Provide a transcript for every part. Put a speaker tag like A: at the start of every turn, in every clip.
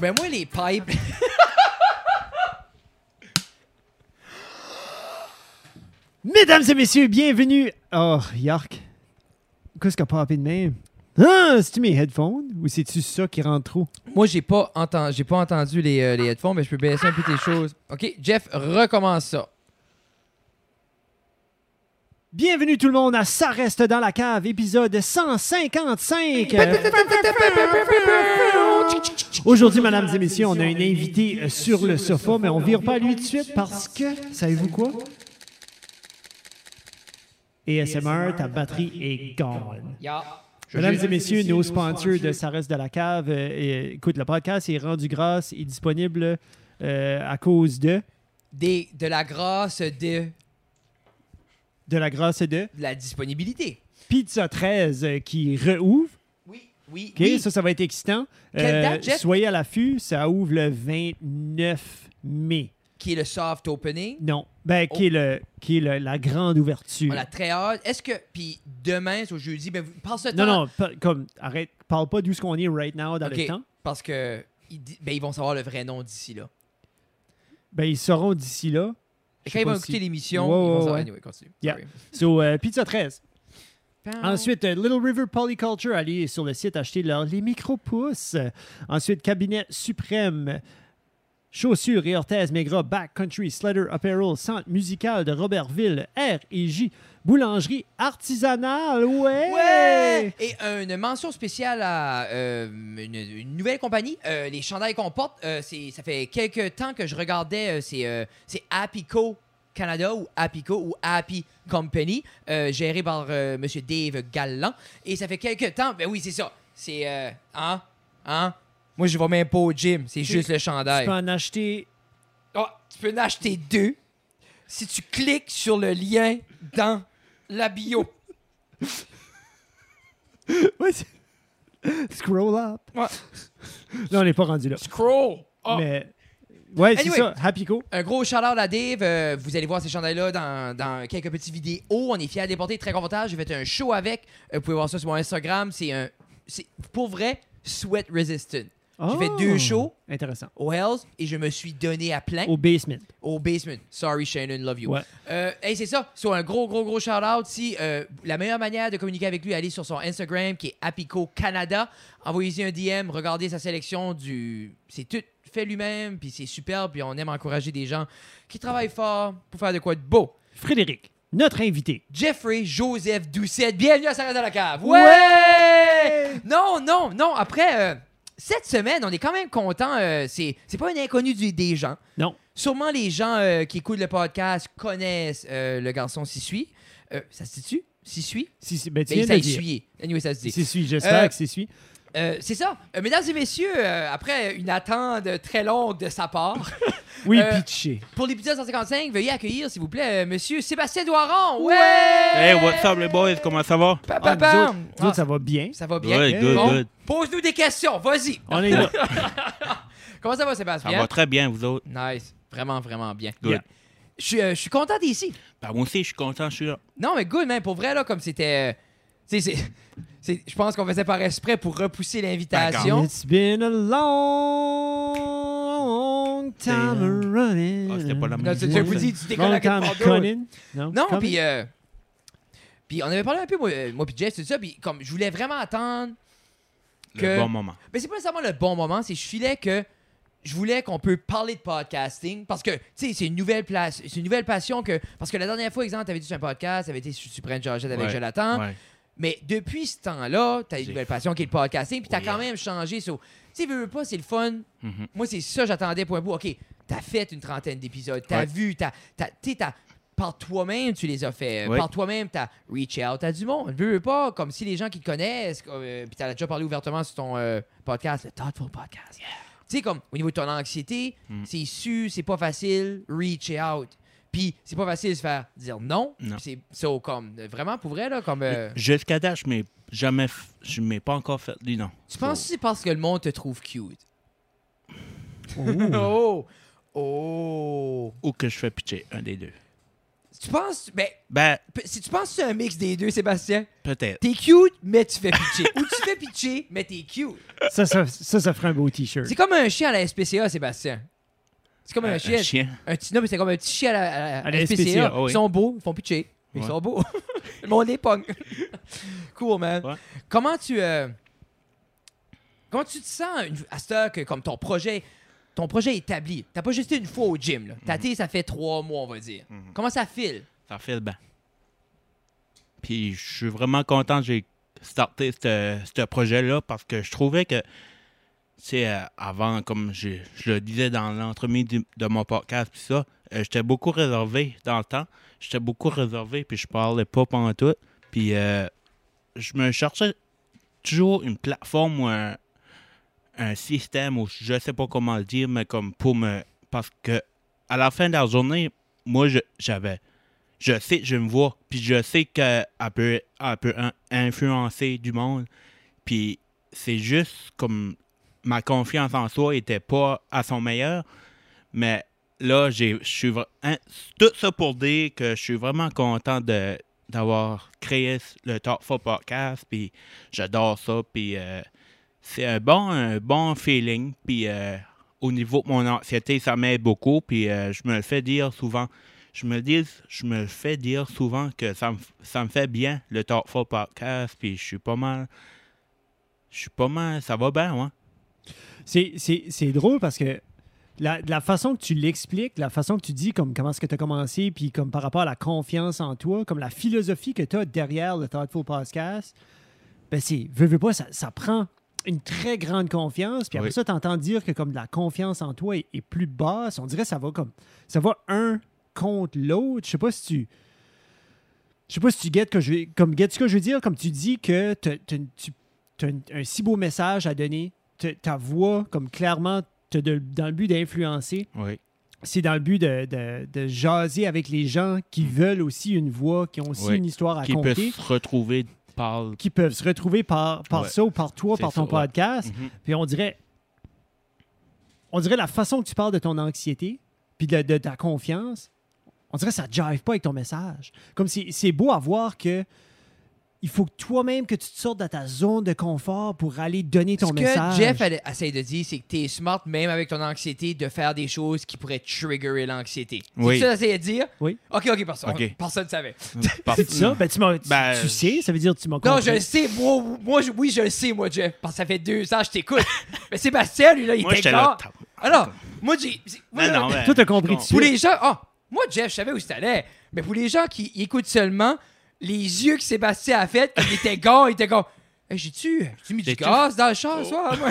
A: Mais Ben, moi, les pipes.
B: Mesdames et messieurs, bienvenue. Oh, Yark. Qu'est-ce qu'a popé de même? Ah, c'est-tu mes headphones ou c'est-tu ça qui rentre trop?
A: moi, j'ai pas, enten- j'ai pas entendu les, euh, les headphones, mais je peux baisser un peu tes choses. OK, Jeff, recommence ça.
B: Bienvenue tout le monde à Ça reste dans la cave, épisode 155. Euh, Aujourd'hui, mesdames et messieurs, on a un invité euh, sur le sofa, mais on vire pas à lui tout de suite parce que, savez-vous quoi? ASMR, ta batterie est gone.
A: Yeah. Je
B: Mesdames
A: jure.
B: et messieurs, nos sponsors de Ça reste de la cave, euh, et, euh, écoute, le podcast est rendu grâce et disponible euh, à cause de,
A: Des, de la grâce de,
B: de la grâce de
A: de la disponibilité.
B: Pizza 13 euh, qui rouvre.
A: Oui, oui,
B: OK, ça, ça va être excitant. Euh,
A: Quelle date, Jeff?
B: Soyez à l'affût, ça ouvre le 29 mai.
A: Qui est le soft opening.
B: Non, ben,
A: Oh.
B: qui est, le, qui est le- la grande ouverture.
A: On a très hâte. Est-ce que. Puis demain, c'est au jeudi, ben, vous- passe le temps.
B: Non, non, pa- comme, arrête, parle pas d'où ce qu'on est right now dans
A: OK,
B: le temps.
A: Parce que. Ils, di- ben, ils vont savoir le vrai nom d'ici là.
B: Ben, ils sauront d'ici là.
A: Et quand
B: Je sais
A: ils vont
B: pas
A: écouter
B: si-
A: l'émission,
B: Ouais,
A: ils vont
B: ouais,
A: savoir.
B: ouais.
A: Anyway, continue.
B: Yeah.
A: Sorry.
B: So, euh, Pizza 13.
A: Pow.
B: Ensuite, euh, Little River Polyculture, allez sur le site acheter leur, les micro-pousses. Euh, Ensuite, Cabinet Suprême. Chaussures et orthèses Maigra, Backcountry, Slater Apparel, Centre musical de Robertville, R et J, Boulangerie artisanale, ouais!
A: Ouais! Et euh, une mention spéciale à euh, une, une nouvelle compagnie. Euh, les chandails qu'on porte, euh, c'est- ça fait quelques temps que je regardais, euh, c'est euh, c'est Happy Co Canada ou Apico ou Happy Company, euh, géré par euh, Monsieur Dave Galland. Et ça fait quelques temps, ben oui, c'est ça. C'est, euh, hein? Hein? Moi, je vais même pas au gym, c'est juste le
B: Tu
A: chandail.
B: peux en acheter.
A: Oh, tu peux en acheter deux si tu cliques sur le lien dans la bio.
B: Ouais, c'est- Scroll up.
A: Ouais.
B: Non, on n'est pas rendu là.
A: Scroll! Ah, up.
B: Mais. Ouais, c'est
A: Anyway.
B: ça. Happy Co.
A: Un gros shout-out à Dave. Euh, vous allez voir ces chandails-là dans, dans quelques petites vidéos. On est fiers de les porter. Très confortables. J'ai fait un show avec. Euh, vous pouvez voir ça sur mon Instagram. C'est un... C'est, pour vrai, sweat resistant. J'ai fait
B: Oh!
A: deux shows Hein?
B: Intéressant.
A: au Hells et je me suis donné à plein
B: Au basement.
A: au basement. Sorry, Shannon, love you.
B: Ouais.
A: Euh, hey, c'est ça. Sur un gros, gros, gros shout-out. Si, euh, la meilleure manière de communiquer avec lui, allez sur son Instagram qui est Apico Canada. Envoyez-y un DM, regardez sa sélection du. C'est tout fait lui-même, puis c'est superbe, puis on aime encourager des gens qui travaillent fort pour faire de quoi de beau.
B: Frédéric, notre invité.
A: Jeffrey Joseph Doucette, bienvenue à Sarah de la Cave. Ouais!
B: Ouais!
A: Non, non, non. Après, euh, cette semaine, on est quand même content. euh, c'est, c'est pas un inconnu du- des gens.
B: Non.
A: Sûrement les gens euh, qui écoutent le podcast connaissent euh, le garçon s'y suit. Euh, ça se dit-tu? S'y suit?
B: Si, si, ben, tu
A: Ben,
B: viens de
A: ça
B: le
A: y
B: dire.
A: suit. Anyway, ça se dit.
B: Si, si, j'espère
A: Euh,
B: que c'est suit.
A: Euh, c'est ça. Euh, mesdames et messieurs, euh, après une attente très longue de sa part,
B: Oui,
A: euh,
B: pitché. Ah,
A: pour l'épisode 155, veuillez accueillir, s'il vous plaît, euh, monsieur Sébastien Doiron. Ouais!
C: Hey, what's up les boys, comment ça va?
A: Pa, pa,
B: Ah, nous
A: pam.
B: autres, nous autres, ça va bien.
A: Ah, ça va bien.
C: Good, good,
A: Bon,
C: good.
A: Pose-nous des questions, vas-y.
B: On est là.
A: Comment ça va,
C: Ça
A: Sébastien?
C: va très bien, vous autres.
A: Nice. Vraiment, vraiment bien.
C: Good.
B: Yeah.
A: Je suis, euh, je suis content d'être ici.
C: Ben, moi aussi, je suis content, je suis là.
A: Non, mais good, man. Pour vrai, là, comme c'était. euh, Tu sais, c'est- c'est- je pense qu'on faisait par exprès pour repousser l'invitation.
B: Ah, It's been a long time
C: Euh,
B: running.
C: ah, c'était pas la même
A: Là, tu tu
C: Ouais,
A: vous
C: ça.
A: dis, tu décolles
B: Long
A: avec le
B: time
A: bandeau.
B: running. Non,
A: Non,
B: coming.
A: puis. euh, Puis on avait parlé un peu, moi, euh, moi puis Jeff, tout ça. Puis comme je voulais vraiment attendre. Que-
C: Le bon moment.
A: Mais c'est pas nécessairement le bon moment, c'est que je filais que. Je voulais qu'on peut parler de podcasting parce que, tu sais, c'est une nouvelle place, c'est une nouvelle passion que. Parce que la dernière fois, exemple, t'avais dit sur un podcast, t'avais été sur Supreme Georgette avec
C: Ouais,
A: Jonathan.
C: Ouais.
A: Mais depuis ce temps-là, t'as une
C: J'ai-
A: nouvelle passion qui est le podcasting, puis t'as
C: Oui.
A: quand même changé. So, tu sais, veux, veux pas, c'est le fun.
C: Mhm.
A: Moi, c'est ça, j'attendais pour un bout. OK, t'as fait une trentaine d'épisodes, t'as
C: Ouais.
A: vu, t'as. t'as- Tu sais, t'as- Par toi-même, tu les as fait. Euh,
C: Ouais.
A: Par toi-même, t'as reach out à du monde. Veux, veux pas, comme si les gens qui te connaissent, comme, euh, puis t'as déjà parlé ouvertement sur ton euh, podcast, le Thoughtful Podcast. Tu sais, comme au niveau de ton anxiété,
C: Mm.
A: c'est su, c'est pas facile, reach out. Puis c'est pas facile de se faire dire non.
C: Non.
A: Puis C'est so, comme euh, vraiment pour vrai là comme euh,
C: Jusqu'à date, je m'ai jamais. f- Je m'ai pas encore fait dit non.
A: Tu penses que c'est parce que le monde te trouve cute?
B: Ouh.
A: Oh! Oh!
C: Ou que je fais pitcher, un des deux.
A: C'est Tu penses. Ben,
C: Ben,
A: p- si tu penses que c'est un mix des deux, Sébastien,
C: peut-être.
A: t'es cute, mais tu fais pitcher. Ou tu fais pitcher, mais t'es cute.
B: Ça, ça, ça, ça ferait un beau t-shirt.
A: C'est comme un chien à la SPCA, Sébastien. C'est comme Euh, un,
C: Un- un
A: chien.
C: chien.
A: Un petit, non, mais c'est comme un petit chien à la, à la-
B: À la
A: SPCA.
B: SPCA,
C: oui.
A: Ils sont beaux, ils font pitcher. mais Ils
C: Ouais.
A: sont beaux. mais on les pogne. cool, man.
C: Ouais.
A: Comment tu. euh, comment tu te sens une- à ce que, comme ton projet. Ton projet est établi. T'as pas juste été une fois au gym. là.
C: Mhm.
A: T'as été, ça fait trois mois, on va dire. Comment ça file?
C: Ça fait le banc. Puis je suis vraiment content que j'ai starté ce ce projet-là parce que je trouvais que, c'est avant, comme je, je le disais dans l'entremise du- de mon podcast, puis ça, euh, j'étais beaucoup réservé dans le temps. J'étais beaucoup réservé, puis je parlais pas pendant tout. Puis euh, je me cherchais toujours une plateforme ou un, un système, ou je sais pas comment le dire, mais comme pour me. Parce que à la fin de la journée, moi, je- j'avais je sais que je me vois, puis je sais qu'elle peut, elle peut in- influencer du monde. Puis c'est juste comme ma confiance en soi était pas à son meilleur, mais là, j'ai- je suis vra- hein, tout ça pour dire que je suis vraiment content de d'avoir créé ce- le Top 4 podcast, puis j'adore ça, puis euh, c'est un bon, un bon feeling, puis euh, au niveau de mon anxiété, ça m'aide beaucoup, puis euh, je me le fais dire souvent je me dis, je me fais dire souvent que ça me, ça me fait bien le Talk 4 podcast, puis je suis pas mal. Je suis pas mal. Ça va bien, moi.
B: C'est- C'est c'est drôle parce que la, la façon que tu l'expliques, la façon que tu dis comme comment est-ce que tu as commencé, puis comme par rapport à la confiance en toi, comme la philosophie que tu as derrière le Thoughtful Podcast, ben c'est, veux, veux pas, ça, ça prend une très grande confiance, puis après
C: Oui.
B: ça, tu entends dire que comme la confiance en toi est, est plus basse, on dirait que ça va comme, ça va un contre l'autre, je sais pas si tu... Je sais pas si tu guettes que je vais- comme guettes ce que je veux dire, comme tu dis que t'as- t'as une- tu as un, un si beau message à donner, T'as- ta voix, comme clairement, t'as de- dans le but d'influencer,
C: Oui.
B: c'est dans le but de, de- de jaser avec les gens qui veulent aussi une voix, qui ont aussi
C: Oui.
B: une histoire à
C: Qui peut
B: conter,
C: se retrouver par.
B: qui peuvent se retrouver par, par
C: Ouais.
B: ça ou par toi,
C: C'est
B: par
C: ça,
B: ton
C: ouais.
B: podcast.
C: Mhm.
B: Puis on dirait, on dirait la façon que tu parles de ton anxiété, puis de, de ta confiance, on dirait que ça ne jive pas avec ton message. Comme c'est c'est beau à voir que il faut que toi-même que tu te sortes de ta zone de confort pour aller donner ton
A: Ce que
B: message.
A: Jeff elle- essaie de dire, c'est que t'es smart, même avec ton anxiété, de faire des choses qui pourraient triggerer l'anxiété.
C: Oui.
A: C'est ça que t'essayais de dire?
B: Oui.
A: OK, OK, personne.
C: Ok.
A: Personne ne savait.
C: par-
B: C'est ça? Ben, tu, m'as- tu-
C: Ah. Ben,
B: tu sais, ça veut dire que tu m'as
A: Non,
B: compris.
A: je le sais, moi, moi, je- oui, je le sais, moi, Jeff, parce que ça fait deux ans que je t'écoute. mais Sébastien, lui, là, il
C: Moi,
A: était
C: j'étais là.
A: là. Alors, moi, j'ai... c'est- moi,
C: Mais
A: là,
C: Ben non, mais-
B: Toi, t'as compris tout
A: Pour
B: de suite.
A: les gens... Ah, moi, Jeff, je savais où c'était Mais pour les gens qui écoutent seulement, les yeux que Sébastien a fait, il était gars, il était gars. Hey, J'ai-tu j'ai-tu mis du
C: J'ai-tu- Oh.
A: gaz dans le char, ce soir, moi?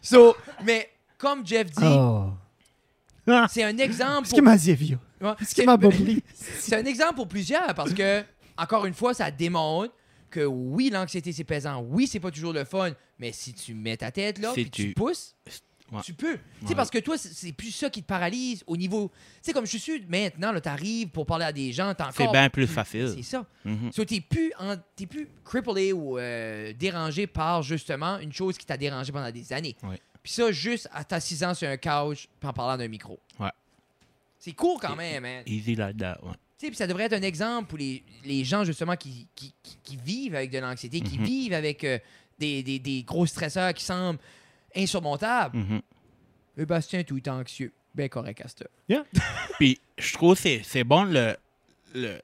A: so, mais comme Jeff dit,
B: Oh. Ah,
A: c'est un exemple...
B: ce qui m'a dit, vieux.
A: pour- Ouais,
B: Ce qui m'a boblé.
A: c'est un exemple pour plusieurs parce que, encore une fois, ça démontre que oui, l'anxiété, c'est pesant. Oui, c'est pas toujours le fun. Mais si tu mets ta tête là,
C: Si
A: puis tu
C: tu-
A: pousses,
C: Ouais.
A: tu peux. Tu sais,
C: Ouais.
A: parce que toi, c'est- c'est plus ça qui te paralyse au niveau. Tu sais, comme je suis sûr, maintenant, là, t'arrives pour parler à des gens, t'es encore.
C: C'est bien plus
A: C'est
C: facile.
A: ça.
C: Mhm.
A: So, t'es plus, en- t'es plus cripplé ou euh, dérangé par justement une chose qui t'a dérangé pendant des années.
C: Ouais.
A: Puis ça, juste à t'assisant sur un couch puis en parlant d'un micro.
C: Ouais.
A: C'est court quand
C: Et-
A: même, hein.
C: Easy like that, ouais.
A: Tu sais, puis ça devrait être un exemple pour les, les gens justement qui, qui, qui- qui vivent avec de l'anxiété, qui
C: Mhm.
A: vivent avec euh, des, des, des gros stresseurs qui semblent insurmontables. Eh
C: Mhm.
A: Le Bastien, tout est anxieux. Ben correct, à ça.
C: Puis je trouve que c'est- c'est bon le, le,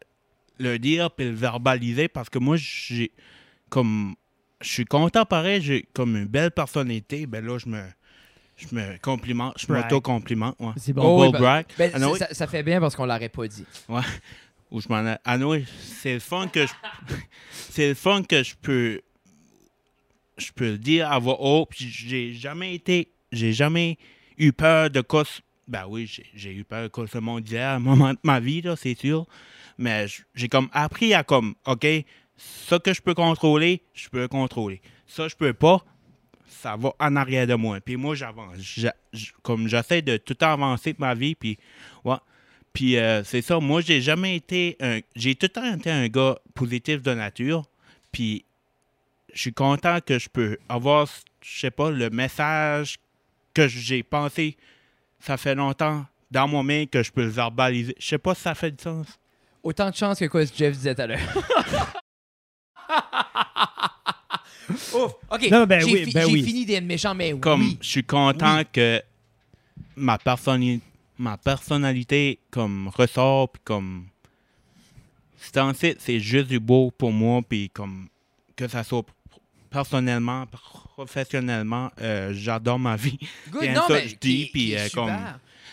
C: le dire puis le verbaliser parce que moi, j'ai comme. Je suis content pareil, j'ai comme une belle personnalité. Ben là, je me, je me complimente, je
B: Brag.
C: m'auto-complimente. ouais.
B: C'est bon.
A: Oh,
C: Humble
A: oui, ben-
C: brag.
A: Ben,
C: Ah non,
A: ça-
C: oui.
A: ça, ça fait bien parce qu'on l'aurait pas dit.
C: Ouais. Où je m'en a- Ah non, c'est le fun que je. c'est le fun que je peux. Je peux le dire à voix haute. Puis j'ai jamais été. J'ai jamais eu peur de quoi. ce- Ben oui, j'ai- j'ai eu peur de quoi ce monde disait à un moment de ma vie, là, c'est sûr. Mais j- j'ai comme appris à comme. OK, ça que je peux contrôler, je peux le contrôler. Ça, je peux pas. Ça va en arrière de moi. Puis moi, j'avance. J'a- j- Comme j'essaie de tout le temps avancer de ma vie. Puis, ouais. Puis euh, c'est ça, moi j'ai jamais été un. J'ai tout le temps été un gars positif de nature. Puis je suis content que je peux avoir, je sais pas, le message que j'ai pensé ça fait longtemps. dans mon main que je peux le verbaliser. Je sais pas si ça fait du sens.
A: Autant de chance que quoi ce Jeff disait tout à l'heure. Ouf, ok.
B: Non, ben
A: j'ai
B: oui,
A: fi-
B: ben
A: j'ai
B: oui.
A: fini des méchants, mais
C: Comme
A: oui.
C: je suis content que ma personnalité, ma personnalité comme ressort puis comme c'est en fait, c'est juste du beau pour moi puis comme que ça soit personnellement, professionnellement, euh, j'adore ma vie.
A: Good,
C: bien
A: non,
C: ça,
A: mais
C: je dis,
A: qui-
C: puis,
A: qui est
C: euh,
A: super.
C: comme,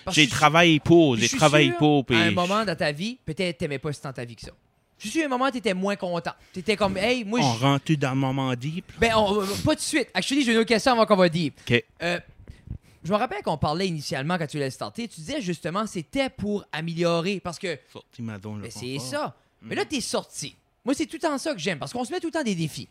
A: Parce que
C: J'ai
A: je-
C: travaillé pour,
A: je
C: j'ai
A: suis
C: travaillé
A: sûr,
C: pour puis
A: À un
C: je-
A: moment dans ta vie, peut-être t'aimais pas si tant ta vie que ça. Je suis sûr, à un moment, t'étais moins content. T'étais comme, hey, moi,
C: on
A: je.
C: rentre dans le moment deep.
A: Ben, on- pas tout de suite. Ah, Actually, j'ai une autre question avant qu'on va dire.
C: OK.
A: Euh, je me rappelle qu'on parlait initialement quand tu l'as starté, tu disais justement c'était pour améliorer parce que
C: Sorti ma zone de
A: ben, c'est
C: confort.
A: ça. Mais là t'es sorti. Moi c'est tout le temps ça que j'aime parce qu'on se met tout le temps des défis.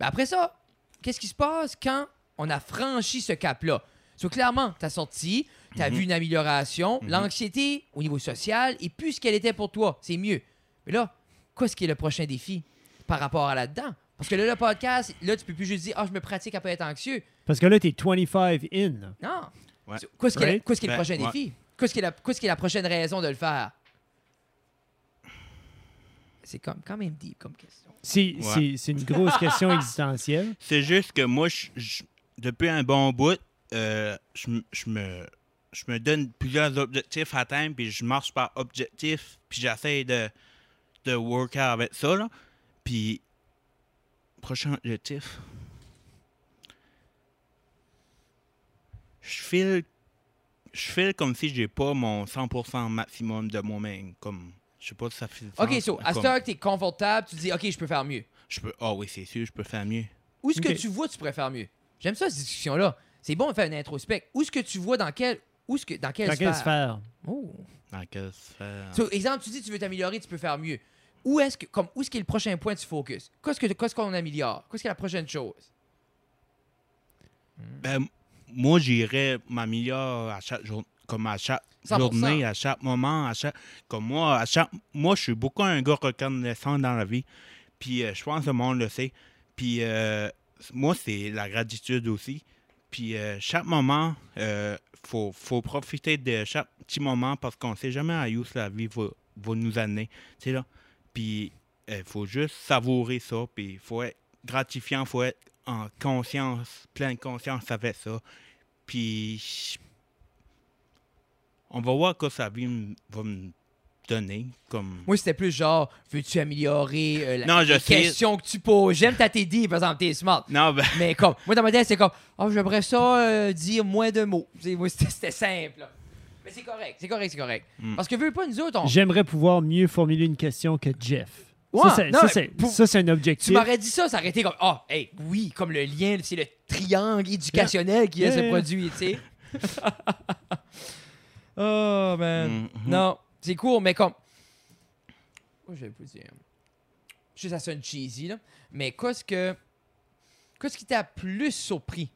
A: Ben, après ça, qu'est-ce qui se passe quand on a franchi ce cap là So, clairement, t'as sorti, t'as vu une amélioration, l'anxiété au niveau social et plus ce qu'elle était pour toi, c'est mieux. Mais là, qu'est-ce qui est le prochain défi par rapport à là-dedans Parce que là le podcast, là tu peux plus juste dire ah je me pratique à pas être anxieux.
B: Parce que là, t'es 25 in.
A: Non.
C: Ouais.
A: So, Qu'est-ce qui est,
B: Right?
A: qu'est-ce qui est le
C: Ben,
A: prochain
C: ouais.
A: défi? Qu'est-ce qui, est la, qu'est-ce qui est la prochaine raison de le faire? C'est comme, quand même deep comme question.
B: C'est
C: Ouais.
B: c'est- c'est une grosse question existentielle.
C: C'est juste que moi, je- je- depuis un bon bout, euh, je, m- je me, je me donne plusieurs objectifs à atteindre, puis je marche par objectif, puis j'essaie de, de worker avec ça. là. Puis, prochain objectif. Je file, je file comme si j'ai pas mon 100% maximum de moi-même. Comme, je sais pas si ça fait. du
A: OK,
C: sens,
A: so, à
C: Ah, comme-
A: cette heure que t'es confortable, tu dis, OK, je peux faire mieux.
C: Je peux. Ah oui, c'est sûr, je peux faire mieux.
A: Où est-ce
B: Ok.
A: que tu vois, tu pourrais faire mieux? J'aime ça, cette discussion-là. C'est bon de faire une introspect. Où est-ce que tu vois dans quel. Où est-ce que, dans quelle
B: Dans quelle sphère?
A: Oh.
C: Dans quelle sphère?
A: So, exemple, tu dis, tu veux t'améliorer, tu peux faire mieux. Où est-ce que, comme, où est-ce qui est le prochain point que tu focuses? Qu'est-ce, que, qu'est-ce qu'on améliore? Qu'est-ce qui est la prochaine chose?
C: Ben, m- moi, j'irais m'améliorer à chaque jour, comme à chaque
A: 100%.
C: journée, à chaque moment, à chaque. Comme moi, à chaque. Moi, je suis beaucoup un gars reconnaissant dans la vie. Puis, euh, je pense que le monde le sait. Puis, euh, moi, c'est la gratitude aussi. Puis, euh, chaque moment, euh, faut, faut profiter de chaque petit moment parce qu'on sait jamais à où la vie va, va nous amener. Tu sais, là. Puis, il faut juste savourer ça. Puis, il faut être gratifiant, faut être en conscience, pleine conscience avec ça. Puis, on va voir que sa vie m- va me donner. Comme...
A: Moi, c'était plus genre, veux-tu améliorer euh, la
C: Non, je
A: les
C: sais.
A: questions que tu poses? J'aime ta TD, par exemple, t'es smart.
C: Non, ben,
A: Mais comme, moi, dans ma tête, c'est comme, oh, j'aimerais ça euh, dire moins de mots. C'est- moi, C'était c'était simple. là. Mais c'est correct, c'est correct, c'est correct.
C: Hmm.
A: Parce que, veux pas, nous autres, on-
B: J'aimerais pouvoir mieux formuler une question que Jeff.
A: Ouais,
B: ça, c'est-
A: non,
B: ça,
A: mais
B: c'est
A: pour-
B: ça, c'est un
A: tu
B: objectif.
A: m'aurais dit ça, ça aurait été comme, oh, hey, oui, comme le lien, c'est le triangle éducationnel qui a
B: Yeah.
A: ce
B: Yeah.
A: produit, tu sais. oh, man.
C: Mhm.
A: Non, c'est court, mais comme. Quoi je vais vous dire? Je sais, ça sonne cheesy, là. Mais qu'est-ce que. Qu'est-ce qui t'a plus surpris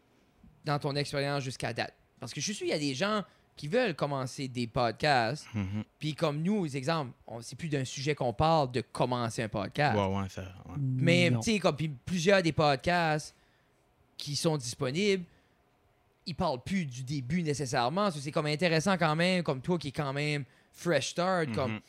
A: dans ton expérience jusqu'à date? Parce que je suis sûr, il y a des gens qui veulent commencer des podcasts.
C: Mhm.
A: Puis comme nous, les exemples, on- c'est plus d'un sujet qu'on parle de commencer un
B: Ah.
A: podcast.
C: Ouais, ouais, ça. ouais.
A: Mais,
B: Non.
A: tu sais, comme puis plusieurs des podcasts qui sont disponibles, ils parlent plus du début nécessairement. Ça, C'est comme intéressant quand même, comme toi qui est quand même fresh start.
C: Mhm.
A: comme,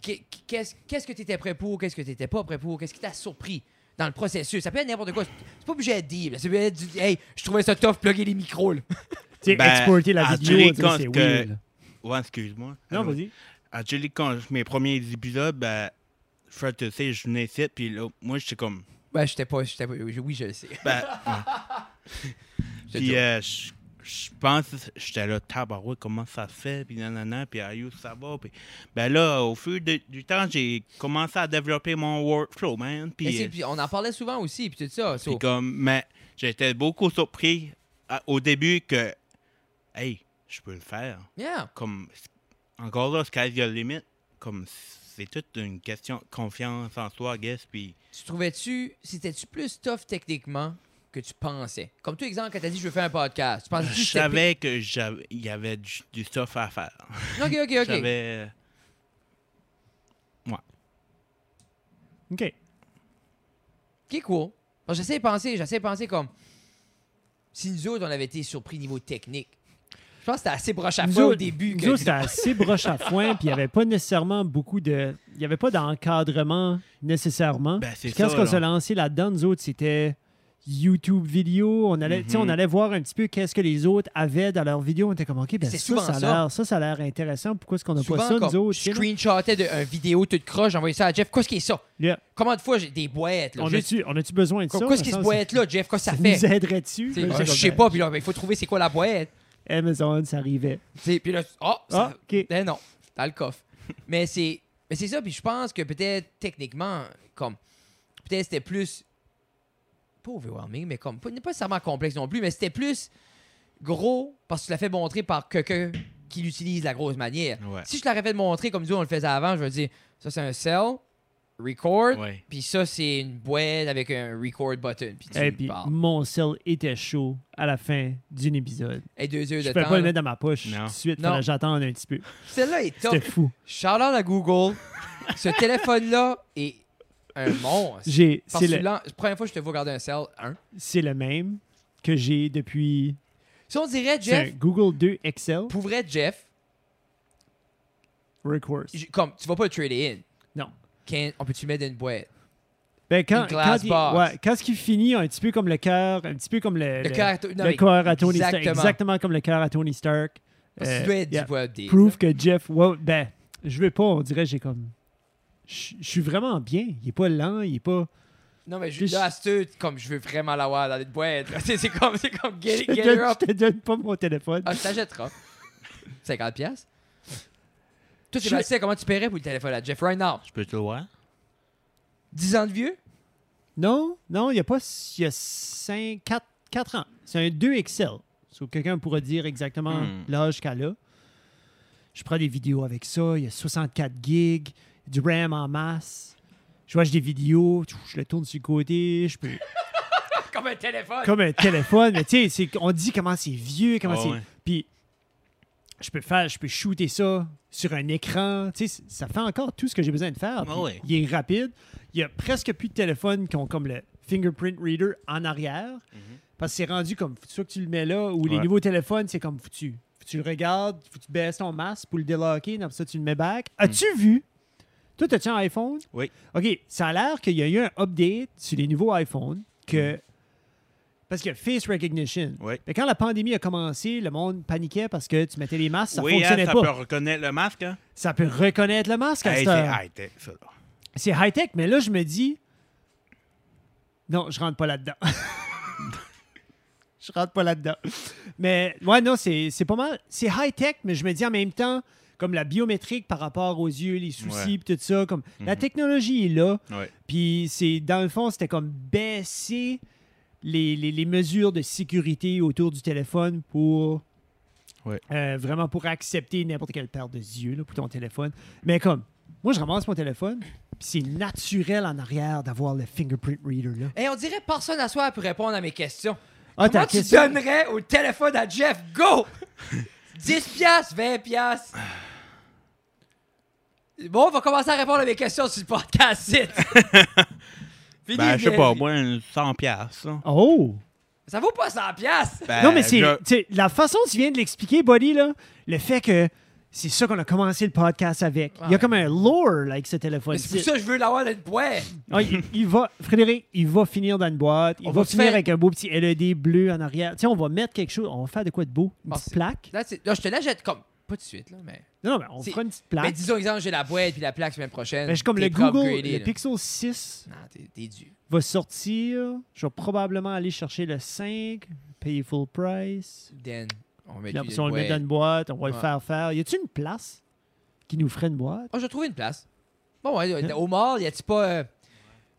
A: qu'est- Qu'est-ce qu'est-ce que tu étais prêt pour, qu'est-ce que tu n'étais pas prêt pour, qu'est-ce qui t'a surpris dans le processus? Ça peut être n'importe quoi. C'est pas obligé de dire. là. Ça peut être du- Hey, je trouvais ça tough, plugger les micros. là.
B: Tu sais,
C: Ben,
B: exporter la
C: à
B: vidéo,
C: tous
B: tu
C: les
B: sais,
C: cas
B: c'est
C: que-
B: weird. là.
C: Ouais, excuse-moi.
B: Non,
C: Allô?
B: vas-y.
C: Actually, quand je- mes premiers épisodes, ben, Fred, tu sais, je venais ici, puis là, moi, j'étais comme.
A: Ouais, Ben, j'étais pas, j'étais pas- Oui, je le sais.
C: Ben,
A: Je te
C: Puis
A: jure.
C: euh, je je pense, j'étais là, tabarouette, comment ça fait, puis nanana, puis aïe, ça va. Puis, ben là, au fur de- du temps, j'ai commencé à développer mon workflow, man.
A: Mais
C: Puis
A: c'est-
C: euh,
A: puis on en parlait souvent aussi, puis tout ça. so-
C: puis comme, mais j'étais beaucoup surpris à- au début que, hey, je peux le faire.
A: yeah.
C: Comme, encore là, sky's the limit. Comme, c'est toute une question de confiance en soi, I guess, puis...
A: tu trouvais-tu, c'était-tu plus tough techniquement que tu pensais? Comme tout exemple, quand t'as dit je veux faire un podcast, tu pensais
C: Je savais que j'avais- il y avait du, du stuff à faire.
A: Ok, ok, ok.
C: J'avais... euh, Ouais.
B: OK.
A: Qui est cool. Parce que J'essaie de penser, j'essaie de penser comme si nous autres, on avait été surpris niveau technique. Je pense que c'était assez broche à
B: Nous
A: foin au
B: autres-
A: début.
B: nous
A: que-
B: autres, c'était assez broche à foin, puis il n'y avait pas nécessairement beaucoup de. Il n'y avait pas d'encadrement nécessairement.
C: Ben, c'est
B: Puis quand
C: ça,
B: on
C: là.
B: s'est lancé là-dedans, nous autres, c'était YouTube vidéo. On allait, tu
A: Mm-hmm.
B: sais,
C: Mhm.
B: on allait voir un petit peu qu'est-ce que les autres avaient dans leurs vidéos. On était comme, OK, ben
A: C'est
B: ça,
A: souvent
B: ça, a
A: ça.
B: l'air- ça, ça a l'air intéressant. Pourquoi est-ce qu'on n'a
A: Souvent,
B: pas ça,
A: comme,
B: nous autres?
A: je
B: tu sais, là?
A: screenshottais de, un vidéo toute croche, j'envoyais ça à Jeff. Qu'est-ce qui est ça?
B: Yeah.
A: Comment de fois j'ai des boîtes? Là,
B: On
A: Juste,
B: a-tu on a-tu besoin de ça?
A: Qu'est-ce qui se
B: dans le sens-
A: boîte-là, Jeff? Qu'est-ce que ça
B: nous
A: fait?
B: aiderait-tu?
A: T'sais,
B: Ben,
A: euh,
B: c'est
A: je
B: comme,
A: sais
B: ben,
A: pas, puis là, ben, il faut trouver c'est quoi la boîte.
B: Amazon, ça arrivait.
A: T'sais, Puis là, oh, ça-
B: Ah, OK.
A: Ben non, dans le coffre. mais c'est mais c'est ça, puis je pense que peut-être techniquement, comme, peut-être c'était plus, pas overwhelming, mais comme, pas, pas nécessairement complexe non plus, mais c'était plus gros parce que tu l'as fait montrer par quelqu'un qui l'utilise de la grosse manière.
C: Ouais.
A: Si je l'aurais fait montrer comme nous on le faisait avant, je vais dire, ça c'est un cell, record,
C: Ouais.
A: puis ça c'est une boîte avec un record button, puis tu
B: Et Eh, puis,
A: parles.
B: mon sel était chaud à la fin d'un épisode.
A: Et deux heures
B: Je
A: de
B: pouvais
A: temps.
B: pas le
A: là.
B: mettre dans ma poche
C: Non.
B: tout de suite.
A: Non.
B: fallait que J'attends un petit peu.
A: Celle-là est top.
B: C'était fou.
A: Shout out à Google. Ce téléphone-là est un monstre.
B: J'ai,
A: Parce
B: c'est
A: que
B: le,
A: la première fois que je te vois garder un cell, un.
B: c'est le même que j'ai depuis
A: Si on dirait
B: c'est un
A: Jeff,
B: Google 2 Excel
A: pour vrai, Jeff,
B: Recourse.
A: j- comme tu vas pas le trader in.
B: Non.
A: Can- on peut-tu mettre dans une boîte?
B: Ben, quand,
A: Une glass
B: quand, il-
A: box.
B: ouais, quand ce qui finit, un petit peu comme le cœur, un petit peu comme le,
A: Le
B: le-
A: cœur à Tony- non,
B: le
A: mais
B: cœur à Tony Stark.
A: exactement.
B: Exactement comme le cœur à Tony Stark.
A: Parce que
B: Euh,
A: tu dois être
B: yeah.
A: du boîte des.
B: Proof que Jeff. ouais, ben, je veux pas, on dirait, j'ai comme. Je je suis vraiment bien. Il est pas lent, il est pas.
A: Non, mais je,
B: Puis je-
A: là, c'est tout, comme je veux vraiment l'avoir dans une boîte. là. C'est c'est comme, c'est comme get, it,
B: je, te
A: get her
B: donne,
A: up.
B: je te donne pas mon téléphone.
A: Ah, je t'achètera. 50 piastres. Toi,
B: Je-
A: Sébastien, comment tu paierais pour le téléphone à Jeff right now?
C: Je peux te le voir?
A: 10 ans de vieux?
B: Non, non, il y a pas. Il y a 5, 4, ans. C'est un 2XL. So, quelqu'un pourra dire exactement
C: Hmm.
B: l'âge qu'elle a. Je prends des vidéos avec ça. Il y a 64 gigs, du RAM en masse. Je watch des vidéos, tchou, je le tourne sur le côté, je peux.
A: Comme un téléphone!
B: Comme un téléphone, mais tu sais, c'est- on dit comment c'est vieux, comment
C: Ah
B: c'est.
C: ouais.
B: Puis je peux faire, je peux shooter ça sur un écran. Tu sais, ça fait encore tout ce que j'ai besoin de faire.
C: Ah
B: Puis
C: ouais.
B: Il est rapide. Il y a presque plus de téléphones qui ont comme le fingerprint reader en arrière. Parce que c'est rendu comme, soit que tu le mets là, ou les
C: Mm-hmm. Ouais.
B: nouveaux téléphones, c'est comme foutu. Faut que Tu le regardes, faut que tu baisses ton masque pour le déloquer, après ça, tu le mets back. As-tu
C: Mm.
B: vu? Toi, as-tu un iPhone?
C: Oui.
B: OK, ça a l'air qu'il y a eu un update sur les nouveaux iPhones que. Parce qu'il y a face recognition.
C: Mm. Oui.
B: Mais quand la pandémie a commencé, le monde paniquait parce que tu mettais les masques, ça
C: oui, hein,
B: fonctionnait
C: ça
B: pas.
C: peut reconnaître le masque. Hein?
B: Ça peut reconnaître le masque à
C: Hey,
B: cette
C: c'est
B: heure.
C: high-tech, ça. là.
B: C'est high-tech, mais là, je me dis. Non, je rentre pas là-dedans. je rentre pas là-dedans. Mais ouais, non, c'est c'est pas mal. C'est high-tech, mais je me dis en même temps, comme la biométrique par rapport aux yeux, les soucis,
C: Ouais. Mm-hmm.
B: puis tout ça. Comme, La technologie est là.
C: Ouais.
B: Puis c'est dans le fond, c'était comme baisser les, les- les mesures de sécurité autour du téléphone pour
C: Ouais.
B: euh, vraiment pour accepter n'importe quelle paire de yeux là, pour ton téléphone. Mais comme moi, je ramasse mon téléphone, puis c'est naturel en arrière d'avoir le fingerprint reader là.
A: Hey, Eh, on dirait personne à soi pour répondre à mes questions. Comment
B: Ah, ta
A: tu
B: question-
A: donnerais au téléphone à Jeff Go? 10 piastres, 20 piastres. Bon, on va commencer à répondre à mes questions sur le podcast site. Fini,
C: Ben, je sais pas,
A: mais-
C: moi, une 100$. piastres, là.
B: Oh!
A: Ça vaut pas 100 piastres.
C: Ben,
B: non, mais c'est
C: je-
B: tu sais, la façon dont tu viens de l'expliquer, Buddy, là, le fait que c'est ça qu'on a commencé le podcast avec. Il y a
A: Ouais.
B: comme un lore là, avec ce téléphone.
A: Mais C'est pour ça que je veux l'avoir dans une boîte.
B: Ah, il, il va, Frédéric, il va finir dans une boîte. Il
A: On
B: va,
A: va
B: finir
A: faire-
B: avec un beau petit LED bleu en arrière. Tu sais, on va mettre quelque chose. On va faire de quoi de beau? Une
A: Ah,
B: petite
A: c'est-
B: plaque?
A: Là, c'est- là, je te la jette comme. Pas tout de suite, là, mais.
B: Non, non, mais on
A: c'est-
B: fera une petite plaque.
A: Mais disons, exemple, j'ai la boîte puis la plaque semaine prochaine.
B: Ben, je suis comme
A: T'es
B: le
A: propre
B: Google,
A: gradé,
B: le
A: là.
B: Pixel 6
A: Non, t'es t'es dû.
B: va sortir. Je vais probablement aller chercher le 5, payer full price.
A: Dan, on met
B: Puis là,
A: lui
B: si
A: dans
B: on
A: une
B: le met
A: boîte.
B: dans une boîte, on va le
A: Ouais.
B: faire faire. Y a-tu une place qui nous ferait une boîte?
A: Oh, j'ai trouvé une place. Bon, ouais,
B: Hein?
A: au mall, y a-tu pas euh,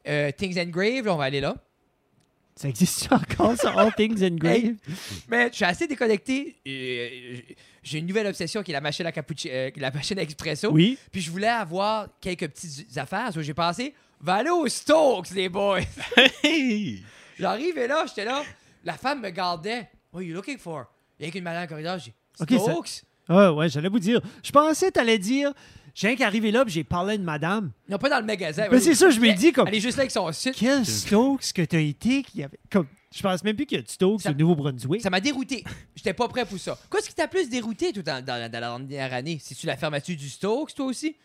A: euh, Things and Grave? Là, on va aller là.
B: Ça existe encore, ça? All Things Engraved?
A: Mais je suis assez déconnecté. Euh, J'ai une nouvelle obsession qui est la machine à cappuccino, euh, la machine à expresso.
B: Oui.
A: Puis je voulais avoir quelques petites affaires. So, J'ai pensé, va aller au Stokes, les boys.
C: Hey!
A: J'arrive et là, j'étais là. La femme me gardait. What are you looking for? Il y a qu'une madame dans le corridor. J'ai
B: Ok,
A: dit,
B: ça-
A: Stokes.
B: Ah ouais, j'allais vous dire. Je pensais que t'allais dire... J'ai rien qu'arrivé là, puis j'ai parlé à une madame.
A: Non, pas dans le magasin.
B: Mais c'est ça, Ben, je me dis comme-
A: Elle est juste là avec son site.
B: Quel Stokes que t'as été qui avait. Comme, Je pense même plus qu'il y a du Stokes
A: Ça-
B: au Nouveau-Brunswick.
A: Ça m'a dérouté. J'étais pas prêt pour ça. Qu'est-ce qui t'a plus dérouté tout dans, dans la- dans la dernière année? C'est-tu la fermeture du Stokes, toi aussi?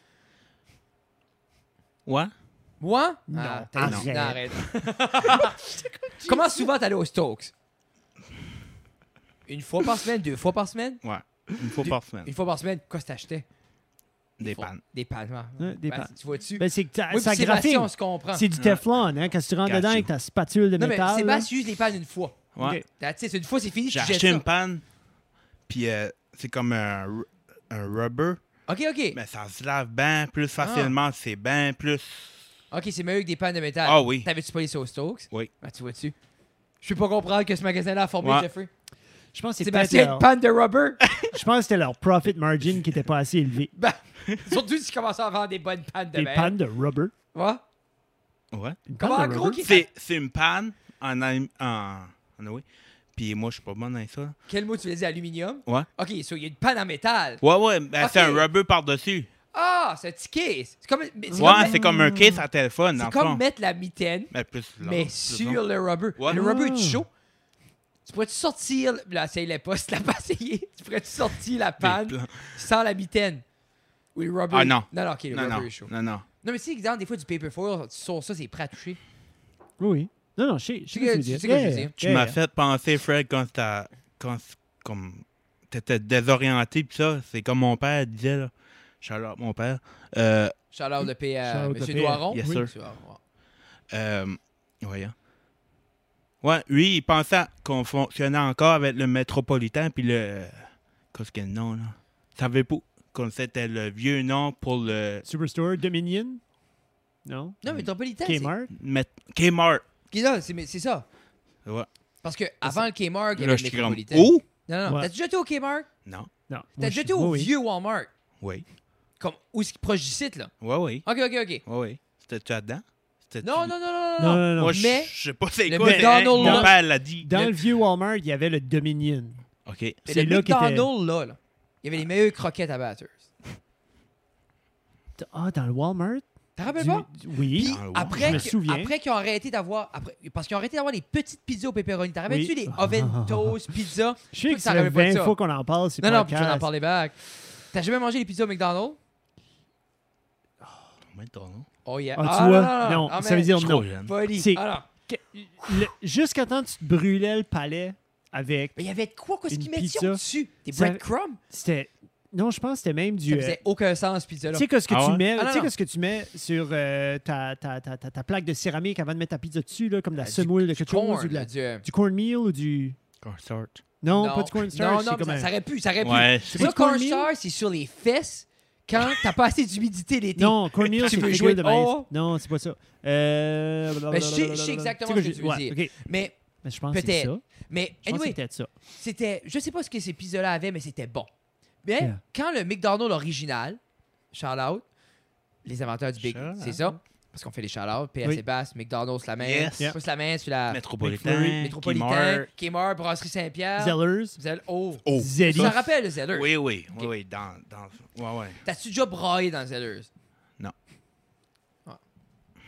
C: Ouais.
A: Moi?
B: Non,
A: Ah, t'as-
B: arrête.
A: arrête. Comment souvent t'allais au Stokes? Une fois par semaine? Deux fois par semaine?
C: Ouais. Une fois
A: Du-
C: par semaine.
A: Une fois par semaine, qu'est-ce que t'achetais?
C: Des
A: Faut-
C: pannes.
A: Des pannes, ouais.
B: Ouais, des
A: Ben,
B: pannes.
A: Tu vois-tu?
B: Ben, c'est que ta-
A: Moi,
B: ça
A: puis Sébastien,
B: graphine.
A: on se comprend.
B: C'est du Teflon, hein, quand tu rentres
C: Gotcha.
B: dedans avec ta spatule de
A: Non, mais
B: métal. là.
A: Sébastien use les pannes une fois.
C: Ouais.
B: Ok.
A: That's it, c'est Une fois, c'est fini, tu
C: J'ai
A: jettes
C: acheté
A: ça.
C: une panne, puis euh, c'est comme un, ru- un rubber,
A: OK, OK.
C: mais ça se lave bien plus
B: Ah.
C: facilement, c'est bien plus.
A: OK, c'est mieux que des pannes de métal.
C: Ah oui.
A: T'avais-tu pas les sauces Stokes?
C: Oui.
A: Ben, tu vois-tu? Je peux pas comprendre que ce magasin-là a formé
C: Ouais.
A: Jeffrey.
B: Je pense que c'est peut-être
A: Sébastien, une
B: leur-
A: panne de rubber?
B: je pense que c'était leur profit margin qui était pas assez élevé.
A: ben, surtout si tu commençais à vendre des bonnes pannes de
B: Des
A: merde.
B: pannes de rubber.
A: Ouais.
C: Ouais.
B: Une panne
A: Comment en
B: de
A: gros,
B: rubber.
A: qui
C: C'est c'est une panne en. alu- en, en oui. Puis moi, je suis pas bon dans ça.
A: Quel mot tu veux dire? Aluminium?
C: Ouais.
A: OK, so il y a une panne en métal.
C: Ouais, ouais, ben,
A: Ok.
C: c'est un rubber par-dessus.
A: Ah, c'est un petit case. C'est comme, mais c'est
C: Ouais,
A: comme-
C: c'est comme un case à téléphone, dans
A: c'est
C: le
A: comme
C: fond.
A: mettre la mitaine.
C: Mais plus long,
A: mais
C: plus
A: sur
C: long.
A: le rubber.
C: Ouais.
A: Le rubber est
B: Ah.
A: chaud. Tu pourrais-tu sortir. Là, ça, il est pas. Si tu l'as pas essayé, tu pourrais-tu sortir la panne
C: plans.
A: sans la mitaine? Ou le rubber.
C: Ah, non.
A: Non, non, ok, le
C: Non,
A: rubber
C: non,
A: est chaud. Non,
C: non, non.
A: mais c'est exemple, des fois, du paper foil, tu sors ça, c'est prêt à toucher.
B: Oui, oui. Non, non, je sais. Je
A: Tu
B: sais ce
A: sais-
B: que
A: tu
B: tu veux
A: sais que je
B: dire.
A: veux
B: Yeah,
A: dire.
C: Tu
B: yeah,
C: m'as
B: yeah.
C: fait penser, Fred, quand t'as. Quand c- comme. T'étais désorienté, pis ça, c'est comme mon père disait, là. Charlotte, mon père. Euh.
A: Chaleur de euh, paix à
B: Shout-out
A: M.
B: de paix.
A: Noiron.
C: Yes,
A: Oui.
C: sir.
A: Tu vas voir.
C: euh voyons. Ouais, lui, il pensait qu'on fonctionnait encore avec le métropolitain, puis le. Qu'est-ce que le nom, là Savais pas qu'on c'était le vieux nom pour le.
B: Superstore, Dominion. Non.
A: Non, mais Metropolitan. c'est-
B: Kmart.
C: mét- Kmart.
A: Qui là, C'est mais c'est ça.
C: Ouais.
A: Parce que avant le Kmart, il y
C: Là,
A: avait
C: je
A: le
C: suis comme.
A: Metropolitan.
C: Oh
A: Non, non, non.
B: Ouais.
A: T'as déjà été au Kmart?
C: Non.
B: Non.
A: T'as
B: Moi,
A: déjà
B: je-
A: été au
B: oui, oui.
A: vieux Walmart?
C: Oui.
A: Comme, où est-ce proche du site, là?
C: Ouais, oui.
A: Ok, ok, ok.
C: Ouais, oui. C'était-tu là-dedans C'était-tu-
A: Non, non, non, non, non.
B: Non, non, non.
C: Moi, je
A: Mais-
C: je sais pas c'est
A: Le
C: quoi. mais, hein,
A: McDonald's,
C: Mon
A: là-
C: père l'a dit.
B: Dans
A: le-
B: le vieux Walmart, il y avait le Dominion.
C: OK.
A: Mais
B: C'est
A: le
B: là qu'il était-
A: McDonald's, là, là, il y avait les meilleures croquettes à batters.
B: Ah, dans le Walmart?
A: T'en rappelles
B: Du-
A: pas?
B: du- Oui.
A: Puis
C: Ah, ouais.
A: après,
B: Je me
A: que-
B: souviens.
A: après qu'ils ont arrêté d'avoir. après- Parce qu'ils ont arrêté d'avoir les petites pizzas au pepperoni. T'en rappelles-tu
B: Oui.
A: les oven toast pizza?
B: Je sais
A: Toi,
B: que
A: t'en
B: ça fait
A: rappelles pas de
B: 20
A: ça.
B: fois qu'on en parle, c'est
A: Non,
B: pas
A: non, puis j'en en parlais back. T'as jamais mangé les pizzas au McDonald's?
C: McDonald's.
A: Oh yeah.
B: Ah, tu vois?
A: non, non,
B: Non,
A: Ah,
B: ça veut
A: man,
B: dire
C: Je suis
B: non.
C: trop jeune.
A: Poli.
B: C'est-
A: Ah, non.
B: Le- Jusqu'à temps que tu te brûlais le palais avec...
A: Mais il y avait de quoi? Qu'est-ce
B: Une
A: qu'ils mettaient
B: pizza.
A: dessus? Des
B: Ça-
A: breadcrumbs?
B: C'était... Non, je pense que c'était même
A: Ça
B: du... euh,
A: faisait aucun sens, pizza-là.
B: Tu sais qu'est-ce que
C: Ah
B: tu
C: ouais?
B: mets,
A: Ah, non,
B: tu sais
A: non.
B: qu'est-ce que tu mets sur euh, ta, ta, ta, ta, ta plaque de céramique avant de mettre ta pizza dessus, là, comme de la
A: Ah, du-
B: semoule de quelque chose,
A: Corn,
B: ou de la-
A: là, du-
B: du cornmeal ou du
C: Cornstarch.
B: non, pas du cornstarch,
A: Non,
B: c'est
A: non,
B: comme
A: ça,
B: un-
A: ça aurait pu, ça aurait pu.
C: Ouais,
A: C'est
C: c'est
B: pas
A: ça,
B: du cornmeal?
A: cornstarch, c'est sur les fesses quand t'as pas assez d'humidité l'été.
B: non, cornmeal
A: Tu
B: c'est
A: veux
B: une
A: jouer
B: figure de
A: de-
B: maïs.
A: oh!
B: Non, c'est pas ça. Euh...
A: je sais- je sais exactement
B: Tu
A: ce que
B: je-
A: tu veux
B: ouais,
A: dire.
B: ok.
A: Mais,
B: Mais je pense que c'est
A: Peut-être.
B: ça.
A: mais
B: Je pense que c'est
A: anyway,
B: peut-être ça.
A: c'était. Je sais pas ce que ces pizzas-là avaient, mais c'était bon. Mais
B: Yeah.
A: quand le McDonald's original, shout out, les inventeurs du Big,
C: Shout
A: c'est
C: out.
A: ça? Parce qu'on fait les shout out. PL
B: Oui.
A: Sébastien, McDonald's, la main.
C: Yes.
A: Pas la main, sur la
C: Métropolitain.
A: Métropolitain,
C: Kmart.
A: Kmart, Brasserie Saint-Pierre.
B: Zellers,
A: Zell. Oh.
C: Oh.
A: Tu
B: Zelly.
A: t'en rappelles, le Zeller?
C: Oui, oui,
A: Ok.
C: oui, oui, dans, dans... Ouais, ouais.
A: T'as-tu déjà braillé dans Zellers?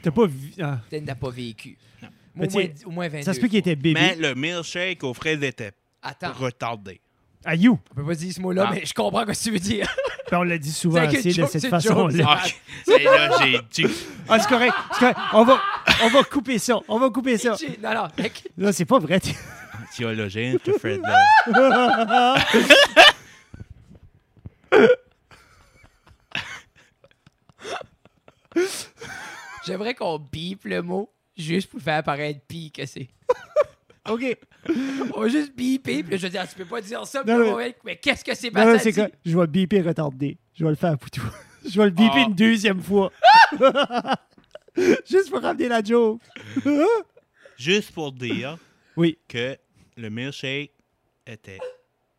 B: T'as pas vu ah.
A: Peut-être que t'as pas vécu.
C: Non.
A: Moi, au,
B: Mais
A: moins,
B: tu
A: au moins 22.
B: Ça se peut qu'il était bébé.
C: Mais le milkshake aux fraises était
A: Attends,
C: retardé.
B: Ah you.
A: on peut pas dire ce mot-là,
C: Ah.
A: mais je comprends ce que tu veux dire.
B: Ben, on l'a dit souvent
A: C'est que
B: assez de
A: joke,
B: cette
A: c'est
B: façon-là.
A: joke.
C: Ah, c'est là, j'ai dit.
B: Ah, c'est correct. c'est correct. On va on va couper ça. On va couper ça.
A: J'ai- Non, non, mec.
B: Non, c'est pas vrai.
C: Théologien, ce Fred-là.
A: j'aimerais qu'on bip le mot juste pour faire apparaître pi que c'est.
B: OK.
A: On va juste biper, puis là, je veux dire, tu peux pas dire ça, puis
B: Non,
A: là,
B: mais-
A: on va être, mais qu'est-ce que c'est
B: Non,
A: pas
B: non, c'est quoi? Je vais biper retardé. Je vais le faire pour tout. Je vais le biper
C: Ah.
B: une deuxième fois. Juste pour ramener la joke.
C: Juste pour dire
B: Oui.
C: que le milkshake était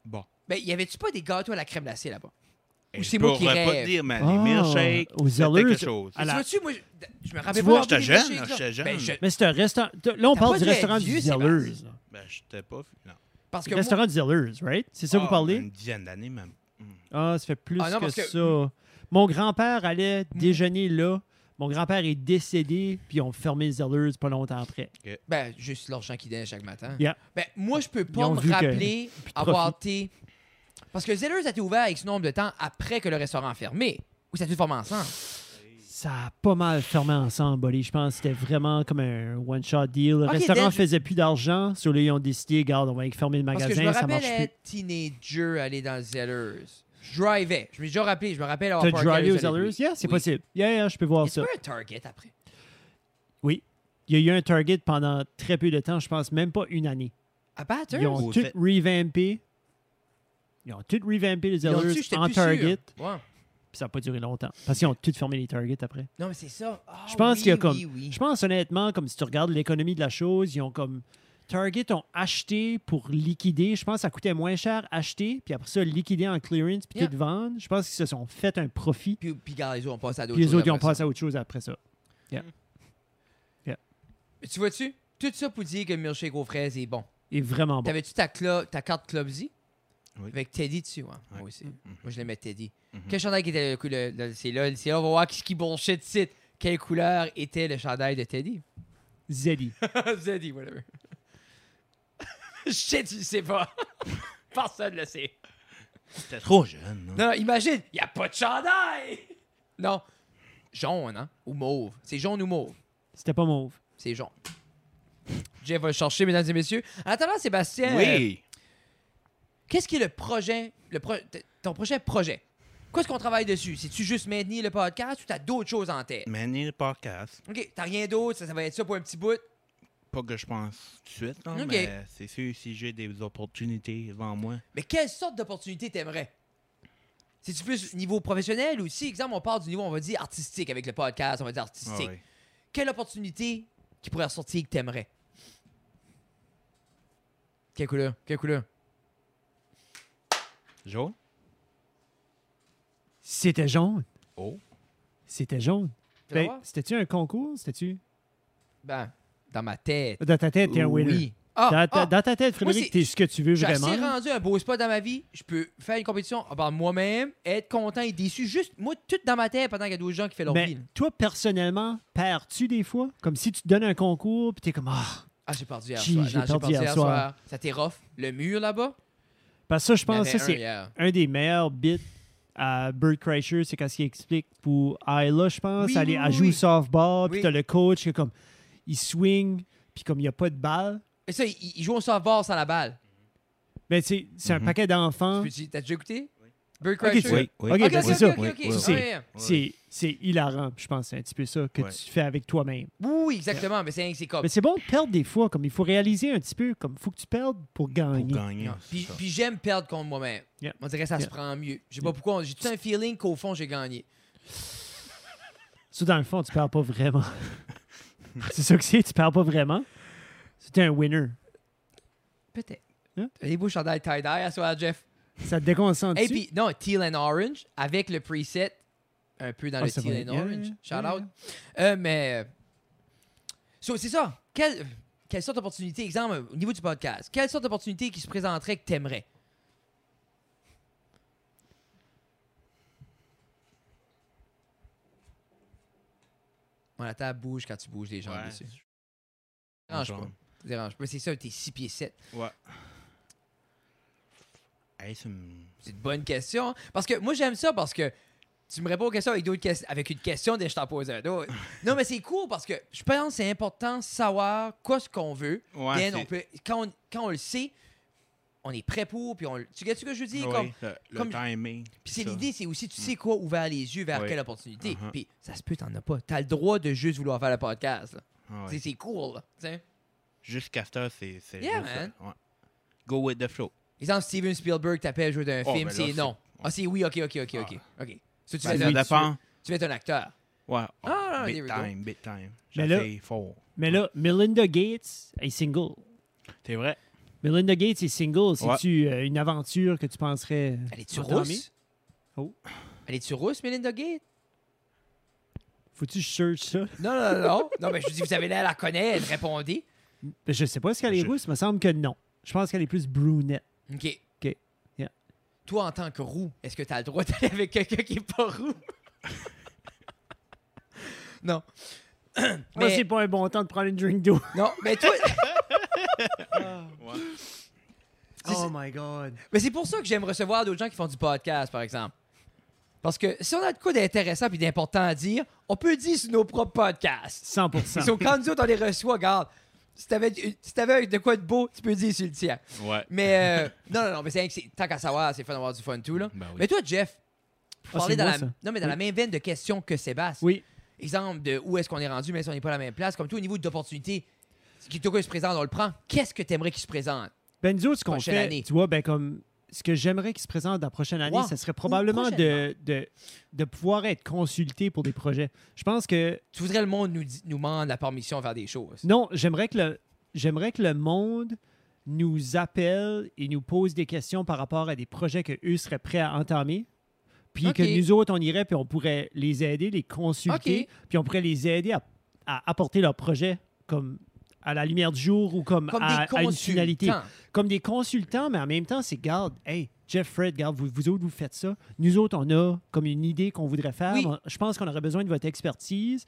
C: bon.
A: Mais y avait-tu pas des gâteaux à la crème glacée là-bas?
C: Et
A: Ou c'est
C: je
A: moi qui
C: pourrais
A: rêve.
C: pas dire, mais
B: Ah,
C: les milkshakes,
B: aux
C: c'était
B: Zellers,
C: quelque chose.
B: à la-
A: Tu vois-tu, moi, je, je me rappelle
B: Tu
A: pas.
B: vois,
A: leur
C: j'étais
A: des
C: jeune,
A: milkshakes, là.
C: j'étais jeune.
A: Ben, je-
B: Mais c'est un restaurant. Là, on
A: T'as
B: parle
A: pas
B: du
A: dû
B: restaurant
A: être
B: du
A: vieux,
B: Zellers.
A: Sébastien.
B: là.
C: Ben, j'étais pas... Non.
A: Parce
B: Le
A: que moi,
B: restaurant du Zellers, right? C'est ça que vous
C: Ah,
B: parlez?
C: Une dizaine d'années, même.
B: Ah, ça fait plus
A: Ah non,
B: que,
A: parce que- Hmm.
B: ça. Mon grand-père allait déjeuner là Mon grand-père est décédé, puis ils ont fermé les Zellers pas longtemps après.
A: Ben, juste l'argent qu'ils donnent chaque matin.
B: Yeah.
A: Ben, moi, je peux
B: Ils
A: pas
B: ont
A: me
B: vu que-
A: rappeler avoir été. Parce que Zellers a été ouvert avec ce nombre de temps après que le restaurant a fermé. Ou ça a tout formé ensemble.
B: Ça a pas mal fermé ensemble, Bolly. Je pense que c'était vraiment comme un one-shot deal. Le
A: Ok,
B: restaurant
A: then-
B: faisait plus d'argent. Sur les ils ont décidé, regarde, on va fermer le
A: Parce
B: magasin,
A: que je me
B: ça
A: rappelle
B: marche plus.
A: être teenager aller dans le Zellers. Je drivais. Je me suis déjà rappelé. Je me rappelle avoir
B: T'as
A: parké à
B: drivé aux
A: Zellers.
B: Zellers? Yeah, c'est
A: Oui.
B: possible. Yeah, yeah, je peux voir
A: Est-ce
B: ça.
A: pas un Target après?
B: Oui. Il y a eu un Target pendant très peu de temps, je pense même pas une année.
A: À Batters?
B: Ils ont
C: Au
B: tout
C: fait.
B: revampé. Ils ont tout revampé les
A: Ils l'ont
B: Zellers
A: tué, j'étais
B: en
A: plus sûr.
B: Target.
A: Ouais.
B: Puis ça n'a pas duré longtemps. Parce qu'ils ont tout fermé les Targets après.
A: Non, mais c'est ça. Ah,
B: Je pense
A: oui,
B: qu'il y a comme.
A: oui, oui.
B: Je pense honnêtement, comme si tu regardes l'économie de la chose, ils ont comme. Target ont acheté pour liquider. Je pense que ça coûtait moins cher acheter, puis après ça, liquider en clearance, puis
A: Yeah.
B: tout vendre. Je pense qu'ils se sont fait un profit,
A: Puis, puis regarde, les autres ont passé à d'autres
B: puis les
A: choses
B: autres, ils ont
A: après ça.
B: passé à autre chose après ça.
A: Tu vois-tu? Tout ça pour dire que le milkshake aux fraises est bon.
B: Et vraiment bon.
A: T'avais-tu ta, cla- ta carte Clubsy?
C: Oui.
A: Avec Teddy dessus, hein?
C: Ouais.
A: moi aussi.
B: Mm-hmm.
A: Moi, je l'aimais Teddy. Quel chandail qui était le couleur? C'est là, c'est là, on va voir qui, qui bullshit site. Quelle couleur était le chandail de Teddy?
B: Zeddy.
A: Teddy, whatever. je sais, tu le sais pas. Personne le sait.
C: C'était trop jeune. hein. non?
A: Non, non, imagine, il a pas de chandail! Non. Jaune, hein? Ou mauve. C'est jaune ou mauve?
B: C'était pas mauve.
A: C'est jaune. Jeff va le chercher, mesdames et messieurs. En attendant, Sébastien. euh,
C: Oui.
A: Qu'est-ce qui est le projet, le pro- t- ton prochain projet? Qu'est-ce qu'on travaille dessus? C'est-tu juste maintenir le podcast ou t'as d'autres choses en tête?
C: Manier le podcast.
A: OK, t'as rien d'autre, ça, ça va être ça pour un petit bout.
C: Pas que je pense tout de suite, non,
A: Ok.
C: mais c'est sûr si j'ai des opportunités devant moi.
A: Mais quelle sorte d'opportunité t'aimerais? C'est-tu plus niveau professionnel ou si, exemple, on part du niveau, on va dire artistique avec le podcast, on va dire
C: Ah
A: artistique.
C: ouais.
A: Quelle opportunité qui pourrait ressortir que t'aimerais? Quelle couleur? Quelle couleur?
C: Jaune?
B: C'était jaune.
C: Oh.
B: C'était jaune.
A: Tu vas
B: Ben,
A: voir?
B: c'était-tu un concours? C'était-tu?
A: Ben, dans ma tête.
B: Dans ta tête, t'es un winner.
A: Oui. Ah,
B: Dans, ta,
A: ah,
B: dans ta tête, Frédéric,
A: c'est-
B: t'es ce que tu veux
A: J'ai assez
B: vraiment.
A: rendu un beau spot dans ma vie. Je peux faire une compétition par moi-même, être content et déçu. Juste, moi, tout dans ma tête pendant qu'il y a d'autres gens qui font leur
B: Mais
A: vie. là.
B: Ben, toi, personnellement, perds-tu des fois? Comme si tu te donnes un concours, puis t'es comme, ah.
A: Ah, j'ai perdu hier
B: Chi,
A: soir.
B: j'ai
A: Non,
B: perdu hier soir.
A: Ça t'est rough. Le mur là-bas,
B: Parce que ça,
A: il
B: je
A: y en
B: pense
A: avait
B: que
A: un
B: c'est
A: hier.
B: un des meilleurs bits à Bird Crusher, c'est quand il explique pour Ayla, je pense,
A: Oui,
B: elle, est-
A: oui,
B: elle joue au
A: oui.
B: softball, puis
A: Oui.
B: t'as le coach qui est comme, il swing, puis comme il n'y a pas de balle.
A: Et ça, il, il joue au softball sans la balle.
B: Mais tu sais, Ben, c'est un
C: Mhm.
B: paquet
A: Tu
B: d'enfants.
A: peux- tu- T'as déjà écouté? Bird
B: Ah. Ok,
A: Crusher?
B: tu-
C: Oui, oui.
B: ok,
A: Ok,
B: ben,
A: ok,
B: c'est ça.
A: ok, ok,
C: Oui,
A: ok.
C: oui.
A: Ouais.
B: C'est, c'est hilarant, puis je pense, c'est un petit peu ça que
C: Ouais.
B: tu fais avec toi-même.
A: Oui, exactement. Mais c'est c'est comme.
B: Mais c'est bon de perdre des fois, comme il faut réaliser un petit peu, comme il faut que tu perdes pour
C: Pour
B: gagner.
C: gagner.
A: Non.
C: c'est
A: Puis,
C: ça.
A: puis j'aime perdre contre moi-même.
B: Yeah.
A: On dirait que ça
B: Yeah.
A: se prend mieux. Je sais pas pourquoi. J'ai tout un feeling qu'au fond, j'ai gagné.
B: Ça, dans le fond, tu perds pas vraiment. c'est ça que c'est, tu perds pas vraiment. C'était un winner.
A: Peut-être.
B: Hein?
A: T'as des beaux chandails tie-dye à soir, Jeff.
B: Ça te déconcentre.
A: Et puis, non, Teal and Orange, avec le preset, un peu dans
B: Ah,
A: le
B: ça
A: Teal
B: va,
A: and
B: yeah,
A: Orange.
B: yeah,
A: Shout
B: yeah.
A: out. Euh, mais. euh, so, c'est ça. Quelle, quelle sorte d'opportunité, exemple, euh, au niveau du podcast, quelle sorte d'opportunité qui se présenterait que t'aimerais? Bon, la table bouge quand tu bouges les jambes
C: Ouais.
A: dessus. Dérange pas. Dérange pas. C'est ça, t'es 6 pieds 7.
C: Ouais. Hey, c'est une-
A: C'est une bonne question. hein. Parce que moi, j'aime ça parce que tu me réponds aux questions avec, d'autres ques- avec une question dès que je t'en pose un autre. non, mais c'est cool parce que je pense que c'est important de savoir quoi ce qu'on veut.
C: Ouais,
A: Then
C: c'est-
A: on peut, quand, on, quand on le sait, on est prêt pour. Puis on, le- tu sais ce que je veux dire?
C: ouais,
A: Comme-
C: le, le
A: comme-
C: timing.
A: puis c'est
C: ça.
A: l'idée, c'est aussi, tu sais quoi, ouvert les yeux vers
C: Ouais.
A: quelle opportunité.
C: Uh-huh.
A: Puis ça se peut, t'en as pas. T'as le droit de juste vouloir faire le podcast. là.
C: Ah ouais.
A: C'est- C'est cool. là, tu sais.
C: Jusqu'à ça, c'est. c'est
A: Yeah,
C: juste ça.
A: man.
C: Ouais. Go with the flow.
A: Exemple, Steven Spielberg t'appelle jouer d'un
C: Oh,
A: film,
C: ben là,
A: c'est
C: c'est-
A: non. Ah, c'est oui, ok, ok, ok,
C: Ah.
A: ok. ok. So, tu,
C: Ben,
A: vas
C: ça
A: être un,
C: dépend.
A: tu vas être un acteur.
C: Ouais.
A: Ah,
C: big
A: here we go.
C: time, big time.
B: Mais là-
C: J'essaye fort.
B: Mais là, Melinda Gates est single.
C: C'est vrai?
B: Melinda Gates est single.
C: Ouais.
B: C'est-tu euh, une aventure que tu penserais. euh,
A: Elle est-tu
B: entamer?
A: rousse?
B: Oh.
A: Elle est-tu rousse, Melinda Gates?
B: Faut-tu que je cherche ça?
A: Non, non, non. non, mais je vous dis, vous avez l'air à la connaître. Répondez.
B: Ben, je sais pas, est-ce qu'elle est
C: Je-
B: rousse? Il me semble que non. Je pense qu'elle est plus brunette.
A: OK.
B: OK. Yeah.
A: Toi, en tant que roux, est-ce que tu as le droit d'aller avec quelqu'un qui est pas roux? Non.
B: Moi,
A: Mais-
B: c'est pas un bon temps de prendre une drink d'eau.
A: Non, mais toi.
C: Ouais.
A: C'est- c'est-
B: my God.
A: mais c'est pour ça que j'aime recevoir d'autres gens qui font du podcast, par exemple. Parce que si on a de quoi d'intéressant puis d'important à dire, on peut le dire sur nos propres podcasts.
B: 100%.
A: Sauf quand nous autres, on les reçoit, regarde. Si t'avais, si t'avais de quoi de beau, tu peux le dire sur le tien.
C: Ouais.
A: Mais euh, non, non, non, mais c'est, c'est- tant qu'à savoir, c'est fun d'avoir du fun tout, là.
C: Ben oui.
A: Mais toi, Jeff, pour
B: Ah,
A: parler
B: c'est
A: dans,
B: moi,
A: la,
B: ça.
A: non, mais dans la même veine de questions que Sébastien.
B: Oui.
A: Exemple de où est-ce qu'on est rendu, même si on n'est pas à la même place, comme tout au niveau d'opportunités, qui tout se présente, on le prend. Qu'est-ce que t'aimerais qu'il se présente?
B: Ben, nous autres, ce qu'on
A: Prochaine
B: fait,
A: année.
B: tu vois, ben, comme ce que j'aimerais qu'il se présente dans la prochaine année,
A: Ouais.
B: ce serait
A: Ou
B: probablement de, de, de pouvoir être consulté pour des projets. Je pense que
A: Tu voudrais le monde nous, dit- nous demande la permission à faire des choses.
B: Non, j'aimerais que le j'aimerais que le monde nous appelle et nous pose des questions par rapport à des projets que eux seraient prêts à entamer. Puis
A: Ok.
B: que nous autres, on irait, puis on pourrait les aider, les consulter,
A: Ok.
B: puis on pourrait les aider à, à apporter leur projet comme à la lumière du jour ou comme,
A: Comme
B: à,
A: des
B: à une
A: consultants.
B: finalité. Comme des consultants, mais en même temps, c'est, garde, hey, Jeff Fred, garde, vous, vous autres, vous faites ça. Nous autres, on a comme une idée qu'on voudrait faire.
A: Oui.
B: On- Je pense qu'on aurait besoin de votre expertise.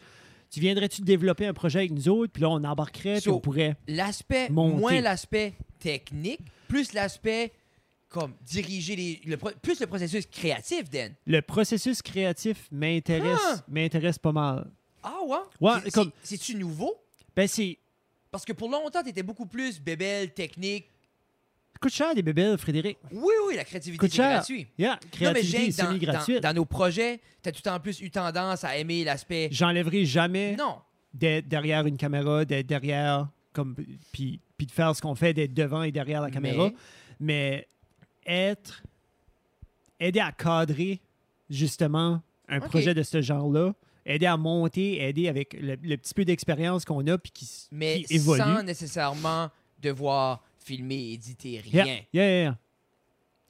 B: Tu viendrais-tu développer un projet avec nous autres? Puis là, on embarquerait, puis
A: So-
B: on pourrait.
A: L'aspect,
B: Monter.
A: moins l'aspect technique, plus l'aspect comme diriger les, le, pro- plus le processus créatif, Dan.
B: Le processus créatif m'intéresse,
A: Ah!
B: m'intéresse pas mal.
A: Ah ouais?
B: Ouais,
A: C'est-
B: comme-
A: c'est- C'est-tu nouveau?
B: Ben, c'est.
A: Parce que pour longtemps, t'étais beaucoup plus bébelle, technique.
B: ça coûte cher des bébés, Frédéric. Ça
A: Oui, oui, la créativité,
B: coûte
A: c'est
B: cher.
A: gratuit.
B: Yeah, créativité
A: non, mais Jake, dans- dans,
B: semi-gratuite.
A: dans nos projets, t'as tout en plus eu tendance à aimer l'aspect...
B: J'enlèverai jamais
A: Non.
B: d'être derrière une caméra, d'être derrière, comme, puis, puis de faire ce qu'on fait, d'être devant et derrière la caméra. Mais, être, aider à cadrer, justement, un
A: Ok.
B: projet de ce genre-là, aider à monter, aider avec le, le petit peu d'expérience qu'on a, puis qui, s-
A: Mais
B: qui évolue.
A: sans nécessairement devoir filmer, éditer, rien.
B: Yeah, yeah, yeah, yeah.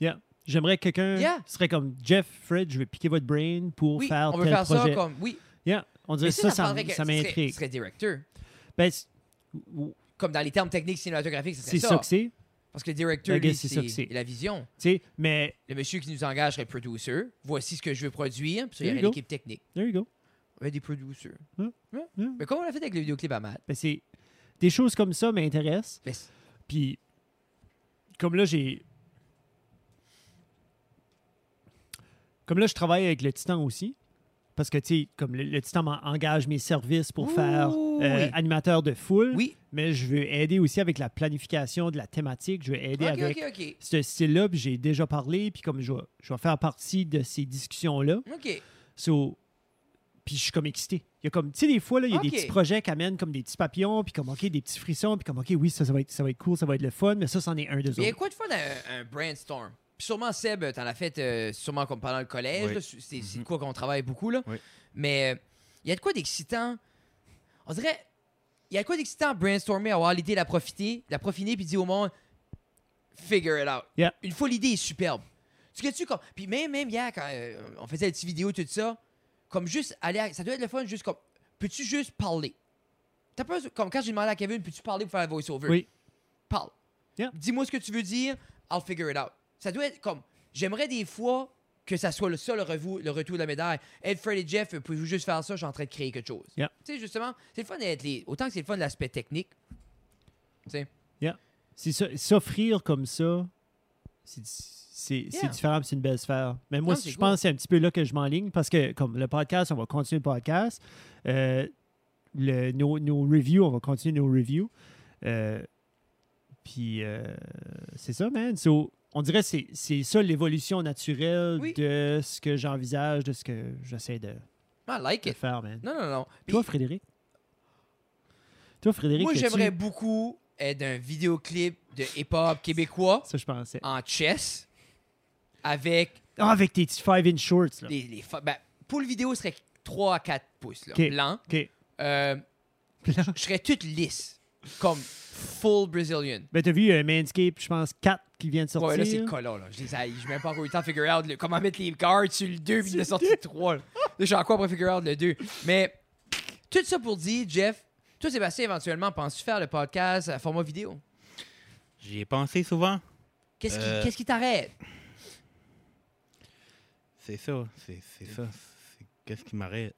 B: Yeah. J'aimerais que quelqu'un
A: Yeah.
B: serait comme Jeff, Fred, je vais piquer votre brain pour
A: Oui,
B: faire
A: on veut
B: tel
A: faire
B: projet.
A: ça comme... Oui,
B: Yeah. On dirait
A: mais
B: ça, ça,
A: prendrait que-
B: ça
A: ce serait-
B: m'intrigue.
A: ce serait directeur.
B: Ben, c'est- ou-
A: Comme dans les termes techniques cinématographiques, ce serait
B: c'est ça que c'est.
A: Parce que le directeur,
B: I guess
A: lui,
B: c'est ça que
A: c'est
B: c'est.
A: la vision.
B: Tu sais, mais
A: Le monsieur qui nous engage serait producer. Voici ce que je veux produire. Puis ça, il y
B: There
A: aurait
B: you go. Hmm.
A: l'équipe technique.
B: there you go.
A: Ouais, des producers.
B: Ouais.
A: Ouais.
B: Ouais.
A: Mais comment on l'a fait avec le vidéoclip à Matt?
B: Ben, c'est des choses comme ça m'intéressent.
A: Mais c'est-
B: Puis comme là j'ai comme là je travaille avec le Titan aussi parce que tu sais comme le, le Titan m'en- engage mes services pour faire
A: Ouh,
B: euh,
A: oui.
B: animateur de foule.
A: Oui.
B: mais je veux aider aussi avec la planification de la thématique. Je veux aider
A: Ok,
B: avec
A: ok, ok.
B: ce style-là. puis J'ai déjà parlé, puis comme je vais, je vais faire partie de ces discussions-là.
A: Ok.
B: So, puis je suis comme excité. Il y a comme, tu sais, des fois, là, il y a
A: Ok.
B: des petits projets qui amènent comme des petits papillons, puis comme, OK, des petits frissons, puis comme, OK, oui, ça, ça, va être, ça va être cool, ça va être le fun, mais ça, c'en est un deux
A: Il y a
B: autres.
A: quoi de fun à un, un brainstorm? Puis sûrement, Seb, t'en as fait euh, sûrement comme pendant le collège.
C: Oui.
A: là, C'est c'est
B: Mhm.
A: de quoi qu'on travaille beaucoup. Là.
C: Oui.
A: Mais euh, il y a de quoi d'excitant. On dirait, il y a de quoi d'excitant à brainstormer, à avoir l'idée, la profiter, la profiner, puis dire au monde, figure it out.
B: Yeah.
A: Une fois l'idée est superbe. Tu sais, tu comme. Puis même, même hier, quand euh, on faisait des petites vidéos, tout ça, comme juste aller. à- Ça doit être le fun, juste comme. Peux-tu juste parler? T'as pas. Comme quand j'ai demandé à Kevin, peux-tu parler pour faire la voice-over?
B: Oui.
A: Parle.
B: Yeah.
A: Dis-moi ce que tu veux dire, I'll figure it out. Ça doit être comme. J'aimerais des fois que ça soit le seul revou- le retour de la médaille. Ed, Fred et Jeff, pouvez-vous juste faire ça? Je suis en train de créer quelque chose.
B: Yeah.
A: Tu sais, justement, c'est le fun d'être les. Autant que c'est le fun de l'aspect technique. Tu sais.
B: C'est ça- S'offrir comme ça, c'est c'est- c'est
A: Yeah.
B: différent, puis c'est une belle sphère. Mais moi,
A: Non,
B: je
A: c'est
B: pense que c'est un petit peu là que je m'enligne, parce que, comme le podcast, on va continuer le podcast. Euh, le- nos, nos reviews, on va continuer nos reviews. Euh, Puis euh, c'est ça, man. So, on dirait que c'est- c'est ça l'évolution naturelle
A: Oui.
B: de ce que j'envisage, de ce que j'essaie de,
A: I like
B: de
A: it.
B: faire, man.
A: Non, non, non. Puis-
B: Toi, Frédéric? Toi, Frédéric,
A: Moi,
B: as-tu-
A: j'aimerais beaucoup être un vidéoclip de hip-hop québécois
B: Ça, je pensais.
A: en chess avec
B: Ah, avec tes petits 5-inch shorts, là.
A: les. les fa- ben, pour le vidéo, ce serait 3 à 4 pouces, là,
B: Ok.
A: blanc.
B: OK.
A: Euh, je serais toute lisse, comme full Brazilian.
B: Ben, t'as vu euh, Manscape, je pense, 4 qui vient de sortir.
A: Ouais, là, c'est collant, là. Je les haïs. J'ai même pas encore eu le temps de figure out le- comment mettre les cards sur le 2 puis de sortir le 3. Là, je suis encore pour figure out le 2. Mais tout ça pour dire, Jeff, toi, Sébastien, éventuellement, penses-tu faire le podcast à format vidéo?
C: J'y ai pensé souvent.
A: Qu'est-ce qui-
C: Euh.
A: qu'est-ce qui t'arrête?
C: C'est ça. C'est c'est ça. C'est- Qu'est-ce qui m'arrête?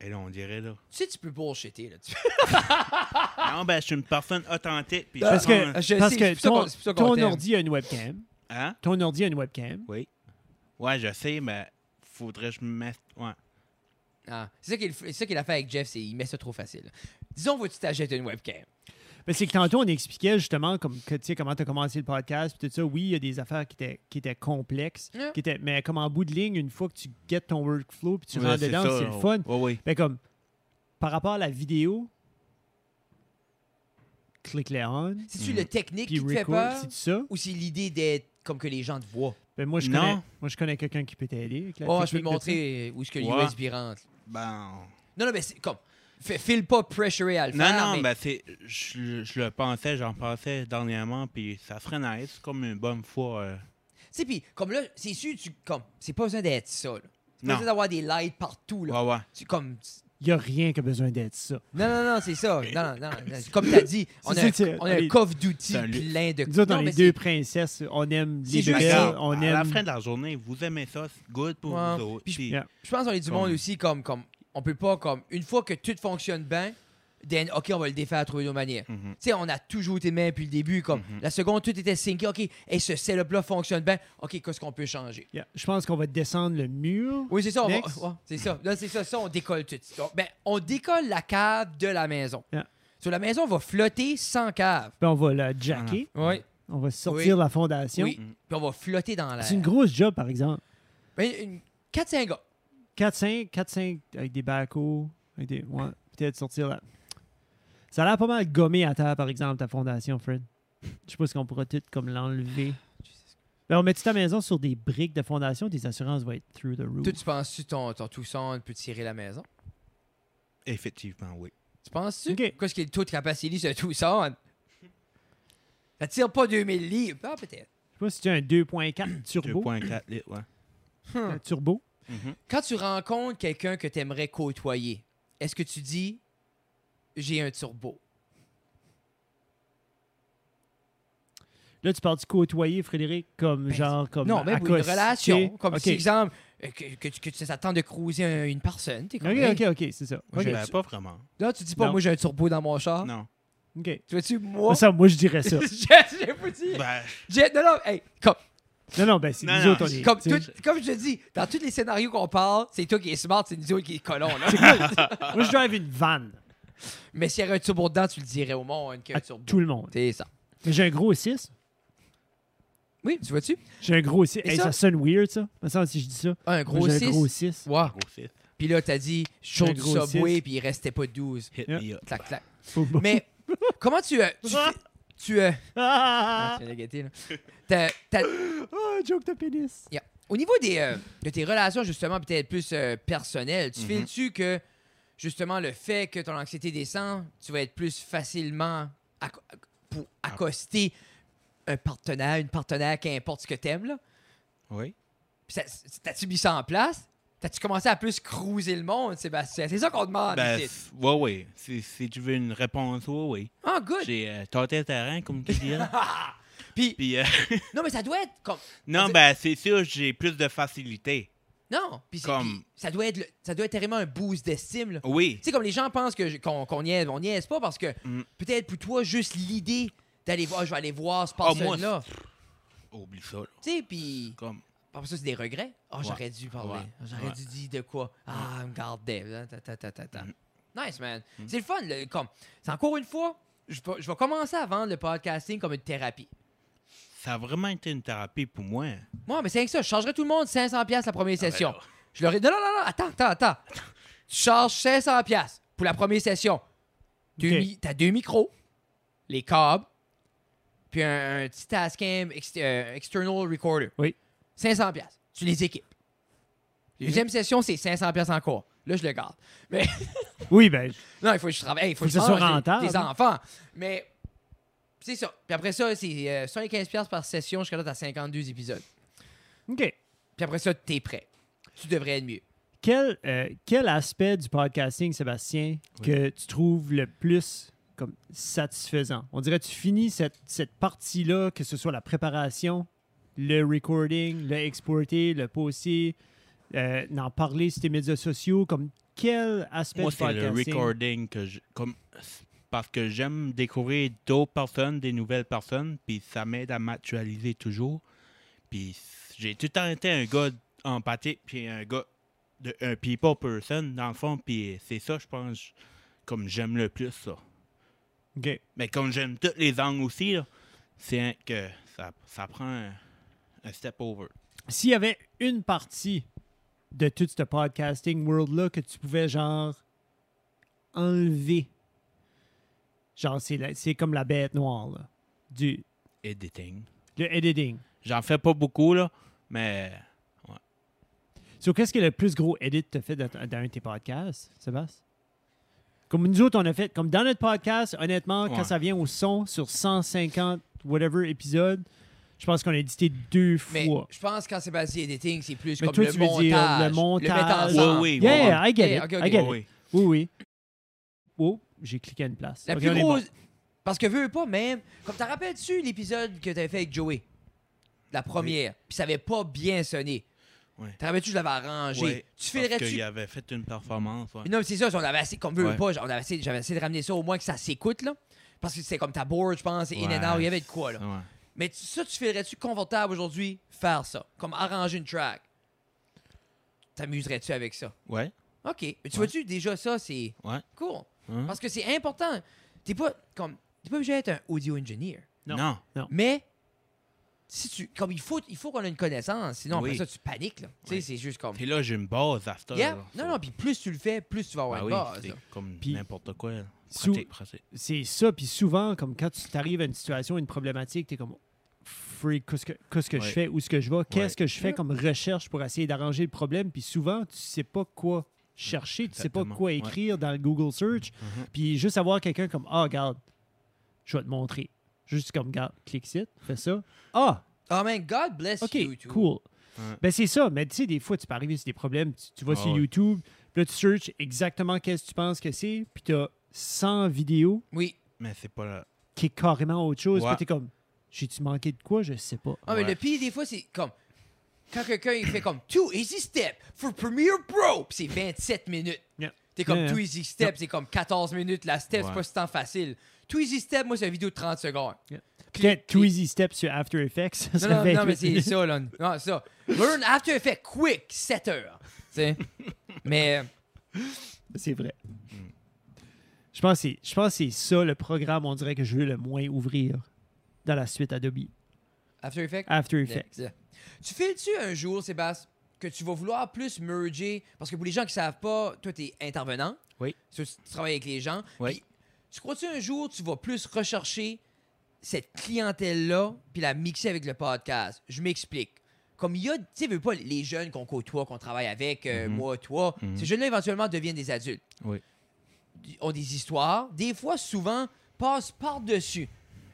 C: Et là, on dirait, là.
A: Tu sais, tu peux bullshitter, là. Tu- Ah!
C: Non, ben, je suis une personne authentique. Puis
B: Parce
C: je
B: que, euh,
C: prends un-
A: Je
B: parce
A: sais,
B: que
A: c'est pour ça
B: ton,
A: qu'on- c'est pour ça qu'on
B: ton
A: t'aime.
B: ordi a une webcam.
C: Hein?
B: Ton ordi a une webcam.
C: Oui. Ouais, je sais, mais faudrait que je me mette. Ouais.
A: Ah, c'est ça qu'il f- c'est ça qu'il a fait avec Jeff, c'est il met ça trop facile. Disons, veux-tu t'achètes une webcam?
B: Mais Ben, c'est que tantôt, on expliquait justement comme, que, tu sais, comment tu as commencé le podcast. Puis tout ça, oui, il y a des affaires qui étaient, qui étaient complexes.
A: Ouais.
B: Qui étaient, mais comme en bout de ligne, une fois que tu get ton workflow puis tu
C: Ouais,
B: rentres
C: c'est
B: dedans,
C: ça,
B: c'est le
C: on-
B: fun.
C: Ouais, oui.
B: Mais comme, par rapport à la vidéo, click-le on.
A: C'est-tu
C: Mhm.
A: le technique
B: Puis
A: qui te fait
B: record,
A: peur?
B: c'est ça.
A: Ou c'est l'idée d'être comme que les gens te voient?
B: Ben, moi, je
C: Non.
B: connais, moi, je connais quelqu'un qui peut t'aider. avec la
A: Oh, je peux
B: technique
A: te
B: de
A: montrer où est-ce que
C: Ouais.
A: l'USB rentre.
C: Ben.
A: Non, non, mais c'est comme. fais- File pas pressuré à le
C: Non,
A: faire.
C: non,
A: mais-
C: ben, c'est. Je, je le pensais, j'en pensais dernièrement, puis ça serait nice, comme une bonne fois. euh,
A: Tu sais, puis comme là, c'est sûr, tu. Comme, c'est pas besoin d'être ça, là. C'est pas
C: Non.
A: besoin d'avoir des lights partout, là.
C: Ouais, ouais.
A: Tu, comme.
B: ça. Il n'y a rien qui a besoin d'être ça.
A: Non, non, non, c'est ça. Non, non, non. Comme t'as dit, on a,
B: C'est- c'est-
A: on a un
B: allez.
A: coffre d'outils
C: Salut.
A: plein de.
B: Nous autres,
A: Non,
B: on
A: mais
B: est
A: c'est-
B: deux princesses. On aime
A: C'est
B: les
A: juste
B: bébelles.
A: ça.
B: On
C: à la
B: aime.
C: fin de la journée, vous aimez ça, c'est good pour
A: Ouais.
C: vous autres.
A: Puis je-
C: puis-
B: Yeah.
A: Je pense qu'on est du monde
C: Comme-
A: aussi comme, comme. On peut pas, comme. Une fois que tout fonctionne bien, then, OK, on va le défaire, trouver nos manières.
B: Mm-hmm.
C: Mhm.
A: Tu sais, on a toujours été mains depuis le début. Comme la seconde, tout était syncé. OK, et ce setup-là fonctionne bien. OK, qu'est-ce qu'on peut changer?
B: Yeah. Je pense qu'on va descendre le mur.
A: Oui, c'est ça. on va-
B: Next.
A: ouais, c'est ça. Là, c'est ça. Ça, on décolle tout. de suite. Donc, ben, on décolle la cave de la maison.
B: Yeah.
A: So, la maison va flotter sans cave.
B: Puis Ben, on va la jacker.
A: Oui.
B: On va sortir
A: Oui.
B: la fondation.
A: Oui. Puis on va flotter dans la.
B: C'est une grosse job, par exemple.
A: Ben, une- 4-5 gars.
B: 4-5, 4-5 avec des backhoes. Avec des... Ouais, peut-être sortir là. Ça a l'air pas mal gommé à terre, par exemple, ta fondation, Fred. Je sais pas si on pourra tout comme l'enlever. Ben, on met ta maison sur des briques de fondation, tes assurances vont être through the roof.
A: Toi, tu penses-tu ton, ton Toussaint peut tirer la maison?
C: Effectivement, oui.
A: Tu penses-tu?
B: Ok.
A: Qu'est-ce qui est le taux de capacité de Tucson? Ça tire pas 2000 livres. Ah, peut-être.
B: Je sais pas si tu as un 2.4 turbo.
C: 2.4 litres, ouais.
B: Un turbo.
C: Mhm.
A: Quand tu rencontres quelqu'un que tu aimerais côtoyer, est-ce que tu dis j'ai un turbo?
B: Là, tu parles du côtoyer, Frédéric, comme
A: Ben,
B: genre comme
A: non, même pour une
B: accoster.
A: relation. Comme
B: Ok.
A: si, exemple, euh, que, que, tu- que tu t'attends de cruiser un- une personne. T'es comme, hey.
B: Ok, ok, ok, c'est ça.
A: Moi,
B: Ok.
C: Ben, pas vraiment.
A: Là, tu dis pas,
B: Non.
A: moi j'ai un turbo dans mon
B: Ah.
A: char.
C: Non.
B: Ok.
A: Tu vois-tu, moi.
B: Ça, moi, je dirais ça.
A: J'ai j'ai pas dit.
C: Ben,
A: J'ai- Non, non, hey, comme,
B: non, non, ben, c'est
C: Non,
B: nous
C: non,
B: autres, on est-
A: comme,
B: tu sais,
A: tout- comme je te dis, dans tous les scénarios qu'on parle, c'est toi qui es smart, c'est nous autres qui est colons. Là.
B: Moi, je drive une vanne
A: Mais s'il y avait un turbo dedans, tu le dirais au monde qu'il y a
B: à
A: un turbo.
B: Ah, tout le monde.
A: C'est ça.
B: Mais j'ai un gros 6.
A: Oui, tu vois-tu?
B: J'ai un gros 6.
A: Et
B: Hey,
A: ça-
B: ça... sonne weird, ça. Me semble si je dis ça.
A: Un gros
B: J'ai un
A: 6.
B: gros 6.
A: Wow.
C: gros fils,
A: Puis là, t'as dit, chaud
B: Un
A: du
B: gros
A: Subway,
B: six.
A: puis il restait pas 12.
C: hit
B: Yeah.
C: me up.
A: Clac, clac.
B: Mais...
A: Mais comment tu... euh, tu, tu, euh, ah,
B: Ah,
A: tu viens de gâter, là. T'as- t'as-
B: Ah, joke de pénis.
A: yeah. Au niveau des, euh, de tes relations, justement, peut-être plus euh, personnelles, tu
C: Mhm.
A: files-tu que, justement, le fait que ton anxiété descend, tu vas être plus facilement acco- pour accoster un partenaire, une partenaire, qu'importe ce que t'aimes, là?
C: Oui.
A: Puis ça- c- t'as-tu mis ça en place? T'as-tu commencé à plus cruiser le monde, Sébastien? C'est ça qu'on demande.
C: Ben,
A: ici.
C: f- ouais, oui. Si, si tu veux une réponse, oui, oui.
A: Ah, good.
C: J'ai euh, tâté le terrain, comme tu dirais.
A: Puis,
C: Puis, euh,
A: non, mais ça doit être comme.
C: non, ben, c'est sûr, j'ai plus de facilité.
A: Non, puis c'est-
C: Comme-
A: puis ça doit être le- ça doit être carrément un boost d'estime. là. Tu
C: Oui.
A: sais, comme les gens pensent que je- qu'on qu'on niaise, on niaise pas parce que
C: Mm.
A: peut-être pour toi, juste l'idée d'aller voir, je vais aller voir ce
C: Ah, moi,
A: personne-là.
C: Oublie ça, là.
A: tu sais, puis
C: Comme.
A: après ça, c'est des regrets. Ah,
C: Ouais.
A: j'aurais dû parler.
C: Ouais.
A: Ah, J'aurais
C: Ouais.
A: dû dire de quoi. Ah, me gardait. Ta, ta, ta, ta, ta.
C: Mm.
A: Nice, man. C'est le fun. le- comme, c'est encore une fois, je vais je vais commencer à vendre le podcasting comme une thérapie.
C: Ça a vraiment été une thérapie pour moi.
A: Moi, mais c'est rien que ça. Je chargerais tout le monde 500$ piastres la
B: Ah,
A: première
C: ben
A: session.
C: là.
A: je leur ai non, non, non, non, attends, attends, attends. Tu charges 500$ piastres pour la première session. Tu
B: Ok.
A: as deux micros, les câbles, puis un, un petit Tascam ex- euh, external recorder.
B: Oui.
A: 500$. piastres. Tu les équipes. Deuxième session, c'est 500$ piastres encore. Là, je le garde. Mais
B: Oui, ben,
A: non, il faut que je travaille. Il faut,
B: Faut que
A: je
B: ce soit
A: mange des-
B: rentable.
A: des enfants. Mais c'est ça. Puis après ça, c'est euh, 75$ piastres par session jusqu'à là, t'as 52 épisodes.
B: OK.
A: Puis après ça, t'es prêt. Tu devrais être mieux.
B: Quel, euh, quel aspect du podcasting, Sébastien,
C: Oui.
B: que tu trouves le plus comme satisfaisant? On dirait que tu finis cette, cette partie-là, que ce soit la préparation, le recording, le exporter, le poster, euh, d'en parler sur tes médias sociaux? Comme quel aspect
C: Moi,
B: du
C: c'est le
B: podcasting?
C: recording que je- comme, parce que j'aime découvrir d'autres personnes, des nouvelles personnes, puis ça m'aide à m'actualiser toujours. Puis j'ai tout le temps été un gars empathique, puis un gars, de, un people person, dans le fond, puis c'est ça, je pense, comme j'aime le plus ça.
B: OK.
C: Mais comme j'aime tous les angles aussi, là, c'est un- que ça, ça prend un, un step over.
B: S'il y avait une partie de tout ce podcasting world-là que tu pouvais, genre, enlever, genre, c'est la- c'est comme la bête noire, là, du
C: Editing.
B: le editing.
C: J'en fais pas beaucoup, là, mais
B: So, qu'est-ce que le plus gros edit que t'as fait dans, dans un de tes podcasts, Sébastien? Comme nous autres, on a fait, comme dans notre podcast, honnêtement, quand
C: Ouais.
B: ça vient au son sur 150 whatever épisodes, je pense qu'on a édité deux
A: Mais
B: fois.
A: je pense que quand c'est basé editing, c'est plus
B: Mais
A: comme
B: toi,
A: le,
B: tu veux
A: montage,
B: dire le
A: le
B: montage.
A: mettre ensemble.
C: Oui, oui.
B: yeah,
C: ouais.
B: I get
A: Yeah,
B: it.
A: ok, ok.
B: I get
C: oui.
B: it. Oui, oui. Oh, j'ai cliqué à une place.
A: La
B: Ok, on
A: plus
B: est
A: grosse.
B: bon.
A: Parce que veux pas même. Comme t'en rappelles-tu l'épisode que t'avais fait avec Joey? La première. Puis ça avait pas bien sonné.
C: Ouais.
A: T'en rappelles-tu, je l'avais arrangé.
C: Ouais,
A: tu
C: parce
A: filerais-tu.
C: qu'il avait fait une performance. ouais.
A: Mais Non, mais c'est ça, on avait assez, comme veut
C: Ouais.
A: pas, on avait essayé- j'avais essayé de ramener ça au moins que ça s'écoute, là. Parce que c'était comme ta board, je pense, et in
C: Ouais,
A: and out, il y avait de quoi, là.
C: ouais.
A: Mais tu- ça, tu ferais-tu confortable aujourd'hui faire ça? Comme arranger une track? T'amuserais-tu avec ça?
C: Ouais.
A: OK. Mais tu
C: Ouais.
A: vois-tu, déjà ça, c'est
C: Ouais.
A: cool.
C: Hein?
A: Parce que c'est important. T'es pas, comme, t'es pas obligé d'être un audio engineer.
B: Non.
C: Non.
A: Mais, si tu, comme il faut, il faut qu'on ait une connaissance, sinon
C: Oui.
A: après ça, tu paniques, là. Tu sais,
C: Oui.
A: c'est juste comme.
C: Puis là, j'ai une base à ça.
A: Yeah.
C: là.
A: Non, non, puis plus tu le fais, plus tu vas avoir
C: Ben
A: une
C: oui,
A: base.
C: c'est
A: là.
C: comme
B: Puis-
C: n'importe quoi. là.
B: Sous-
C: Pratique, pratique.
B: C'est ça, puis souvent, comme quand tu t'arrives à une situation, une problématique, t'es comme freak, qu'est-ce que, qu'est-ce que
C: Ouais.
B: je fais, où est-ce que je vais, qu'est-ce que je fais
A: Yeah.
B: comme recherche pour essayer d'arranger le problème, puis souvent, tu sais pas quoi chercher, tu sais pas
C: Exactement,
B: quoi
C: ouais. Mm-hmm.
B: écrire dans le Google search, puis juste avoir quelqu'un comme ah, regarde, je vais te montrer. Juste comme regarde, clique ici, fais ça. Ah,
A: Oh man, God bless
B: OK,
A: YouTube.
B: cool.
C: Ouais.
B: Ben, c'est ça. Mais tu sais, des fois, tu peux arriver sur des problèmes. Tu, tu vas
C: Ah
B: sur
C: ouais.
B: YouTube, puis là, tu searches exactement qu'est-ce que tu penses que c'est, puis tu as 100 vidéos
A: Oui.
C: Mais c'est pas là.
B: qui est carrément autre chose.
C: Ouais.
B: Puis tu comme, j'ai-tu manqué de quoi? Je sais pas.
A: Ah, mais
C: Ouais.
A: le pire, des fois, c'est comme. Quand quelqu'un il fait comme Two Easy Step for Premiere Pro, puis c'est 27 minutes.
B: Yeah.
A: T'es comme
B: Yeah.
A: Two Easy Step, c'est comme 14 minutes. La step, c'est
C: Ouais.
A: pas si tant facile. Two Easy Step, moi, c'est une vidéo de 30 secondes.
B: Yeah.
A: Puis-
B: Peut-être
A: puis-
B: two easy steps sur After Effects. ça
A: Non,
B: serait
A: non, non,
B: 28
A: mais c'est
B: minutes.
A: ça, là. Non, ça. Learn After Effects, quick, 7 heures. Tu sais. mais. euh,
B: C'est vrai.
A: Hmm.
B: Je pense que c'est- je pense que c'est ça le programme, on dirait, que je veux le moins ouvrir dans la suite Adobe.
A: After Effects?
B: After Effects.
A: Next. Tu files-tu un jour, Sébastien, que tu vas vouloir plus merger? Parce que pour les gens qui savent pas, toi, t'es intervenant.
C: Oui.
A: Tu, tu travailles avec les gens.
C: Oui.
A: Puis, tu crois-tu un jour, tu vas plus rechercher cette clientèle-là puis la mixer avec le podcast? Je m'explique. Comme il y a, tu sais, veux pas les jeunes qu'on côtoie, qu'on travaille avec, euh,
C: Mhm.
A: moi, toi,
C: Mhm.
A: ces jeunes-là éventuellement deviennent des adultes
C: Oui.
A: ont des histoires, des fois, souvent, passent par-dessus.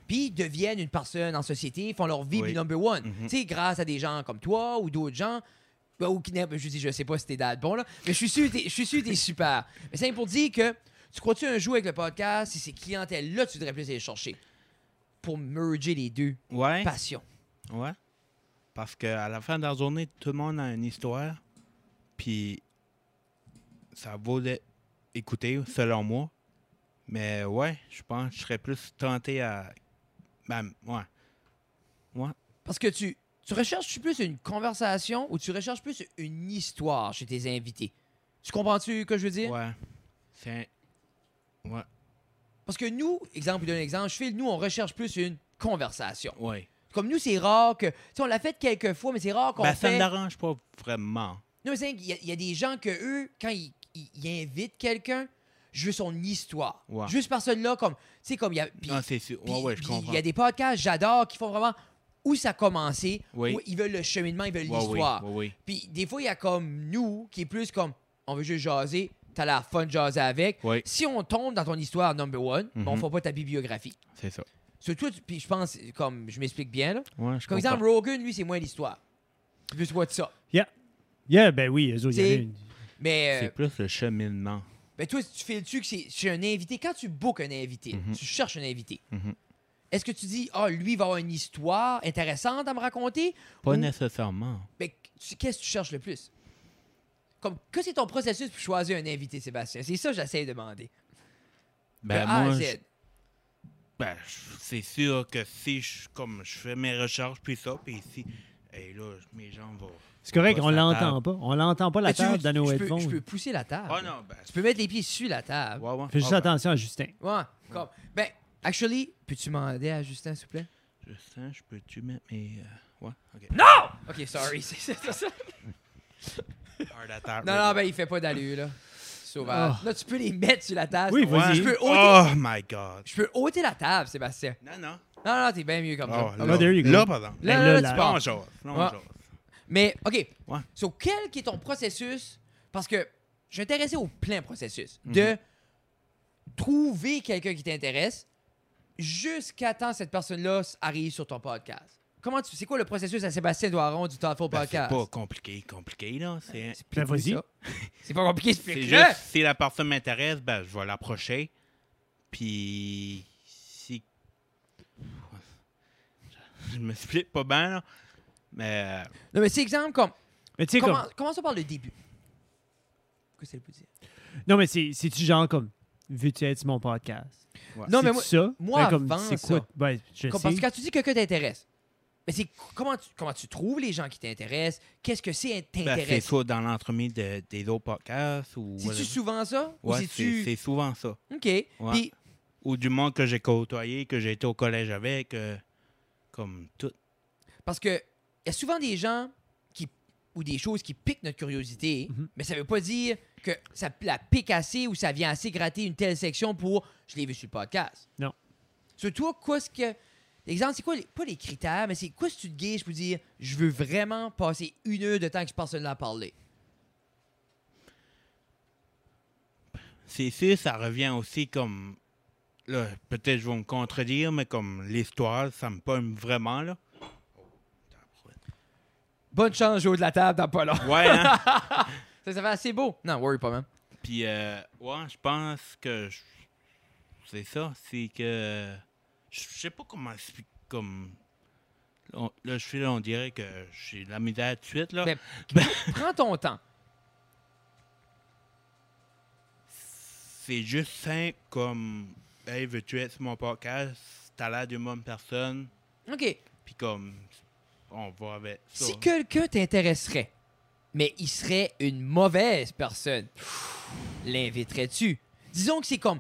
A: Puis deviennent une personne en société, font leur vie
C: Oui.
A: du number one.
C: Mhm.
A: Tu sais, grâce à des gens comme toi ou d'autres gens. ben, ou qui n'a- je dis, je sais pas si t'es dad bon, là. Mais je suis sûr que t'es- je suis sûr que t'es super. Mais c'est pour dire que tu crois-tu un jour avec le podcast, si ces clientèles-là, tu devrais plus les chercher pour merger les deux
C: Ouais.
A: passions.
C: Ouais. Parce qu'à la fin de la journée, tout le monde a une histoire. Puis ça vaut d'être écouté, selon moi. Mais ouais, je pense que je serais plus tenté à. Ben, ouais. Ouais.
A: Parce que tu, tu recherches plus une conversation ou tu recherches plus une histoire chez tes invités. Tu comprends-tu ce que je veux dire?
C: Ouais. C'est. un- Ouais.
A: Parce que nous, exemple, d'un exemple, je fais, nous, on recherche plus une conversation.
C: Ouais.
A: Comme nous, c'est rare que. Tu sais, on l'a fait quelques fois, mais c'est rare qu'on
C: Ben, ça
A: fait.
C: ne m'arrange pas vraiment.
A: Non, mais c'est vrai qu'il y a- il y, a des gens que eux, quand ils, ils- ils invitent quelqu'un, je veux son histoire.
C: Ouais.
A: Juste par cela, comme. Tu sais, comme il y a. puis-
C: non, c'est sûr.
A: puis-
C: Ouais, ouais, je
A: puis
C: comprends.
A: Il y a des podcasts, j'adore, qui font vraiment où ça a commencé,
C: Oui.
A: où ils veulent le cheminement, ils veulent
C: Ouais, oui,
A: l'histoire.
C: ouais, oui.
A: Puis des fois, il y a comme nous, qui est plus comme on veut juste jaser, t'as la fun de jaser avec.
C: Oui.
A: Si on tombe dans ton histoire number one, ben, on
C: Mhm.
A: ne fait pas ta bibliographie.
C: C'est ça.
A: Surtout, puis je pense, comme je m'explique bien, là.
C: Ouais, je
A: Comme
C: comprends.
A: exemple, Rogan, lui, c'est moins l'histoire. C'est Plus what ça.
B: Yeah. Yeah, ben oui, eux autres, il y en a
A: C'est-
B: une.
A: Mais, euh,
C: C'est plus le cheminement.
A: mais toi, tu files-tu que c'est chez un invité? Quand tu bookes un invité, tu cherches un invité,
C: Mhm.
A: est-ce que tu dis, ah, lui, il va avoir une histoire intéressante à me raconter?
C: Pas
A: Ou- ben,
C: nécessairement.
A: Mais tu- qu'est-ce que tu cherches le plus? Comme, que c'est ton processus pour choisir un invité, Sébastien? C'est ça que j'essaie de demander.
C: Ben,
A: De A à
C: moi,
A: Z.
C: je- ben, je- c'est sûr que si je, comme je fais mes recherches, puis ça, puis si, et là, mes jambes vont.
B: C'est correct,
C: Pas
B: on
C: sur la
B: l'entend pas. On l'entend pas la
A: Mais tu veux-
B: table dans nos
A: je peux- Je
B: headphones.
A: peux pousser la table.
C: Ah non, ben.
A: Tu peux mettre les pieds sur la table.
C: ouais, ouais.
B: Fais juste
C: Ah, ben,
B: attention à Justin.
A: Ouais, comme. Ben, actually, peux-tu m'aider à Justin, s'il te plaît?
C: Je sens, je peux-tu mettre mes. euh, ouais, ok.
A: Non! Ok, sorry. c'est- c'est- c'est ça.
C: Hard attack,
A: Non,
C: right
A: non, ben, il fait pas d'allure, là. Sauvage.
B: Oh.
A: Là, tu peux les mettre sur la table.
B: Oui,
A: c'est bon.
B: vas-y.
A: Je peux ôter,
C: Oh my god.
A: je peux ôter la table, Sébastien.
C: Non, non.
A: Non, non, t'es bien mieux comme
C: Oh,
A: ça.
C: là,
B: Oh, there you go.
C: là, pardon.
A: Ah, Là, Ah.
B: Ben
A: là,
B: là,
A: là,
B: là.
A: tu
C: Non,
A: pars.
C: jase, non,
A: Ouais.
C: jase.
A: Mais, OK.
C: Ouais.
A: So, quel qui est ton processus? Parce que je suis intéressé au plein processus.
C: Mhm.
A: De trouver quelqu'un qui t'intéresse jusqu'à temps que cette personne-là s- arrive sur ton podcast. Comment tu... C'est quoi le processus à Sébastien Doiron du Thoughtful
C: Ben, c'est
A: Podcast?
C: pas compliqué, compliqué, là. C'est
B: Ben, vas-y.
A: ça. C'est pas compliqué,
C: c'est
A: explique-le!
C: juste, si la personne m'intéresse, ben, je vais l'approcher. Puis, si. Je me m'explique pas bien, là. Mais, euh,
A: Non, mais c'est exemple comme...
B: Mais tu sais, comme.
A: Comment, commençons par le début. Qu'est-ce que c'est le dire?
B: Non, mais c'est- c'est-tu genre comme. Veux-tu être sur mon podcast?
A: Non, mais
B: C'est-tu
A: moi...
B: ça?
A: moi,
B: Ben, comme,
A: avant
B: c'est quoi?
A: ça.
B: Ben, je
A: Comme-
B: sais.
A: parce que quand tu dis que quelqu'un t'intéresse, mais c'est comment tu, comment tu trouves les gens qui t'intéressent? Qu'est-ce que c'est
C: ben, c'est
A: t'intéresse?
C: soit dans l'entremise de- des autres podcasts ou.
A: C'est-tu
C: whatever.
A: souvent ça? Ou
C: Ouais, c'est
A: c'est-tu-
C: c'est souvent ça.
A: OK. Puis,
C: Ou du monde que j'ai côtoyé, que j'ai été au collège avec, euh, comme tout.
A: parce que il y a souvent des gens qui ou des choses qui piquent notre curiosité,
B: Mhm.
A: mais ça veut pas dire que ça la pique assez ou ça vient assez gratter une telle section pour je l'ai vu sur le podcast.
B: Non.
A: Surtout, qu'est-ce que. L'exemple, c'est quoi, les- pas les critères, mais c'est quoi si tu te guiches pour dire je veux vraiment passer une heure de temps que je passe là à parler?
C: C'est sûr, ça revient aussi comme. Là, peut-être je vais me contredire, mais comme l'histoire, ça me pomme vraiment, là.
A: Bonne chance, Joe de la table dans pas long.
C: Ouais, hein?
A: Ça, ça fait assez beau. Non, worry pas, man.
C: Puis, euh, ouais, je pense que. je- C'est ça, c'est que. Je je sais pas comment expliquer. Comme. on- Là, je suis là, on dirait que j'ai de la misère tout de suite, là.
A: Mais- Prends ton temps.
C: C'est juste simple comme. Hey, veux-tu être sur mon podcast? T'as l'air d'une bonne personne.
A: OK.
C: Puis comme, on va avec ça.
A: Si quelqu'un t'intéresserait, mais il serait une mauvaise personne, l'inviterais-tu? Disons que c'est comme,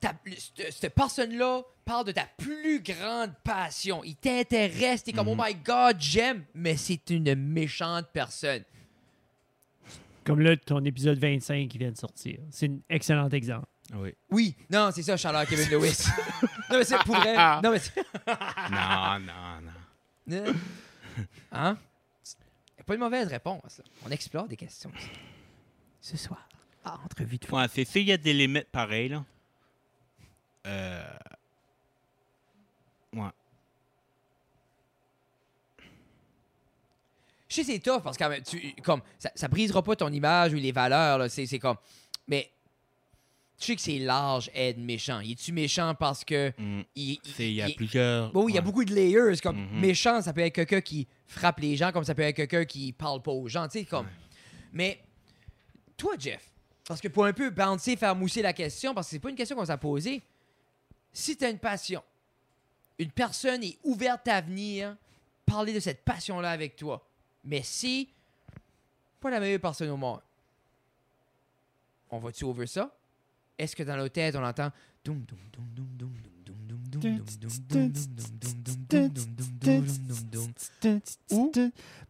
A: ta- le- cette cette personne-là parle de ta plus grande passion. Il t'intéresse, t'es comme, oh my god, j'aime, mais c'est une méchante personne.
B: Comme là, ton épisode 25 qui vient de sortir. C'est un excellent exemple.
C: Oui.
A: Oui, non, c'est ça, Charlotte Kevin Lewis. non, mais c'est pour vrai. Non, mais c'est.
C: non, non, non.
A: Euh, hein? Y a pas de mauvaise réponse. là. On explore des questions. Ce soir, à entrevue de fond.
C: Ouais, c'est sûr, il y a des limites pareilles, là. Euh. Ouais.
A: Je sais, c'est tough parce que quand même, tu- comme, ça, ça brisera pas ton image ou les valeurs. là. C'est c'est comme. Mais tu sais que c'est large être méchant. Il est-tu méchant parce que.
C: Mm.
A: Il, il-
C: C'est, il y a
A: il-
C: plusieurs.
A: Bon, il y a
C: ouais.
A: beaucoup de layers. Comme
C: Mhm.
A: méchant, ça peut être quelqu'un qui frappe les gens, comme ça peut être quelqu'un qui parle pas aux gens, tu sais, comme.
C: Ouais.
A: Mais toi, Jeff, parce que pour un peu bouncer, faire mousser la question, parce que c'est pas une question qu'on s'est posée. Si t'as une passion, une personne est ouverte à venir parler de cette passion-là avec toi, mais si pas la meilleure personne au monde, on va-tu over ça? Est-ce que dans nos têtes, on entend Doum, doum, doum, doum, doum, doum, doum, doum, doum, doum, doum, doum, doum, doum, doum, doum, doum, doum, doum, doum. Ou-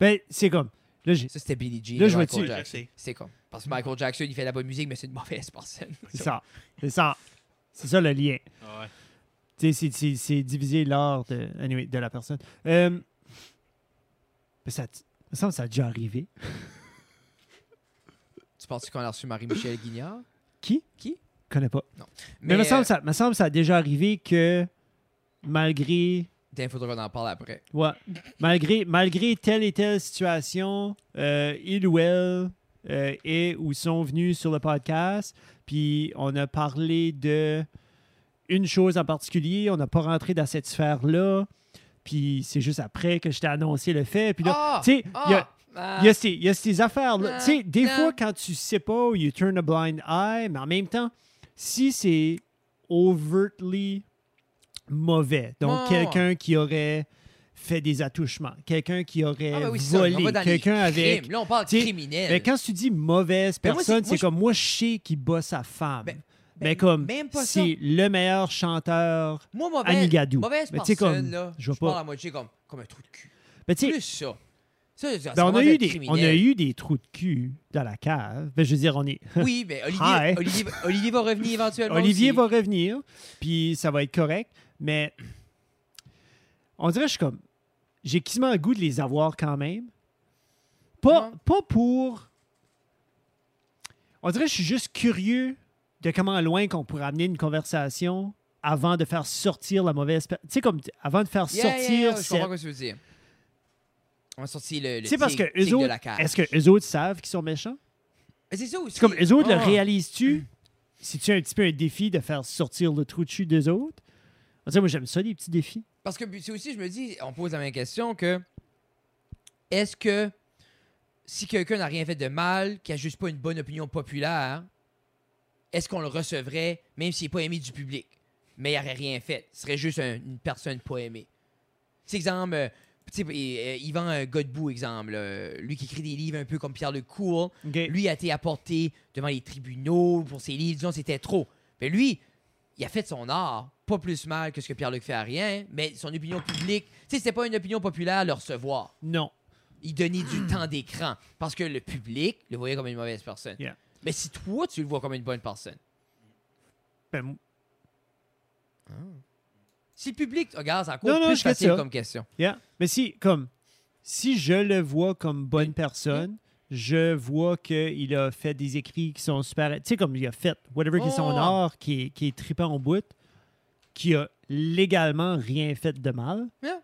B: Ben, c'est comme. Là, j'ai.
A: Ça, c'était Billy Jean.
B: Là,
A: de
B: je
A: Michael
B: vois-tu.
C: Je
A: Jackson.
C: sais.
A: C'est comme. Parce que Michael Jackson, il fait de la bonne musique, mais c'est une mauvaise personne.
B: C'est ça. C'est ça. C'est ça le lien.
C: Ah Ouais.
B: Tu sais, c'est- c'est- c'est diviser l'art de, anyway, de la personne. Euh, ben, ça, il me semble que ça a déjà arrivé.
A: Tu penses qu'on a reçu Marie-Michel Guignard?
B: Qui?
A: Qui?
B: Je connais pas. Mais, il me
A: euh,
B: semble que ça, me semble que ça a déjà arrivé que malgré
A: euh, Il faudra qu'on en parle après.
B: ouais, malgré malgré telle et telle situation, euh, il ou elle euh, est ou sont venus sur le podcast, puis on a parlé de une chose en particulier, on n'a pas rentré dans cette sphère là, puis c'est juste après que je t'ai annoncé le fait, puis là,
A: Ah!
B: tu sais, il y a-
A: Ah! Ah,
B: Il y a ces, il y a ces affaires-là.
A: Ah,
B: tu sais, des
A: ah.
B: fois, quand tu sais pas, you turn a blind eye, mais en même temps, si c'est overtly mauvais, donc
A: Ouais,
B: quelqu'un qui aurait fait des attouchements, quelqu'un qui aurait
A: ah ben oui, c'est ça, on
B: volé,
A: va dans les
B: quelqu'un avec...
A: crimes. Là, on parle de
B: tu sais,
A: criminel.
B: Mais quand tu dis mauvaise
A: Mais moi, c'est-
B: personne,
A: moi,
B: c'est
A: je-
B: comme moi, je sais qui bat sa femme.
A: Ben,
B: mais
A: ben,
B: comme,
A: même pas ça.
B: c'est le meilleur chanteur.
A: Moi, mauvaise,
B: Anigadou.
A: mauvaise
B: Mais tu sais,
A: personne,
B: comme,
A: là,
B: je
A: je,
B: vois pas.
A: parle à moitié comme, comme un trou de cul.
B: Ben, tu sais,
A: Plus ça. ça c'est- c'est
B: ben, on, a
A: vraiment
B: eu
A: d'être
B: des, on a
A: criminel.
B: eu des trous de cul dans la cave. Ben, je veux dire, on est...
A: Oui, mais
B: Hi.
A: Olivier, Olivier, Olivier va revenir éventuellement
B: Olivier
A: aussi.
B: va revenir, puis ça va être correct, mais on dirait que je suis comme. J'ai quasiment le goût de les avoir quand même. Pas,
A: Ouais.
B: pas pour. On dirait que je suis juste curieux de comment loin qu'on pourrait amener une conversation avant de faire sortir la mauvaise. per- Tu sais, comme. Avant de faire
A: Yeah, yeah,
B: sortir.
A: yeah, je
B: cette-
A: comprends ce que tu veux dire. On a sorti le, le
B: Tu sais, parce que
A: tigre-
B: eux
A: tigre de
B: autres.
A: la cage.
B: Est-ce que eux autres savent qu'ils sont méchants?
A: Mais C'est ça aussi.
B: C'est comme. Eux autres le
A: Ah.
B: réalises-tu? C'est-tu un petit peu un défi de faire sortir le trou de cul des autres? On dirait, moi, j'aime ça, les petits défis.
A: Parce que c'est aussi, je me dis, on pose la même question que est-ce que si quelqu'un n'a rien fait de mal, qui a juste pas une bonne opinion populaire, est-ce qu'on le recevrait même s'il n'est pas aimé du public, mais il n'aurait rien fait, ce serait juste un- une personne pas aimée. C'est exemple, euh, tu sais, euh, Yvan euh, Godbout, exemple, euh, lui qui écrit des livres un peu comme Pierre Lecourt, lui a été apporté devant les tribunaux pour ses livres, disons, c'était trop. Mais lui, il a fait son art, pas plus mal que ce que Pierre-Luc fait à rien, mais son opinion publique, tu sais, c'était pas une opinion populaire à le recevoir.
B: Non.
A: Il donnait
B: Hmm.
A: du temps d'écran parce que le public le voyait comme une mauvaise personne.
B: Yeah.
A: Mais si toi, tu le vois comme une bonne personne,
B: Ben, m-
A: si le public, regarde, c'est encore
B: Non, non,
A: plus
B: je get
A: facile
B: ça.
A: comme question.
B: yeah. Mais si, comme, si je le vois comme bonne personne, je vois qu'il a fait des écrits qui sont super. Tu sais, comme il a fait whatever qui est son
A: Oh.
B: art, qui est, qui est trippant au bout, qui a légalement rien fait de mal.
A: Yeah.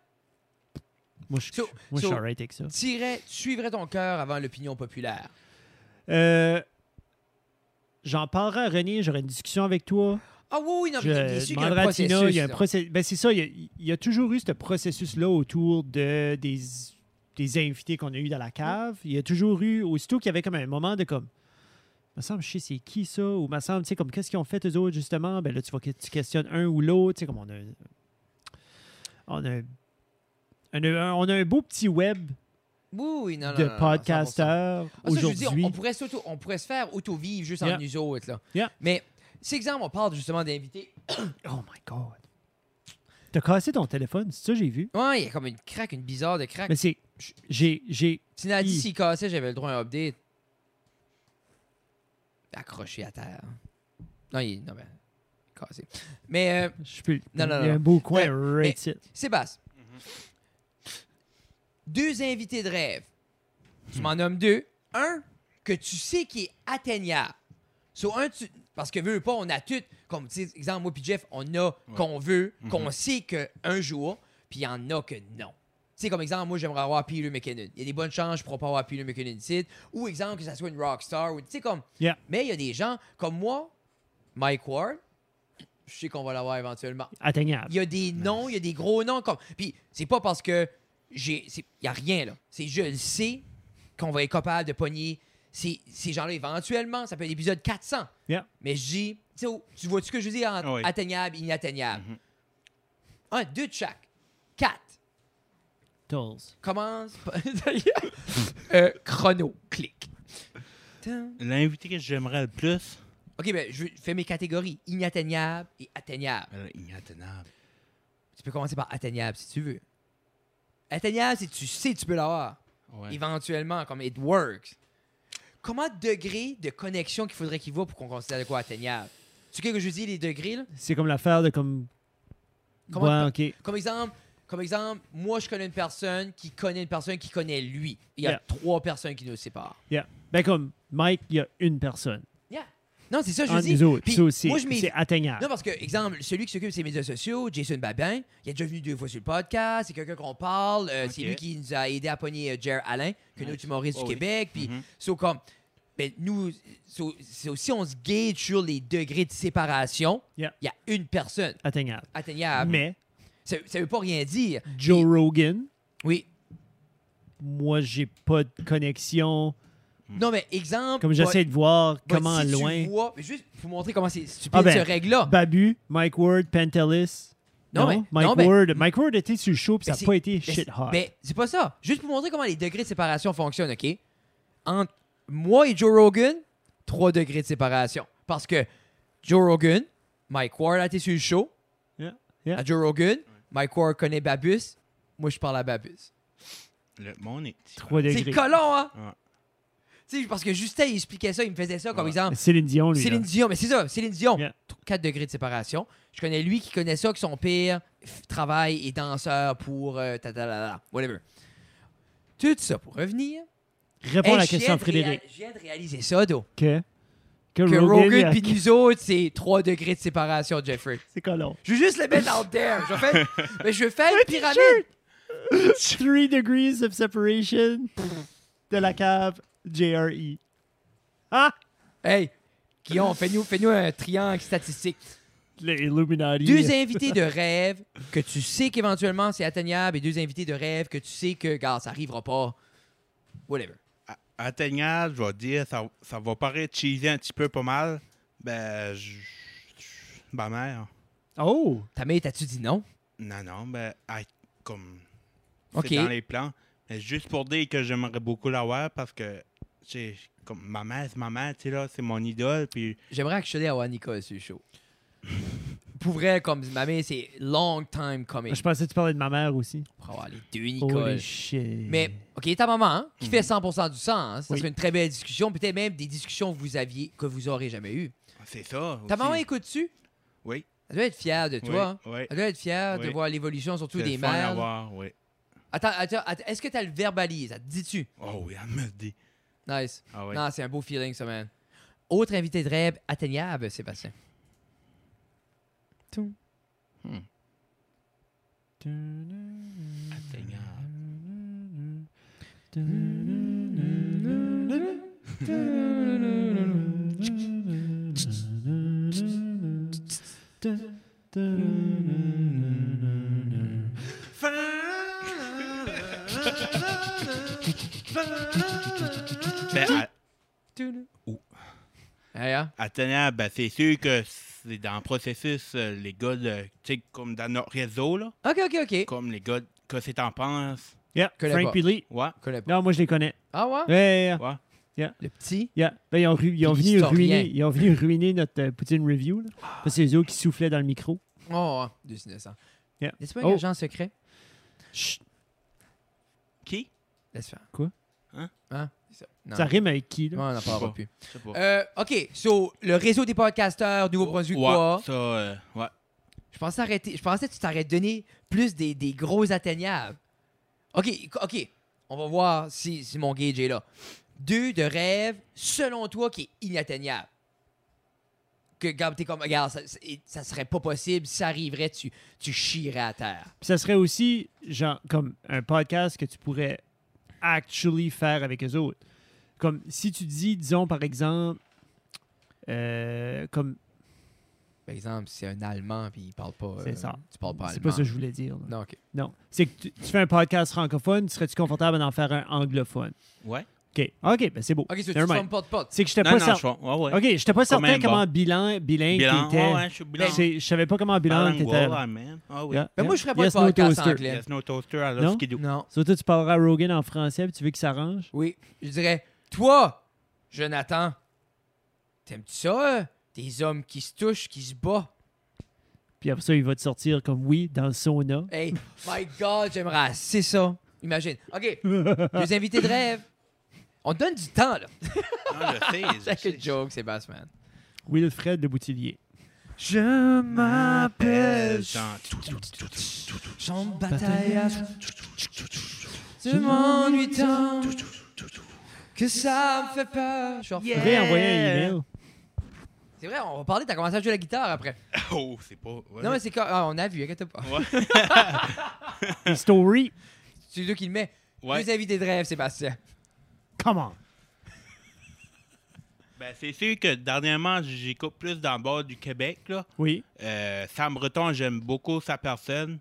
B: Moi, je
A: So-
B: moi, je suis
A: so-
B: alright avec ça.
A: Tirais, tu suivrais ton cœur avant l'opinion populaire.
B: Euh, J'en parlerai à René, j'aurai une discussion avec toi.
A: Ah oui, oui, non,
B: Je
A: mais bien sûr qu'il y a un
B: demanderai à
A: processus.
B: Tina, il y a un
A: là.
B: procé- ben, c'est ça, il y, a, il y a toujours eu ce processus-là autour de, des, des invités qu'on a eu dans la cave. Il y a toujours eu, aussitôt qu'il y avait comme un moment de comme, me semble, je sais c'est qui ça, ou me semble, tu sais, comme, qu'est-ce qu'ils ont fait eux autres, justement, ben là, tu vois que tu questionnes un ou l'autre, tu sais, comme on a. On a un, un- on a un beau petit web
A: Oui, oui, non, non,
B: de
A: non, non, 100%.
B: podcasteurs
A: Ah, ça, je veux dire,
B: aujourd'hui.
A: on, pourrait s'auto- on pourrait se faire auto-vivre juste
B: Yeah.
A: en nous autres. Là.
B: Yeah.
A: Mais, c'est exemple, on parle justement d'invités.
B: Oh my God. T'as cassé ton téléphone, c'est ça, j'ai vu.
A: Ouais, il y a comme une craque, une bizarre de craque.
B: Mais c'est. J'ai. j'ai
A: Tina a
B: Hi.
A: dit s'il cassait, j'avais le droit à un update. Accroché à terre. Non, il. Non, ben. Cassé. Mais, euh,
B: Je peux.
A: Non, non,
B: Il y a
A: non.
B: un beau coin
A: Euh,
B: right it.
A: Sébastien. Deux invités de rêve. Tu m'en nommes deux. Un que tu sais qui est atteignable. So, un, tu- parce que veux veux pas, on a tout, comme tu sais, exemple, moi puis Jeff, on a qu'on veut, qu'on sait qu'un jour, puis il y en a que non. Tu sais, comme exemple, moi, j'aimerais avoir Peter McKinnon. Il y a des bonnes chances, je pourrais pas avoir Peter McKinnon ici. Ou exemple, que ça soit une rockstar. Ou, tu sais, comme.
B: Yeah.
A: Mais il y a des gens comme moi, Mike Ward, je sais qu'on va l'avoir éventuellement.
B: Atteignable.
A: Il y a des noms, il y a des gros noms. Comme... Puis c'est pas parce que j'ai. c'est- Il y a rien, là. C'est je le sais qu'on va être capable de pogner ces, ces gens-là éventuellement. Ça peut être l'épisode 400.
B: Yeah.
A: Mais je dis, tu sais, oh, tu vois-tu ce que je dis en
C: Ah oui. Mm-hmm.
A: atteignable, inatteignable? Un, deux de chaque. Quatre.
B: Tolls.
A: Commence. par- Euh, chrono. Clic. Tum.
C: L'invité que j'aimerais le plus,
A: Ok, ben, je fais mes catégories inatteignable et atteignable.
C: euh, inatteignable.
A: Tu peux commencer par atteignable si tu veux. Atteignable, si tu sais, tu peux l'avoir.
C: Ouais.
A: éventuellement, comme it works. Comment de degré de connexion qu'il faudrait qu'il voit pour qu'on considère de quoi atteignable? Tu sais que je dis les degrés, là?
B: C'est comme l'affaire de comme.
A: Comment-
B: ouais, ok.
A: Comme exemple, comme exemple, moi, je connais une personne qui connaît une personne qui connaît lui. Il y a
B: Yeah.
A: trois personnes qui nous séparent.
B: Yeah. Ben, comme Mike, il y a une personne.
A: Yeah. Non, c'est ça, je
B: Entre
A: dis.
B: nous autres.
A: Puis
B: Ça aussi,
A: moi, je m'y-
B: c'est atteignable.
A: Non, parce que, exemple, celui qui s'occupe de ses médias sociaux, Jason Babin, il est déjà venu deux fois sur le podcast, c'est quelqu'un qu'on parle, euh, c'est
C: Ok.
A: lui qui nous a aidé à pogner euh, Jer Alain, que nous,
C: Nice.
A: humoriste
C: Oh
A: du
C: oui.
A: Québec, puis
B: Mm-hmm.
C: Mhm.
A: so, comme, ben, nous, so, so, si on se gauge sur les degrés de séparation, il
B: Yeah.
A: y a une personne
B: Atteignable.
A: Ah, atteignable.
B: Mais
A: Ça, ça veut pas rien dire.
B: Joe Rogan,
A: Oui,
B: moi, j'ai pas de connexion.
A: Non, mais exemple.
B: Mm. Comme j'essaie de voir
A: bah,
B: comment
A: si tu
B: loin.
A: vois- mais juste pour vous montrer comment c'est stupide
B: Ah ben,
A: ce règle-là.
B: Babu, Mike Ward, Pantelis.
A: Non, mais-
B: Mike
A: non, mais-
B: Ward. Mike Ward était sur le show, puis
A: Mais
B: ça
A: c'est-
B: n'a pas été
A: mais
B: shit
A: c'est-
B: hot.
A: Mais c'est pas ça. Juste pour montrer comment les degrés de séparation fonctionnent, OK? Entre moi et Joe Rogan, 3 degrés de séparation. Parce que Joe Rogan, Mike Ward a été sur le show.
B: Yeah, yeah.
A: À Joe Rogan, Mike Ward connaît Babus. Moi, je parle à Babus.
C: Le monde est petit.
B: 3
A: C'est
B: degrés.
A: collant, hein?
C: Ouais.
A: Tu sais, parce que Justin, il expliquait ça, il me faisait ça comme
C: Ouais.
A: exemple.
B: Céline Dion, lui. là.
A: Céline Dion, mais c'est ça, Céline Dion.
B: Yeah.
A: 4 degrés de séparation. Je connais lui qui connaît ça, qui son pire f- travail et danseur pour euh, ta- ta- la- la- whatever. Tout ça pour revenir.
B: Réponds à la
A: Hey, je viens
B: question,
A: de
B: Frédéric.
A: réa- Je viens de réaliser ça, Do.
B: Que,
A: Que
B: que, Rogan, il
A: Rogan
B: a-
A: puis nous autres, c'est 3 degrés de séparation, Jeffrey.
B: C'est colon.
A: Je veux juste le mettre out there. Je vais faire, mais je vais faire une pyramide.
B: 3 degrees of separation de la cave JRE. Ah!
A: Hey, Guillaume, fais-nous fais-nous un triangle statistique.
B: Les Illuminati.
A: Deux
C: euh,
A: invités de rêve que tu sais qu'éventuellement c'est atteignable et deux invités de rêve que tu sais que, gars, ça arrivera pas. Whatever.
C: A- Atteignable, je vais dire, ça, ça va paraître cheesy un petit peu pas mal. Ben, je- je- ma mère.
B: Oh!
A: Ta mère, t'as-tu dit non?
C: Non, non, ben, elle- comme.
A: Ok.
C: C'est dans les plans. Mais juste pour dire que j'aimerais beaucoup l'avoir parce que, tu sais, comme ma mère, c'est ma mère, tu sais, là, c'est mon idole. Puis,
A: J'aimerais actionner à avoir Nicole sur le show. Pour vrai, comme ma mère, c'est long time coming.
B: Je pensais que tu parlais de ma mère aussi.
A: Pour avoir les deux Nicole.
B: Holy shit.
A: Mais, OK, ta maman, hein,
C: Mhm.
A: qui fait 100% du sang, hein, ça
B: Oui.
A: serait une très belle discussion, peut-être même des discussions que vous aviez, que vous aurez jamais eues.
C: c'est ça.
A: Ta
C: aussi.
A: maman écoute-tu?
C: Oui.
A: Elle doit être fière de
C: oui,
A: toi. hein.
C: Oui.
A: Elle doit être fière de
C: Oui.
A: voir l'évolution, surtout
C: C'est
A: des
C: le fun à
A: mères.
C: voir, oui.
A: Attends, attends, attends, est-ce que tu le verbalises? Elle te Dis-tu?
C: Oh, oui, elle me le dit.
A: Nice.
C: Ah, oui.
A: Non, c'est un beau feeling, ça, man. Autre invité de rêve atteignable, Sébastien. Tout.
C: Atteignable. Ben, à- Ouh.
A: D'ailleurs.
C: atteignable, ben, c'est sûr que c'est dans le processus, euh, les gars, de- tu sais, comme dans notre réseau, là,
A: Ok, ok, ok.
C: comme les gars, qu'est-ce que t'en penses?
B: Yeah,
A: Connais pas.
B: Frank Pili.
C: Ouais,
A: Connais pas.
B: Non, moi, je les connais.
A: Ah ouais?
B: Ouais, yeah,
C: ouais.
A: Le petit.
B: yeah. Ben, ils, ont ru- ils ont
A: Puis
B: venu
A: l'historien.
B: ruiner, ils ont venu ruiner notre euh, Poutine Review. là. Parce que c'est eux autres qui soufflaient dans le micro.
A: Oh, ouais,
C: hein.
A: 2900.
B: Yeah.
A: N'est-ce pas un
B: Oh.
A: agent secret?
B: Chut,
C: Qui?
A: Laisse faire.
B: Quoi?
C: Hein?
A: Hein? C'est ça. Non.
B: ça rime avec qui,
A: Ouais,
B: là?
A: on n'en parlera
C: Bon.
A: plus.
C: Je sais pas.
A: Euh, OK, so, le réseau des podcasteurs, Nouveau-Brunswick,
C: ouais,
A: quoi?
C: ça, euh, ouais.
A: Je pensais, arrêter, je pensais que tu t'aurais donné plus des, des gros atteignables. OK, OK. On va voir si, si mon gauge est là. Deux de rêve, selon toi, qui est inatteignable. Que, regarde, t'es comme, regarde, ça, ça- ça serait pas possible. Si ça arriverait, tu, tu chierais à terre.
B: Puis ça serait aussi, genre, comme un podcast que tu pourrais actually faire avec eux autres. Comme si tu dis, disons, par exemple, euh, comme.
A: Par exemple, c'est un Allemand, puis il parle pas...
B: C'est
A: euh,
B: ça.
A: Tu parles pas allemand.
B: C'est pas ça que je voulais dire. là.
A: Non, OK.
B: Non. C'est que tu, tu fais un podcast francophone, serais-tu confortable d'en faire un anglophone?
C: Ouais.
B: OK. OK, ben c'est beau.
A: OK, so tu
B: Never mind.
A: formes pas de potes.
B: C'est que j'étais
C: Non,
B: pas
C: non,
B: cer-
C: je vois. Ouais, ouais.
B: OK, j'étais pas certain
C: même
B: comment bilan, bilingue
C: Bilan,
B: t'étais.
C: ouais, ouais, je suis bilan.
B: C'est- Je savais pas comment bilingue t'étais.
C: Bilingual, man. Ah oui.
B: Yeah,
A: Mais Ben, moi,
B: yeah.
A: je ferais pas
B: Yes,
A: de
B: no
A: podcast
B: toaster.
A: anglais.
C: Yes, no toaster,
B: Non?
C: I love skidoo.
A: Non.
B: Surtout, tu parleras à Rogan en français puis tu veux qu'il s'arrange.
A: Oui. Je dirais, toi, Jonathan, t'aimes-tu ça, euh, des hommes qui se touchent, qui se battent?
B: Puis après ça, il va te sortir comme oui dans le sauna.
A: Hey, my God, j'aimerais assez ça. Imagine. OK, deux invités de rêve. On te donne du temps, là.
C: Ah, je sais, je
A: C'est
C: sais.
A: une joke, Sébastien. man.
B: Wilfred de Boutillier.
A: Je
C: M'appelle
A: m'appelle
C: Jean.
A: Jean de Bataille. Tu m'ennuies tant que ça me fait peur. Je suis orphelin.
B: Faudrait envoyer un email.
A: C'est vrai, on va parler, t'as commencé à jouer la guitare après.
C: Oh, c'est pas... ouais.
A: Non, mais c'est quand. ah, on a vu, inquiète pas.
B: Des stories.
A: C'est lui qui le met.
C: Ouais.
A: Deux invités de rêve, Sébastien.
B: Come on.
C: Ben, c'est sûr que dernièrement, j'écoute plus dans le bord du Québec. Là.
B: Oui.
C: Euh, Sam Breton, j'aime beaucoup sa personne.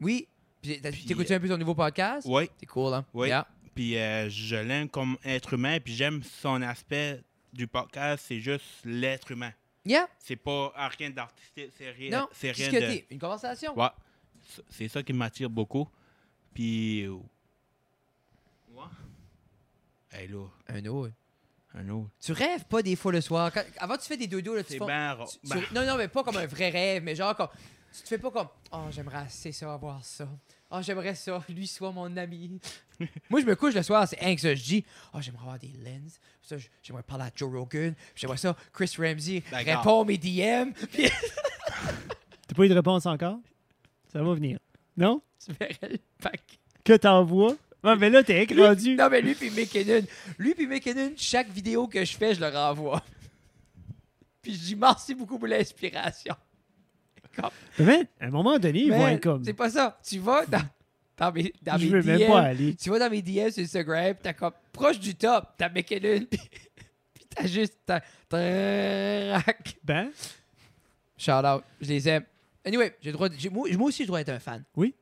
A: Oui. Puis, t'as- T'écoutes-tu un peu ton nouveau podcast?
C: Oui.
A: C'est cool, hein?
C: Oui.
A: Yeah.
C: Puis euh, je l'aime comme être humain, puis j'aime son aspect du podcast, c'est juste l'être humain.
A: Yeah.
C: C'est pas ah, rien d'artistique, c'est rien,
A: Non,
C: c'est euh, rien
A: qu'est-ce que
C: de...
A: t'es? Une conversation.
C: Ouais. C- C'est ça qui m'attire beaucoup. Puis. euh, Ouais. Hey là,
A: Un autre.
C: un autre.
A: Tu rêves pas des fois le soir. Quand- avant, tu fais des dodos, là, tu
C: C'est
A: fais-
C: ben ra-
A: tu- tu-
C: ben-
A: Non, non, mais pas comme un vrai rêve, mais genre comme. Tu te fais pas comme. Oh, j'aimerais assez ça, avoir ça. Oh, j'aimerais ça, lui soit mon ami. Moi, je me couche le soir, c'est un que ça, je dis. Oh, j'aimerais avoir des lens. Ça, j- j'aimerais parler à Joe Rogan. J'aimerais ça, Chris Ramsey.
C: D'accord.
A: Réponds à mes DM. Puis
B: T'as pas eu de réponse encore? Ça va venir. Non?
A: tu verrais le pack.
B: Que t'envoies? Ouais, mais là, t'es écrendu.
A: Non, mais lui, puis McKinnon. Lui, puis McKinnon, chaque vidéo que je fais, je le renvoie. Puis je dis merci beaucoup pour l'inspiration. Comme-
B: Mais à un moment donné, ils vont
A: Mais
B: être comme.
A: C'est pas ça. Tu vas dans, dans mes, dans
B: Je
A: mes
B: veux
A: DM.
B: même pas aller.
A: Tu vas dans mes DM sur Instagram, t'as comme proche du top, t'as McKinnon, puis puis t'as juste. T'as. trac.
B: Ben,
A: Shout out, je les aime. Anyway, j'ai le droit de- j'ai- moi, moi aussi, je dois être un fan.
B: Oui.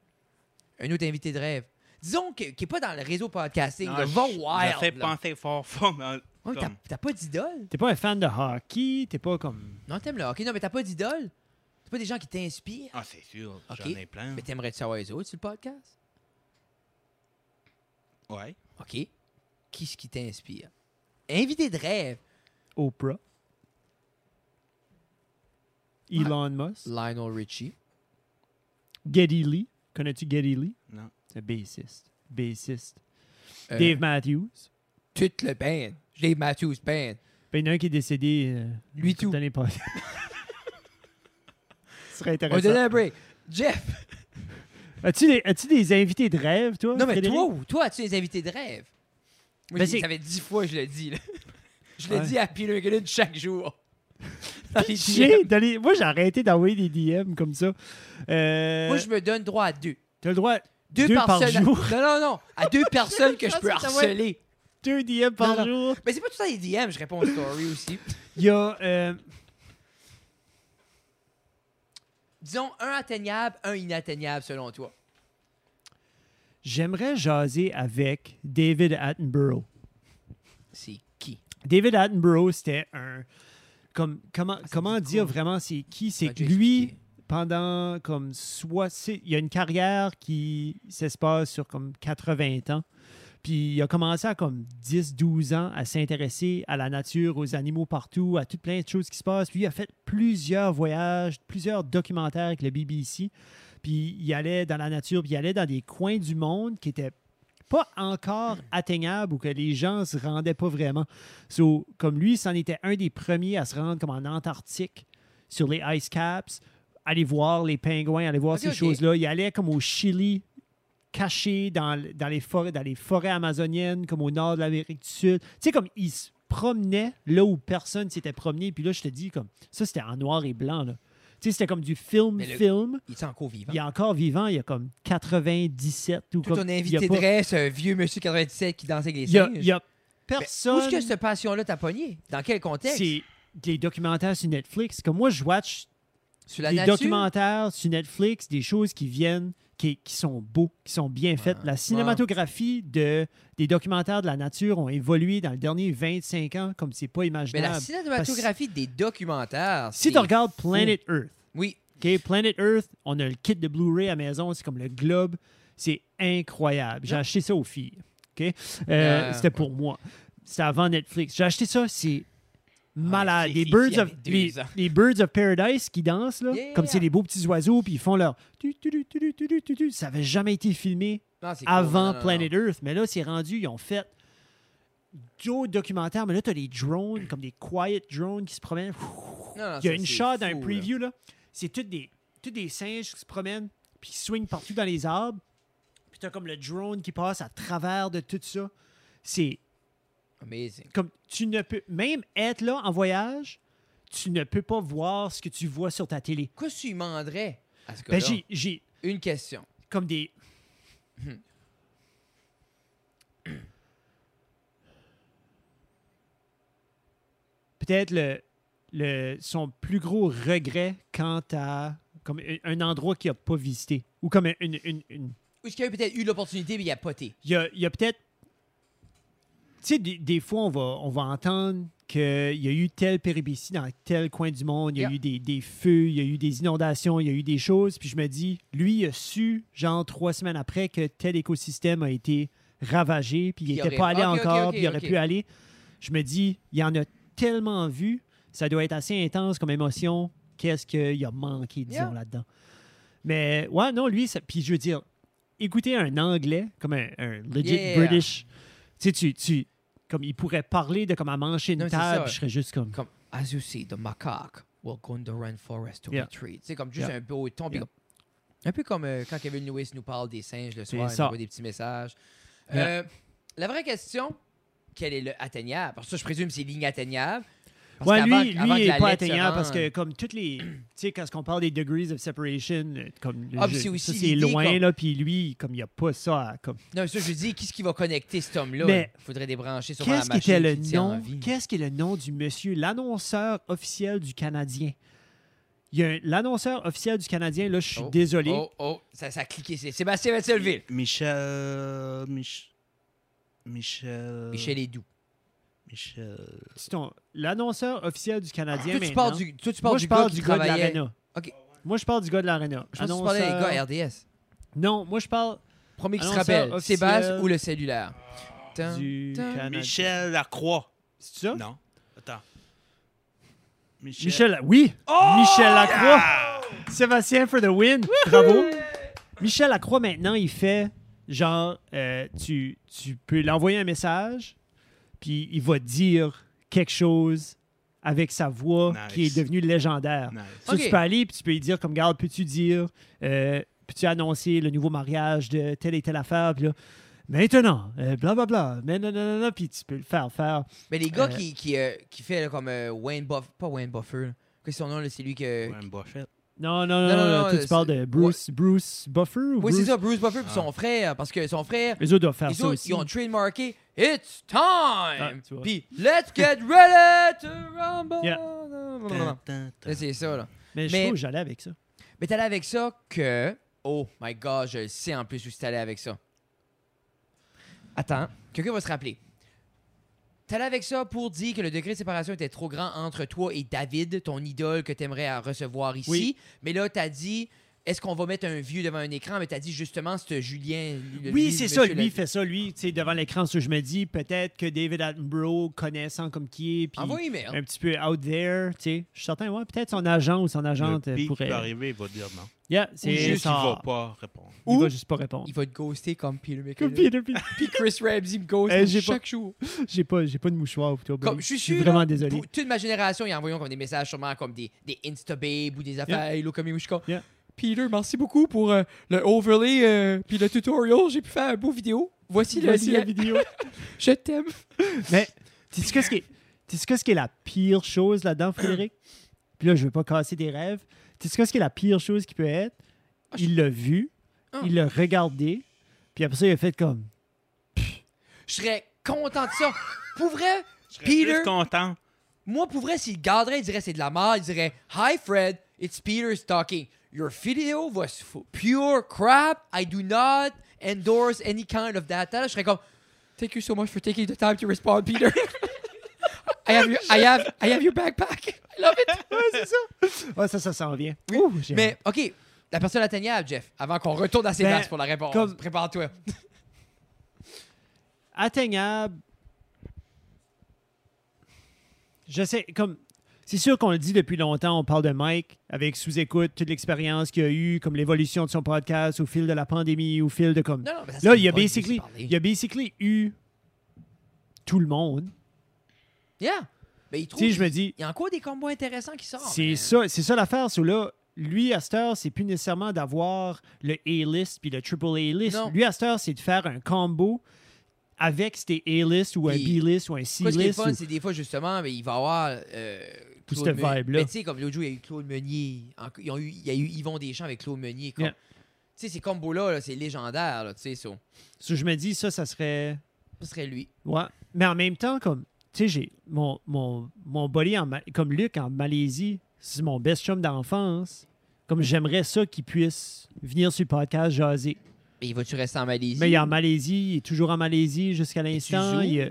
A: Un autre invité de rêve. Disons que- qui n'est pas dans le réseau podcasting,
C: Non,
A: le
C: je-
A: va
C: J'essaie
A: wild.
C: de
A: là.
C: penser fort, fort, mais.
A: Ouais, t'as-
C: comme-
A: T'as pas d'idole?
B: t'es pas un fan de hockey, t'es pas comme.
A: Non, t'aimes le hockey. Non, mais t'as pas d'idole. C'est pas des gens qui t'inspirent.
C: Ah, c'est sûr,
A: Ok.
C: j'en ai plein.
A: Mais t'aimerais-tu savoir les autres sur le podcast?
C: Ouais.
A: OK. Qu'est-ce qui t'inspire? Invité de rêve.
B: Oprah. Elon Musk.
A: Lionel Richie.
B: Geddy Lee. Connais-tu Geddy Lee?
C: Non.
B: C'est un bassiste. Bassiste.
A: Euh,
B: Dave Matthews.
A: Tout le band. Dave Matthews Band.
B: Ben, il y en a un qui est décédé. euh,
A: Lui tout.
B: L'année passée. Ce serait
A: On va donner
B: intéressant.
A: un break. Jeff.
B: As-tu des, as-tu des invités de rêve, toi?
A: Non, mais
B: Frédéric?
A: toi, ou- toi, as-tu des invités de rêve? Moi,
B: Ben,
A: je-
B: c'est-
A: ça fait dix fois que je le dis. là. Je le
B: Ouais.
A: dis à Peter McKinnon chaque jour. Dans les
B: J'ai
A: DM.
B: donné- Moi, j'ai arrêté d'envoyer des DM comme ça. Euh,
A: Moi, je me donne droit à deux.
B: T'as le droit à
A: Deux,
B: Deux par
A: personnes.
B: jour.
A: Non, non, non. À deux personnes que je
B: pense
A: peux
B: que ça va
A: harceler.
B: deux DM par
A: Non,
B: jour.
A: Mais c'est pas tout ça les DM, je réponds aux stories aussi.
B: Il y a. euh,
A: Disons un atteignable, un inatteignable selon toi.
B: J'aimerais jaser avec David Attenborough.
A: C'est qui?
B: David Attenborough, c'était un. Comme, comment comment
A: Ah, dit
B: dire
A: quoi?
B: vraiment c'est qui? C'est
A: Ben,
B: que
A: j'ai
B: lui,
A: expliqué.
B: pendant comme soit. c'est- Il y a une carrière qui s'espace sur comme 80 ans. Puis il a commencé à comme 10-12 ans à s'intéresser à la nature, aux animaux partout, à toutes plein de choses qui se passent. Puis il a fait plusieurs voyages, plusieurs documentaires avec le BBC. Puis il allait dans la nature, puis il allait dans des coins du monde qui étaient pas encore atteignables ou que les gens se rendaient pas vraiment. So, comme lui, c'en était un des premiers à se rendre comme en Antarctique, sur les ice caps, aller voir les pingouins, aller voir
A: Ok,
B: ces
A: ok.
B: choses-là. Il allait comme au Chili, caché dans, l- dans les forêts, dans les forêts amazoniennes, comme au nord de l'Amérique du Sud. Tu sais, comme il se promenait là où personne s'était promené. Puis là, je te dis, comme ça, c'était en noir et blanc. là. Tu sais, c'était comme du
A: Mais le-
B: film-film.
A: Il est encore vivant.
B: Il est encore vivant, il y a comme 97 ou
A: Tout
B: comme.
A: ton
B: il y a
A: invité
B: pas-
A: de rêve, c'est un vieux monsieur 97 qui dansait avec les
B: Il y a,
A: singes.
B: il y a
A: Ben, Où est-ce
B: personne.
A: que cette passion-là t'a pogné? Dans quel contexte?
B: c'est des documentaires sur Netflix. Comme moi, je watch
A: Sur la
B: des
A: nature?
B: documentaires sur Netflix, des choses qui viennent, qui, qui sont beaux, qui sont bien faites. La cinématographie de, des documentaires de la nature ont évolué dans les derniers 25 ans, comme c'est pas
A: Mais
B: imaginable.
A: la cinématographie des documentaires.
B: si
A: c'est-
B: tu regardes Planet Earth,
A: Oui.
B: OK, Planet Earth, on a le kit de Blu-ray à maison, c'est comme le globe. C'est incroyable. J'ai acheté ça aux filles. OK? Euh,
A: Euh,
B: C'était pour moi. C'était avant Netflix. J'ai acheté ça, c'est malade.
A: Ah, c'est
B: Les
A: filles
B: Birds, of,
A: avec deux
B: les,
A: ans.
B: les Birds of Paradise qui dansent, là,
A: Yeah.
B: comme c'est des beaux petits oiseaux, puis ils font leur... tu, tu, tu, tu, tu, tu, tu, tu. Ça n'avait jamais été filmé
A: Non, c'est cool.
B: avant
A: Non, non, non,
B: Planet Earth. Mais là, c'est rendu, ils ont fait d'autres documentaires, mais là, tu as des drones, comme des quiet drones qui se promènent.
A: Non, non,
B: Il y a
A: Ah, ça,
B: une
A: c'est
B: shot dans un
A: fou, là.
B: preview, là. C'est tous des, tous des singes qui se promènent, puis qui swingent partout dans les arbres. Puis t'as comme le drone qui passe à travers de tout ça. C'est
A: Amazing.
B: comme tu ne peux même être là en voyage, tu ne peux pas voir ce que tu vois sur ta télé.
A: Qu'est-ce que tu demanderais à ce
B: Ben,
A: gars-là?
B: j'ai- j'ai
A: Une question.
B: comme des. Peut-être le, le, son plus gros regret quant à comme un- un endroit qu'il n'a pas visité. Ou comme une. une- une-
A: Ou est-ce qu'il a peut-être eu l'opportunité mais il a poté?
B: il y a, il y a peut-être sais, des, des fois, on va, on va entendre qu'il y a eu telle péripétie dans tel coin du monde, il y a
A: Yeah.
B: eu des, des feux, il y a eu des inondations, il y a eu des choses. Puis je me dis, lui, il a su, genre trois semaines après, que tel écosystème a été ravagé, puis il
A: Il
B: n'était
A: aurait-
B: pas allé
A: Ok, ok,
B: encore,
A: ok,
B: puis il aurait
A: ok.
B: pu aller. Je me dis, il y en a tellement vu, ça doit être assez intense comme émotion. Qu'est-ce qu'il a manqué, disons,
A: Yeah.
B: là-dedans. Mais ouais, non, lui, ça- puis je veux dire, écouter un anglais, comme un, un legit
A: Yeah.
B: British, tu sais, tu, tu- comme il pourrait parler de comment mancher une
A: Non, c'est
B: table,
A: ça.
B: je serais juste comme.
A: Comme, as you see, the macaque will go in the rainforest to
B: Yeah.
A: retreat. C'est comme juste
B: Yeah.
A: un beau ton. puis
B: Yeah.
A: comme- Un peu comme euh, quand Kevin Lewis nous parle des singes le soir, il
B: ça.
A: nous envoie des petits messages. Euh, la vraie question, quel est le atteignable? Parce que ça, je présume c'est ligne atteignable. Parce
B: Ouais,
A: qu'avant-
B: lui, lui,
A: avant que
B: il
A: la
B: est pas
A: lettre se
B: atteignable parce
A: rende-
B: que, comme toutes les. Tu sais, quand on parle des degrees of separation, euh, comme.
A: Ah, puis
B: je-
A: c'est aussi
B: ça, c'est
A: l'idée,
B: loin,
A: comme-
B: là, puis lui, comme il n'y a pas ça. à- Comme...
A: Non, mais ça, je dis, qu'est-ce qui va connecter cet homme-là?
B: Mais
A: Il faudrait débrancher sur la
B: Qu'est-ce
A: machine
B: qui était le
A: qui tient en
B: nom
A: vie.
B: Qu'est-ce qui est le nom du monsieur, l'annonceur officiel du Canadien Il y a un- l'annonceur officiel du Canadien, là, je suis
A: Oh,
B: désolé.
A: Oh, oh, ça, ça a cliqué. C'est Sébastien Vettelville.
C: Michel. Mich- Michel.
B: Euh,
A: Michel est doux.
C: Michel.
B: C'est ton- L'annonceur officiel du Canadien.
A: Ah, Toi, tu parles
B: maintenant.
A: du, toi, tu parles
B: hein. Moi,
A: du
B: je
A: gars
B: parle
A: qui
B: du gars de
A: travaillait-
B: l'Arena.
A: Ok.
B: Moi, je parle du gars de l'Arena.
A: Je pense que tu parlais
B: Annonceur-
A: des gars à RDS.
B: Non, moi, je parle
A: Premier qui se
B: Annonceur
A: rappelle,
B: officiel.
A: Sébastien ou le cellulaire. Tum,
B: du
A: tum.
B: Canadien.
C: Michel Lacroix.
B: C'est ça?
C: Non. Attends. Michel.
B: Hein? Michel,
C: Oh,
B: oui! Michel Lacroix! Sébastien for the win! Bravo! Michel Lacroix, maintenant, il fait genre, euh, tu, tu peux l'envoyer un message, puis il va dire quelque chose avec sa voix
C: Nice.
B: qui est devenue légendaire.
C: Nice.
B: Ça,
A: Ok.
B: tu peux aller puis tu peux lui dire comme garde, peux-tu dire, euh, peux-tu annoncer le nouveau mariage de telle et telle affaire, puis là, maintenant, euh, blablabla, mais non, non, non, non, puis tu peux le faire faire.
A: Mais les gars
B: Euh,
A: qui, qui, euh, qui fait là, comme euh, Wayne Buff, pas Wayne Buffer. là. Qu'est-ce que son nom, là, c'est lui que.
C: Warren Buffett.
B: Non, non, non,
A: Non, non,
B: non, non,
A: non,
B: toi, tu
A: c'est-
B: parles de Bruce, Bruce Buffer ou
A: Oui,
B: Bruce-
A: c'est ça, Bruce Buffer puis son frère. Parce que son frère,
B: Les autres doivent faire
A: les
B: ça
A: autres,
B: aussi.
A: ils ont trademarké It's
B: Ah,
A: time!
B: tu vois.
A: Puis Let's get ready to rumble!
B: Yeah.
A: Là,
C: Tin, tin, tin.
A: c'est ça, là.
B: Mais je
A: Mais-
B: trouve que j'allais avec ça.
A: Mais t'allais avec ça que. Oh my god, je le sais en plus où c'est allé avec ça. Attends, quelqu'un va se rappeler. T'allais avec ça pour dire que le degré de séparation était trop grand entre toi et David, ton idole que t'aimerais à recevoir ici.
B: Oui.
A: Mais là, t'as dit. Est-ce qu'on va mettre un vieux devant un écran? Mais t'as dit justement, ce Julien. le-
B: Oui,
A: lui,
B: c'est ça.
A: monsieur,
B: Lui,
A: le-
B: il fait ça. Lui, tu sais, devant l'écran, ce que je me dis, peut-être que David Attenborough, connaissant comme qui est, puis
A: Envoie un email.
B: un petit peu out there, tu sais, je suis certain, ouais, peut-être son agent ou son agente
C: Le
B: euh,
C: pire qui
B: pourrait.
C: peut arriver, il va dire non.
B: Yeah,
C: Ou
B: c'est
C: juste, il
B: ça.
C: va pas répondre.
B: Il
A: Ou-
B: va juste pas répondre.
A: Il va te ghoster comme Peter
B: Comme
A: McKinnon.
B: Peter, Peter-
A: Puis Chris Ramsey me ghost
B: Eh, j'ai pas-
A: chaque jour.
B: j'ai pas, j'ai pas de mouchoir pour toi. Bro.
A: Comme, je suis
B: suis
A: sûr,
B: vraiment
A: là,
B: désolé.
A: pour toute ma génération, ils envoyaient comme des messages sûrement comme des, des Instababes ou des affaires Hello comme moi, je suis comme,
B: Yeah.
A: Peter, merci beaucoup pour euh, le overlay euh, puis le tutorial. J'ai pu faire un beau vidéo. Voici,
B: Voici
A: le
B: la
A: lien.
B: vidéo.
A: Je t'aime.
B: Mais tu sais ce qui est, tu sais ce qui est la pire chose là-dedans, Frédéric? Puis là, je veux pas casser des rêves. Tu sais ce qui est la pire chose qui peut être?
A: Ah, je-
B: Il l'a vu,
A: Ah.
B: il l'a regardé, puis après ça, il a fait comme...
A: Je serais content de ça. pour vrai,
C: Je serais
A: Peter-
C: plus content.
A: moi, pour vrai, s'il le garderait, il dirait c'est de la merde. Il dirait, Hi Fred, it's Peter talking. Your video was f- pure crap. I do not endorse any kind of that. Là, je serais comme, Thank you so much for taking the time to respond, Peter. I have your, I have, I have your backpack. I love it.
B: Ouais, Ah, ça, ça s'en vient.
A: Oui,
B: Ouh, j'ai-
A: Mais, OK, la personne atteignable, Jeff, avant qu'on retourne à Sébastien
B: Ben,
A: pour la réponse.
B: comme-
A: Prépare-toi.
B: Atteignable... Je sais, comme... C'est sûr qu'on le dit depuis longtemps, on parle de Mike avec sous-écoute, toute l'expérience qu'il a eue, comme l'évolution de son podcast au fil de la pandémie, au fil de comme...
A: Non, non, mais ça,
B: Là,
A: c'est
B: il a,
A: pas lui qui
B: basically,
A: parlait.
B: il a basically eu tout le monde.
A: Yeah. Mais il
B: Tu
A: trouve.
B: sais, je me dis,
A: Il y a encore des combos intéressants qui sortent.
B: c'est
A: mais-
B: ça, c'est ça l'affaire. So là, lui, à cette heure, c'est plus nécessairement d'avoir le A-list puis le triple A-list.
A: Non.
B: Lui, à cette heure, c'est de faire un combo avec ces A-list ou un
A: Puis,
B: B-list ou un
A: Moi, ce qui est
B: C-list.
A: fun,
B: ou-
A: c'est des fois, justement, mais il va y avoir. euh,
B: Tout
A: Claude
B: ce
A: Meunier.
B: vibe-là.
A: Mais tu sais, comme l'autre jour, il y a eu Claude Meunier. en- ils ont eu- Il y a eu Yvon Deschamps avec Claude Meunier. comme-
B: Yeah.
A: Tu sais, ces combos-là, là, c'est légendaire. là, tu sais, ça.
B: So, je me dis, ça, ça serait.
A: Ce serait lui.
B: Ouais. Mais en même temps, comme, tu sais, j'ai mon, mon, mon buddy en Ma- comme Luc en Malaisie, c'est mon best chum d'enfance. Comme j'aimerais ça qu'il puisse venir sur le podcast jaser.
A: Mais il va-tu rester en Malaisie?
B: Mais il est en Malaisie, il est toujours en Malaisie jusqu'à l'instant.
A: zoomes?
B: Il, a-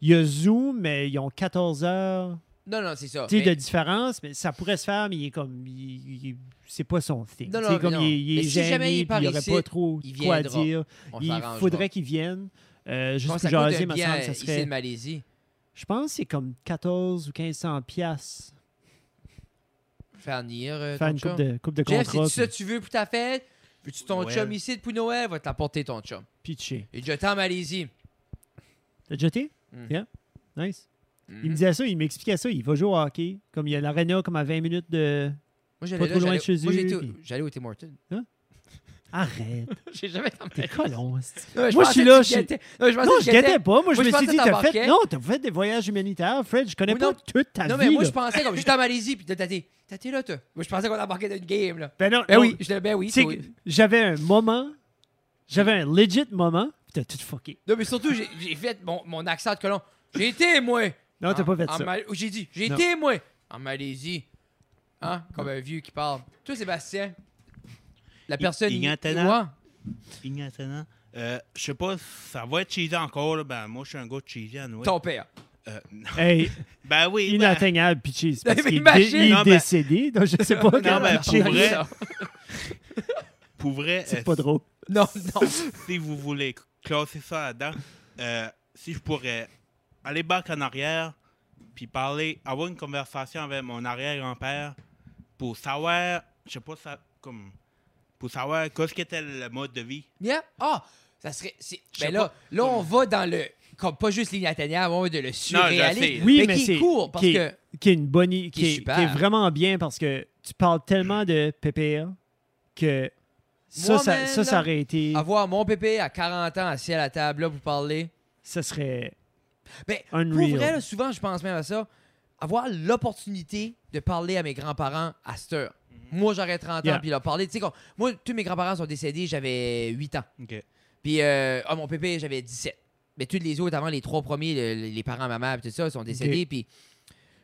B: Il y a Zoom, mais ils ont 14 heures
A: Non, non, c'est ça.
B: tu sais,
A: Mais-
B: de différence, mais ça pourrait se faire, mais il est comme. il- il- c'est pas son thing.
A: Non,
B: Tu
A: non,
B: sais,
A: mais
B: comme
A: non.
B: Il, est- il
A: Mais
B: est
A: si
B: gêné,
A: jamais il est
B: puis
A: par
B: il aurait
A: ici,
B: pas trop
A: il
B: quoi
A: viendra.
B: dire.
A: on
B: Il
A: s'arrangera.
B: faudrait qu'il vienne. Euh, juste
A: Comment
B: pour
A: ça coûte
B: jaser,
A: un
B: me
A: billet
B: semble, ça
A: ici de
B: serait.
A: Malaisie?
B: Je pense que c'est comme 14 ou 1500 piastres.
A: Faire venir euh,
B: Faire
A: ton
B: une coupe
A: chum?
B: de, coupe de
A: Jeff,
B: contrat,
A: c'est ça que tu veux pour ta fête? Veux-tu ton
C: Noël.
A: chum ici pour Noël? Va te l'apporter ton chum.
B: puis pitcher.
A: Et je t'en Malaisie.
B: T'as jeté?
A: Mm.
B: Yeah. Nice. Il me
A: Mhm.
B: disait ça, il m'expliquait ça. Il va jouer au hockey. Comme il y a l'aréna comme à 20 minutes de.
A: Moi, j'allais
B: trop
A: là,
B: loin de
A: j'allais-
B: chez
A: moi,
B: eux,
A: j'étais au-
B: puis-
A: j'allais au Tim Hortons.
B: Arrête.
A: J'ai jamais été en
B: T'es
A: Malaisie.
B: colon. c'est-
A: Non, mais
B: Moi, je
A: pensais
B: suis
A: que
B: là,
A: tu
B: je suis-
A: guettais. Non, je pensais
B: Non,
A: que
B: je
A: tu
B: guettais pas. Moi, je
A: Moi, je
B: me suis
A: pensais
B: dit,
A: que
B: t'as fait.
A: t'embarquais.
B: Non, t'as fait des voyages humanitaires. Fred, je connais
A: Oui,
B: pas
A: non.
B: toute ta
A: Non,
B: vie.
A: mais moi,
B: là.
A: je pensais comme j'étais en Malaisie, puis t'as t'es t'as- t'es là, toi. Moi, je pensais qu'on embarquait dans une game, là.
B: Ben non,
A: Ben
B: non,
A: oui, je ben oui.
B: c'est
A: toi-
B: que j'avais un moment, j'avais un legit moment, pis t'as tout fucké.
A: Non, mais surtout, j'ai j'ai fait mon, mon accent de colon. J'ai été, moi.
B: Non, t'as
A: En-
B: pas fait
A: en
B: ça.
A: Mal- J'ai dit, j'ai
B: Non.
A: été, moi, en Malaisie. Hein, comme un vieux qui parle. Toi, Sébastien, la personne.
C: Ignatenant. Ignatana. Euh, je sais pas, ça va être cheesy encore. là. Ben, moi, je suis un gars de cheesy à Noël.
A: Ton père.
C: Euh, non.
B: Hey,
C: ben oui. ben-
B: inatteignable, Pitchy. c'est
A: Mais
B: Parce qu'il est,
A: imagine!
B: dé- il est
C: Non, ben-
B: décédé, donc je sais pas. quand
C: ben,
B: Pitchy-
C: pour vrai,
A: Ça.
C: pour vrai,
B: C'est
C: euh,
B: pas drôle.
A: Non, non.
C: si vous voulez classer ça là-dedans, euh, si je pourrais aller back en arrière, puis parler, avoir une conversation avec mon arrière-grand-père pour savoir, je sais pas, ça, comme, pour savoir qu'est-ce qu'était le mode de vie.
A: Bien. Ah, ça serait. c'est-
C: Je sais
A: Ben là,
C: pas.
A: là, on va dans le. Comme pas juste l'inatteignable, on va dans le
C: je
A: surréaliste.
C: sais.
B: Oui,
A: mais,
B: mais
A: qui
B: c'est-
A: est court, parce
B: qui est-
A: que.
B: Qui est une bonne, i- qui,
A: Qui est
B: est,
A: super.
B: qui est vraiment bien parce que tu parles tellement de PPA que ça,
A: Moi,
B: ça,
A: man,
B: ça, ça
A: là,
B: aurait été.
A: Avoir mon pépé à 40 ans assis à la table là pour parler.
B: Ça serait.
A: Ben,
B: Unreal.
A: pour vrai, là, souvent, je pense même à ça. Avoir l'opportunité de parler à mes grands-parents à cette heure.
C: Mhm.
A: Moi, j'aurais 30
B: Yeah.
A: ans, puis leur parler. Tu sais, quand- moi, tous mes grands-parents sont décédés, j'avais 8 ans.
C: OK.
A: Puis, euh, ah, mon pépé, j'avais 17. Mais tous les autres, avant les trois premiers, le- le- les parents, maman, puis tout ça, sont décédés.
B: Ok.
A: Puis,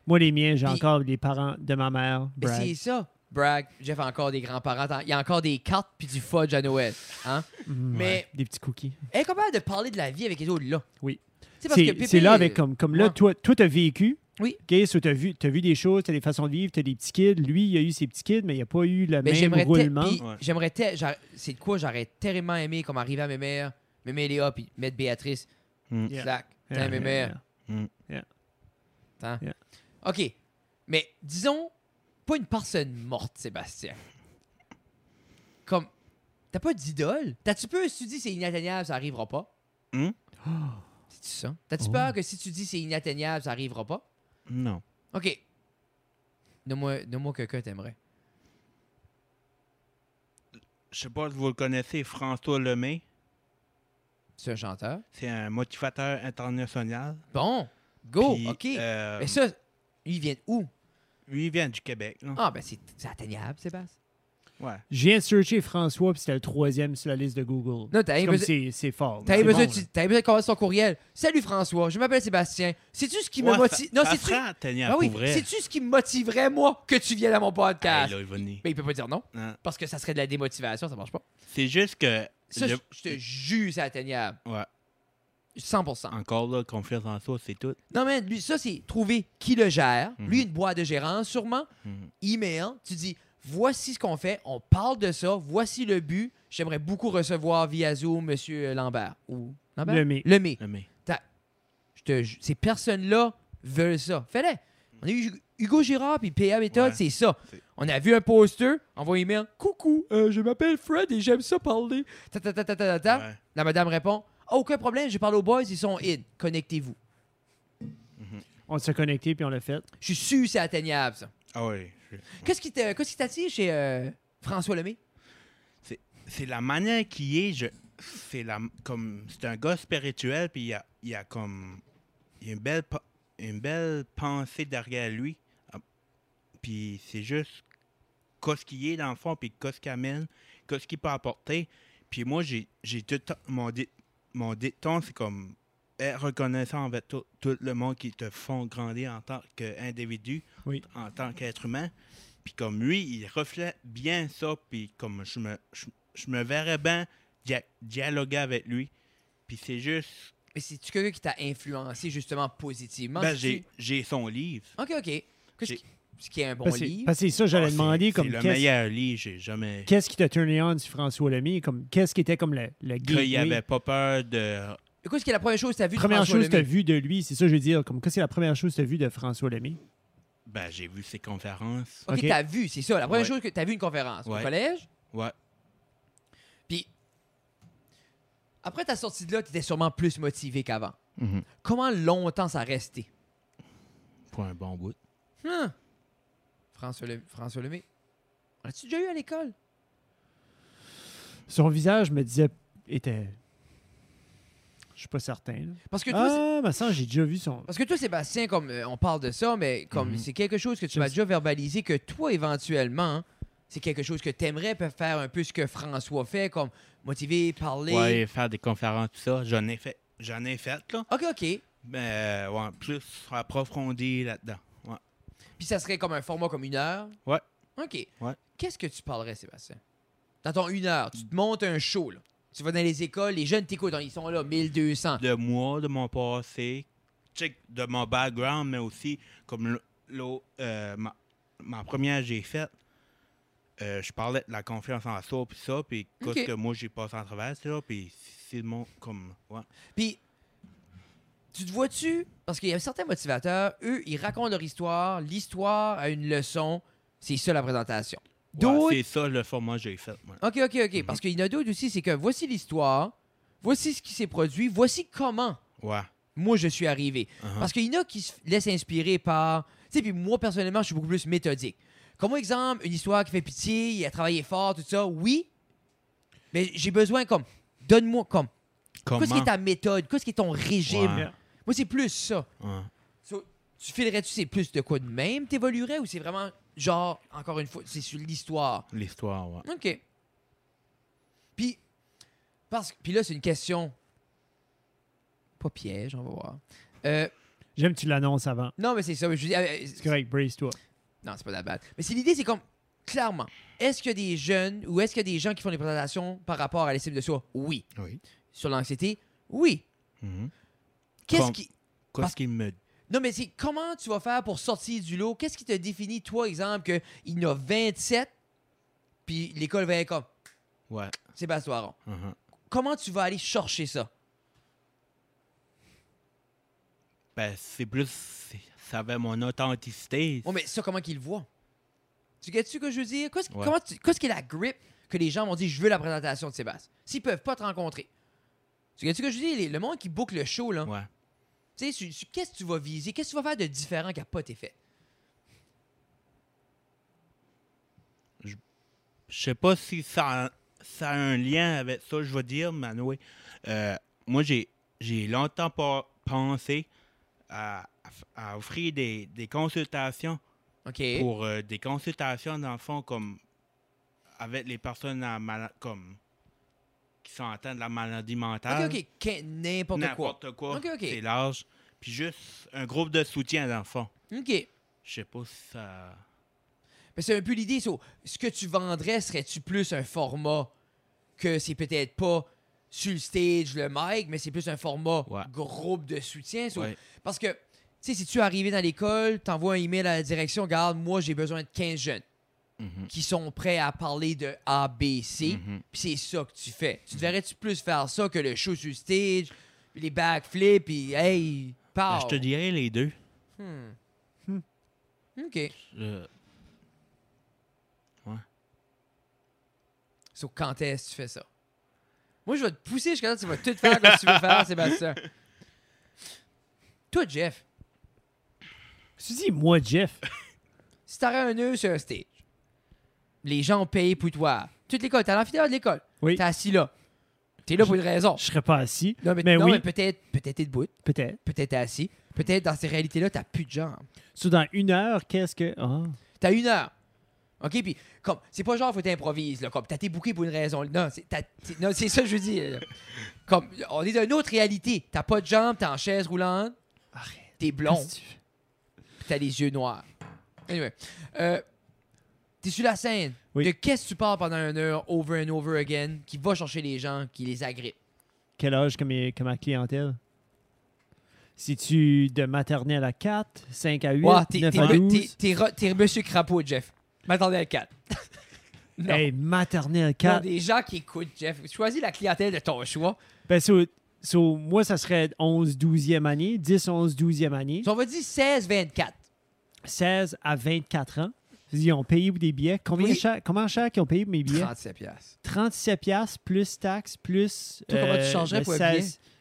B: Moi, les miens, j'ai
A: Puis-
B: encore les parents de ma mère.
A: ben,
B: Brad.
A: c'est ça. Bragg, Jeff a encore des grands-parents. T'en- Il y a encore des cartes, puis du fudge à Noël. Hein?
B: Mm,
A: mais-
B: ouais, Des petits cookies.
A: Et capable de parler de la vie avec les autres là.
B: Oui.
A: Tu sais, parce que
B: C'est
A: pépé, euh,
B: c'est là avec comme, comme là,
A: ouais.
B: toi, toi, t'as vécu.
A: Oui.
B: OK, so t'as vu, t'as vu des choses, t'as des façons de vivre, t'as des petits kids. Lui, il a eu ses petits kids, mais il a pas eu le
A: Mais
B: même
A: j'aimerais te-
B: roulement.
A: puis
C: Ouais.
A: j'aimerais te- j'a- c'est de quoi j'aurais tellement aimé comme arriver à mes mères, mes mères Léa puis mettre Béatrice.
C: Mm.
B: Yeah.
A: Slack. Tiens,
B: Yeah,
A: mes
B: yeah,
A: mères.
B: yeah.
A: Hein?
B: Yeah.
A: OK. Mais disons pas une personne morte, Sébastien. Comme t'as pas d'idole? T'as-tu peur si tu dis c'est inatteignable, ça arrivera pas?
C: Hmm?
A: C'est-tu ça? T'as-tu
B: Oh.
A: peur que si tu dis c'est inatteignable, ça arrivera pas?
C: Non.
A: OK. Nomme-moi nomme-moi quelqu'un que t'aimerais.
C: Je sais pas si vous le connaissez, François Lemay.
A: C'est un chanteur?
C: C'est un motivateur international.
A: Bon. Go.
C: Puis,
A: Oh, OK.
C: euh,
A: Mais ça, lui, il vient de où?
C: lui, il vient du Québec. là.
A: Ah, ben c'est c'est atteignable, Sébastien.
C: Ouais.
B: Je viens de searcher François, puis c'était le troisième sur la liste de Google.
A: Non, t'as
B: C'est
A: eu
B: comme
A: besoin,
B: c'est c'est fort.
A: t'as eu
B: C'est
A: besoin,
B: bon,
A: de-
B: là.
A: t'as eu besoin de commencer son courriel. Salut François, je m'appelle Sébastien. Sais-tu ce qui me
C: Ouais,
A: motive.
C: ça-
A: Non,
C: ça
A: c'est-tu.
C: serait atteignable,
A: Ah oui,
C: pour vrai.
A: sais-tu ce qui me motiverait, moi, que tu viennes à mon podcast?
C: Hey, là, il va venir.
A: Mais il peut pas dire non,
C: Hein.
A: parce que ça serait de la démotivation, ça marche pas.
C: C'est juste que.
A: Ça,
C: le-
A: je je te jure, c'est atteignable.
C: Ouais.
A: 100%.
C: Encore là, confiance en soi, c'est tout.
A: Non, mais lui, ça, c'est trouver qui le gère.
C: Mhm.
A: Lui, une boîte de gérance, sûrement.
C: Mhm.
A: Email. Tu dis, voici ce qu'on fait. On parle de ça. Voici le but. J'aimerais beaucoup recevoir via Zoom M. Lambert. Ou Lambert?
B: Lemay.
A: Lemay.
C: Mais,
A: Je te ju- Ces personnes-là veulent ça. Fais-le. On a eu Hugo Girard puis PA Méthode,
C: Ouais.
A: c'est ça.
C: C'est-
A: On a vu un poster, envoie un email. Coucou, euh, je m'appelle Fred et j'aime ça parler. Ta, ta, ta, ta, ta, ta, ta.
C: ouais.
A: La madame répond Ah, Aucun problème, je parle aux boys, ils sont in. Connectez-vous.
B: On s'est connecté, puis on l'a fait.
A: Je suis sûr que c'est atteignable, ça.
C: Ah oui. je-
A: Qu'est-ce qui t'a- qu'est-ce qui t'attire chez euh, François Lemay?
C: C'est la manière qui est. Je... C'est la... comme c'est un gars spirituel, puis il y a, il y a comme. Il y a une belle, pe- une belle pensée derrière lui. Ah, Puis c'est juste. Qu'est-ce qu'il est dans le fond, puis qu'est-ce qu'il amène, qu'est-ce qu'il peut apporter. Puis moi, j'ai j'ai tout. le temps- Mon, dé... mon dicton, c'est comme. Être reconnaissant envers tout, tout le monde qui te font grandir en tant qu'individu,
B: Oui.
C: en tant qu'être humain. Puis comme lui, il reflète bien ça. Puis comme je me, je, je me verrais bien dia- dialoguer avec lui. Puis c'est juste.
A: Mais c'est-tu quelqu'un qui t'a influencé justement positivement?
C: Ben,
A: C'est-tu-
C: j'ai- j'ai son livre.
A: OK, OK. Qu'est-ce
C: j'ai-
A: qui- ce qui est un bon
B: Parce que-
A: livre?
B: parce que Ben, c'est ça, j'allais
C: Ah, c'est-
B: demander comme
C: C'est le
B: qu'est-ce-
C: meilleur livre, j'ai jamais.
B: qu'est-ce qui t'a turné on sur François Lemay? Comme qu'est-ce qui était comme le, le
C: Qu'il n'y
B: gateway?
C: avait pas peur de.
A: Écoute, ce qui est la première chose que tu as vue de
B: Première
A: François
B: chose que tu as
A: Lemay?
B: vue de lui, c'est ça que je veux dire. Comme qu'est-ce que c'est la première chose que tu as vue de François Lemay?
C: Ben, j'ai vu ses conférences.
A: OK,
B: OK.
A: t'as vu, c'est ça. La première
C: Ouais.
A: chose que t'as vu une conférence au
C: Ouais.
A: collège.
C: Ouais.
A: Puis après ta sortie de là, t'étais sûrement plus motivé qu'avant. Comment longtemps ça a resté?
C: Pour un bon bout.
A: Hum. François, Le- François Lemay. As-tu déjà eu à l'école?
B: Son visage me disait était. Je suis pas certain. là.
A: Parce que toi, c'est- Ah,
B: Ah, mais ça, j'ai déjà vu son.
A: parce que toi, Sébastien, comme euh, on parle de ça, mais comme
C: Mhm.
A: c'est quelque chose que tu
B: Je
A: m'as
B: sais.
A: déjà verbalisé, que toi, éventuellement, hein, c'est quelque chose que t'aimerais pe- faire un peu ce que François fait, comme motiver, parler.
C: Ouais, faire des conférences, tout ça. J'en ai fait. J'en ai fait, là.
A: OK, OK.
C: Mais, euh, ouais, plus approfondi là-dedans. Ouais.
A: Puis ça serait comme un format comme une heure?
C: Ouais.
A: OK.
C: Ouais.
A: Qu'est-ce que tu parlerais, Sébastien? Dans ton une heure, tu te montes un show, là. Tu vas dans les écoles, les jeunes t'écoutent, hein, ils sont là, 1200.
C: De moi, de mon passé, check de mon background, mais aussi, comme l- l'au- euh, ma, ma première j'ai faite, euh, je parlais de la confiance en soi, puis ça, puis
A: Ok.
C: qu'est-ce que moi j'ai passé en travers, c'est ça, puis c'est mon. Comme. Ouais.
A: Puis, tu te vois-tu? Parce qu'il y a certains motivateurs, eux, ils racontent leur histoire, l'histoire a une leçon, c'est ça la présentation. D'autres.
C: Ouais, Mhm. c'est ça le format que j'ai fait. ouais.
A: OK, OK, OK. Parce qu'il y en a d'autres aussi, c'est que voici l'histoire, voici ce qui s'est produit, voici comment
C: Ouais.
A: moi je suis arrivé.
C: Uh-huh.
A: Parce qu'il y en a qui se laissent inspirer par. Tu sais, puis moi, personnellement, je suis beaucoup plus méthodique. Comme exemple, une histoire qui fait pitié, il a travaillé fort, tout ça, oui. Mais j'ai besoin, comme, donne-moi, comme,
C: Comment?
A: qu'est-ce qui est ta méthode, qu'est-ce qui est ton régime.
C: Ouais.
A: Moi, c'est plus ça.
C: Ouais.
A: So, tu filerais-tu, c'est plus de quoi de même, t'évoluerais, ou c'est vraiment, genre, encore une fois, c'est sur l'histoire.
C: L'histoire, ouais.
A: OK. Puis, parce, puis là, c'est une question. Pas piège, on va voir. Euh,
B: J'aime que tu l'annonces avant.
A: non, mais c'est ça. Je veux dire, euh,
B: C'est correct, brace-toi.
A: Non, c'est pas de la balle. Mais c'est l'idée, c'est comme, clairement, est-ce qu'il y a des jeunes ou est-ce qu'il y a des gens qui font des présentations par rapport à l'estime de soi? Oui.
C: Oui.
A: Sur l'anxiété? Oui.
C: Mhm.
A: Qu'est-ce
C: Com-
A: qui.
C: Qu'est-ce qu'il me.
A: Non, mais c'est comment tu vas faire pour sortir du lot? Qu'est-ce qui te définit, toi, exemple, qu'il y en a 27, puis l'école va être comme
C: Ouais.
A: Sébastien Aron.
C: Uh-huh.
A: Comment tu vas aller chercher ça?
C: Ben, c'est plus. c'est- Ça avait mon authenticité.
A: Oh, mais ça, comment qu'ils le voient? Tu gagnes tu ce que je veux dire? Qu'est-ce
C: Ouais.
A: comment tu- qu'est-ce qui est la grip que les gens vont dire, je veux la présentation de Sébastien? S'ils peuvent pas te rencontrer. Tu gagnes tu ce que je veux dire? Les- Le monde qui boucle le show, là,
C: Ouais.
A: tu sais, sur- sur qu'est-ce que tu vas viser? Qu'est-ce que tu vas faire de différent qui n'a pas été fait?
C: Je sais pas si ça a, ça a un lien avec ça, je vais dire, mais anyway, euh, moi, j'ai, j'ai longtemps pas pensé à, à- à offrir des, des consultations
A: OK.
C: pour euh, des consultations, dans le fond, comme avec les personnes en mala- comme, qui sont atteintes de la maladie mentale.
A: OK, OK. Que- N'importe quoi.
C: N'importe quoi.
A: Ok, ok.
C: C'est large. Puis juste un groupe de soutien, dans le fond.
A: OK.
C: Je sais pas si ça.
A: Mais c'est un peu l'idée. so, ce que tu vendrais, serait-tu plus un format que c'est peut-être pas sur le stage, le mic, mais c'est plus un format
C: Ouais.
A: groupe de soutien? so,
C: Ouais.
A: Parce que, tu sais, si tu es arrivé dans l'école, t'envoies un email à la direction, garde, moi, j'ai besoin de 15 jeunes
C: Mhm.
A: qui sont prêts à parler de A, B, C.
C: Mhm.
A: Puis c'est ça que tu fais. Tu devrais-tu plus faire ça que le show sur stage, puis les backflips, puis hey,
C: Ben,
A: parle.
C: je te dirais les deux.
A: Hmm.
B: Hmm.
A: OK.
C: Je-
A: So, quand est-ce que tu fais ça? Moi, je vais te pousser jusqu'à là, tu vas tout faire comme tu veux faire, Sébastien. Toi, Jeff,
B: Tu dis, moi, Jeff.
A: si t'aurais un nœud sur un stage, les gens ont payé pour toi. Toute l'école, t'es à l'amphithéâtre de l'école.
B: Oui.
A: T'es assis là. T'es là pour une raison.
B: Je serais pas assis.
A: Non, mais,
B: Mais
A: non,
B: oui.
A: mais peut-être peut-être t'es debout,
B: Peut-être.
A: peut-être t'es assis, peut-être dans ces réalités-là, t'as plus de jambes.
B: Sous dans une heure, qu'est-ce que. Ah.
A: T'as une heure. OK, puis comme c'est pas genre faut t'improviser là, comme t'as été booké pour une raison. Non, c'est t'as- c'est- non, c'est ça que je veux dire. là. Comme on est dans une autre réalité, t'as pas de jambes, t'es en chaise roulante,
B: Arrête.
A: t'es blond,
B: Qu'est-ce que tu fais?
A: puis t'as les yeux noirs. Anyway, euh, t'es sur la scène.
B: Oui.
A: De qu'est-ce que tu parles pendant une heure over and over again qui va chercher les gens, qui les agrippe.
B: Quel âge que, mes- que ma clientèle Si tu de maternelle à 4, 5 à 8,
A: Wow, t'es-
B: 9
A: t'es-
B: à
A: t'es-
B: 12.
A: t'es- t'es re- T'es Monsieur Crapaud, Jeff. M'attendez à 4. non.
B: Hey, maternelle
A: Il y a
B: 4.
A: des gens qui écoutent, Jeff. Choisis la clientèle de ton choix.
B: Ben, so- so, moi, ça serait 11, 12e année, 10, 11, 12e année,
A: Si on va dire 16-24.
B: 16 à 24 ans. Ils ont payé pour des billets. Combien
A: Oui.
B: cher- comment cher qu'ils ont payé pour mes billets?
A: 37
B: Mm.
A: piastres.
B: 37 piastres plus taxes, plus... euh,
A: Toi, comment tu changerais
B: le
A: pour un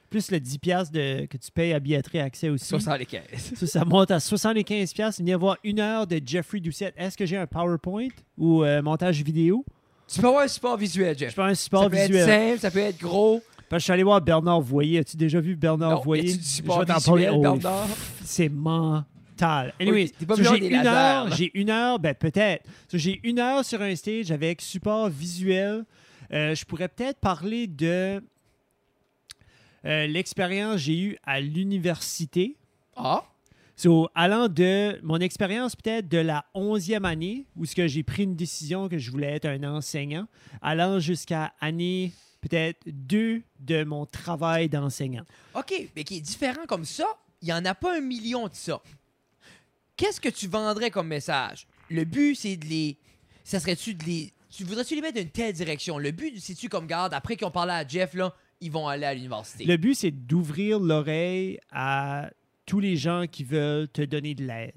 B: Plus le 10 piastres de- que tu payes à billetterie accès aussi.
A: Soit sans les caisses.
B: Ça, ça monte à 75 pièces. Il vient y avoir une heure de Jeffrey Doucette. Est-ce que j'ai un PowerPoint ou euh, montage vidéo?
A: Tu peux avoir un support visuel,
B: Je
A: Jeff.
B: fais un
A: Ça
B: support
A: peut
B: visuel.
A: être simple, ça peut être gros.
B: Parce que je suis allé voir Bernard Voyer. As-tu déjà vu Bernard
A: Non,
B: Voyer?
A: y a-tu du support
B: Ah, Je vais t'en
A: visuel,
B: parler. Oh,
A: Bernard?
B: pff, C'est mental. Anyway,
A: Oui, t'es pas
B: so
A: obligé d'avoir
B: j'ai
A: des
B: une
A: lasers,
B: heure,
A: là.
B: j'ai une heure, ben peut-être. So j'ai une heure sur un stage avec support visuel. Euh, je pourrais peut-être parler de euh, l'expérience que j'ai eue à l'université.
A: Ah,
B: So, allant de mon expérience peut-être de la 11e année, où ce que j'ai pris une décision que je voulais être un enseignant, allant jusqu'à année peut-être 2 de mon travail d'enseignant.
A: OK, mais qui est différent comme ça, il n'y en a pas un million de ça. Qu'est-ce que tu vendrais comme message? Le but, c'est de les. Ça serait-tu de les. Tu voudrais-tu les mettre dans une telle direction? Le but, c'est-tu comme garde, après qu'ils ont parlé à Jeff, là, ils vont aller à l'université.
B: Le but, c'est d'ouvrir l'oreille à tous les gens qui veulent te donner de l'aide.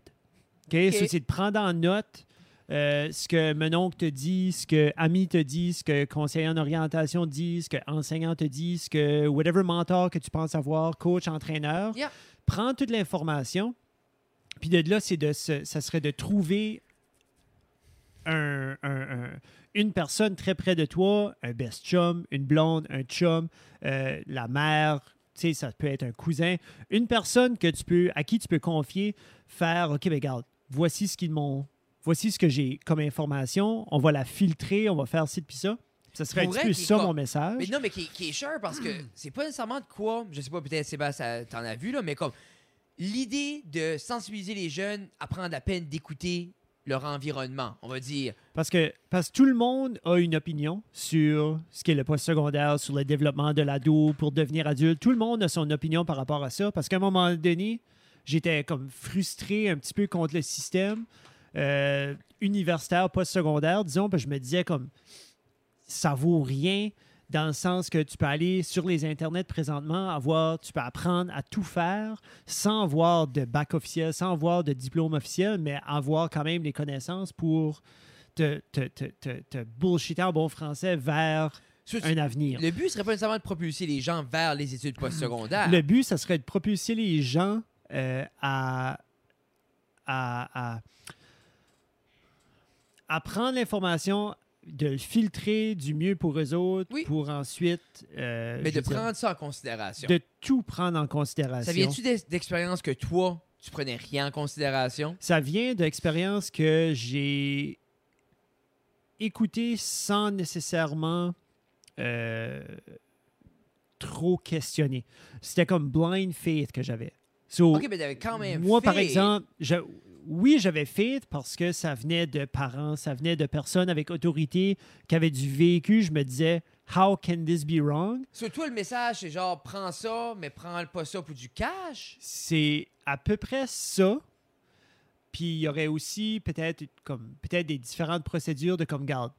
B: OK? So, c'est de prendre en note euh, ce que mon oncle te dit, ce que ami te dit, ce que conseiller en orientation dit, ce que enseignant te dit, ce que whatever mentor que tu penses avoir, coach, entraîneur.
A: Yeah.
B: Prends toute l'information. Puis de là, c'est de se- ça serait de trouver un- un- un- une personne très près de toi, un best chum, une blonde, un chum, euh, la mère, tu sais, ça peut être un cousin, une personne que tu peux, à qui tu peux confier, faire, ok, ben regarde, voici ce qu'ils m'ont, voici ce que j'ai comme information, on va la filtrer, on va faire ci puis ça. Ça serait un
A: Pour
B: petit
A: elle,
B: peu
A: qui est
B: ça
A: comme-
B: mon message.
A: Mais non, mais qui, qui est cher parce que c'est pas nécessairement de quoi. Je sais pas, peut-être Sébastien, ça- t'en as vu, là, mais comme l'idée de sensibiliser les jeunes à prendre la peine d'écouter leur environnement, on va dire.
B: Parce que, parce que tout le monde a une opinion sur ce qu'est le post-secondaire, sur le développement de l'ado pour devenir adulte. Tout le monde a son opinion par rapport à ça. Parce qu'à un moment donné, j'étais comme frustré un petit peu contre le système euh, universitaire, post-secondaire, disons, parce que je me disais comme ça vaut rien dans le sens que tu peux aller sur les internets présentement, avoir, tu peux apprendre à tout faire sans avoir de bac officiel, sans avoir de diplôme officiel, mais avoir quand même les connaissances pour te, te, te, te, te bullshitter en bon français vers
A: Ce-
B: un avenir.
A: Le but serait pas nécessairement de propulser les gens vers les études postsecondaires.
B: Le euh, but, ça serait de propulser les gens euh, à, à, à- à prendre l'information, de le filtrer du mieux pour eux autres,
A: Oui.
B: pour ensuite... euh,
A: mais
B: je
A: de
B: veux dire,
A: prendre ça en considération.
B: de tout prendre en considération.
A: Ça vient-tu d'ex- d'expériences que toi, tu prenais rien en considération?
B: Ça vient d'expériences que j'ai écoutées sans nécessairement euh, trop questionner. C'était comme blind faith que j'avais. So,
A: Ok, mais t'avais quand même.
B: moi, par
A: fait-
B: exemple, je- oui, j'avais fait parce que ça venait de parents, ça venait de personnes avec autorité qui avaient du vécu. Je me disais, how can this be wrong?
A: Sur toi, le message, c'est genre, prends ça, mais prends pas ça pour du cash.
B: C'est à peu près ça. Puis il y aurait aussi peut-être comme peut-être des différentes procédures de comme garde.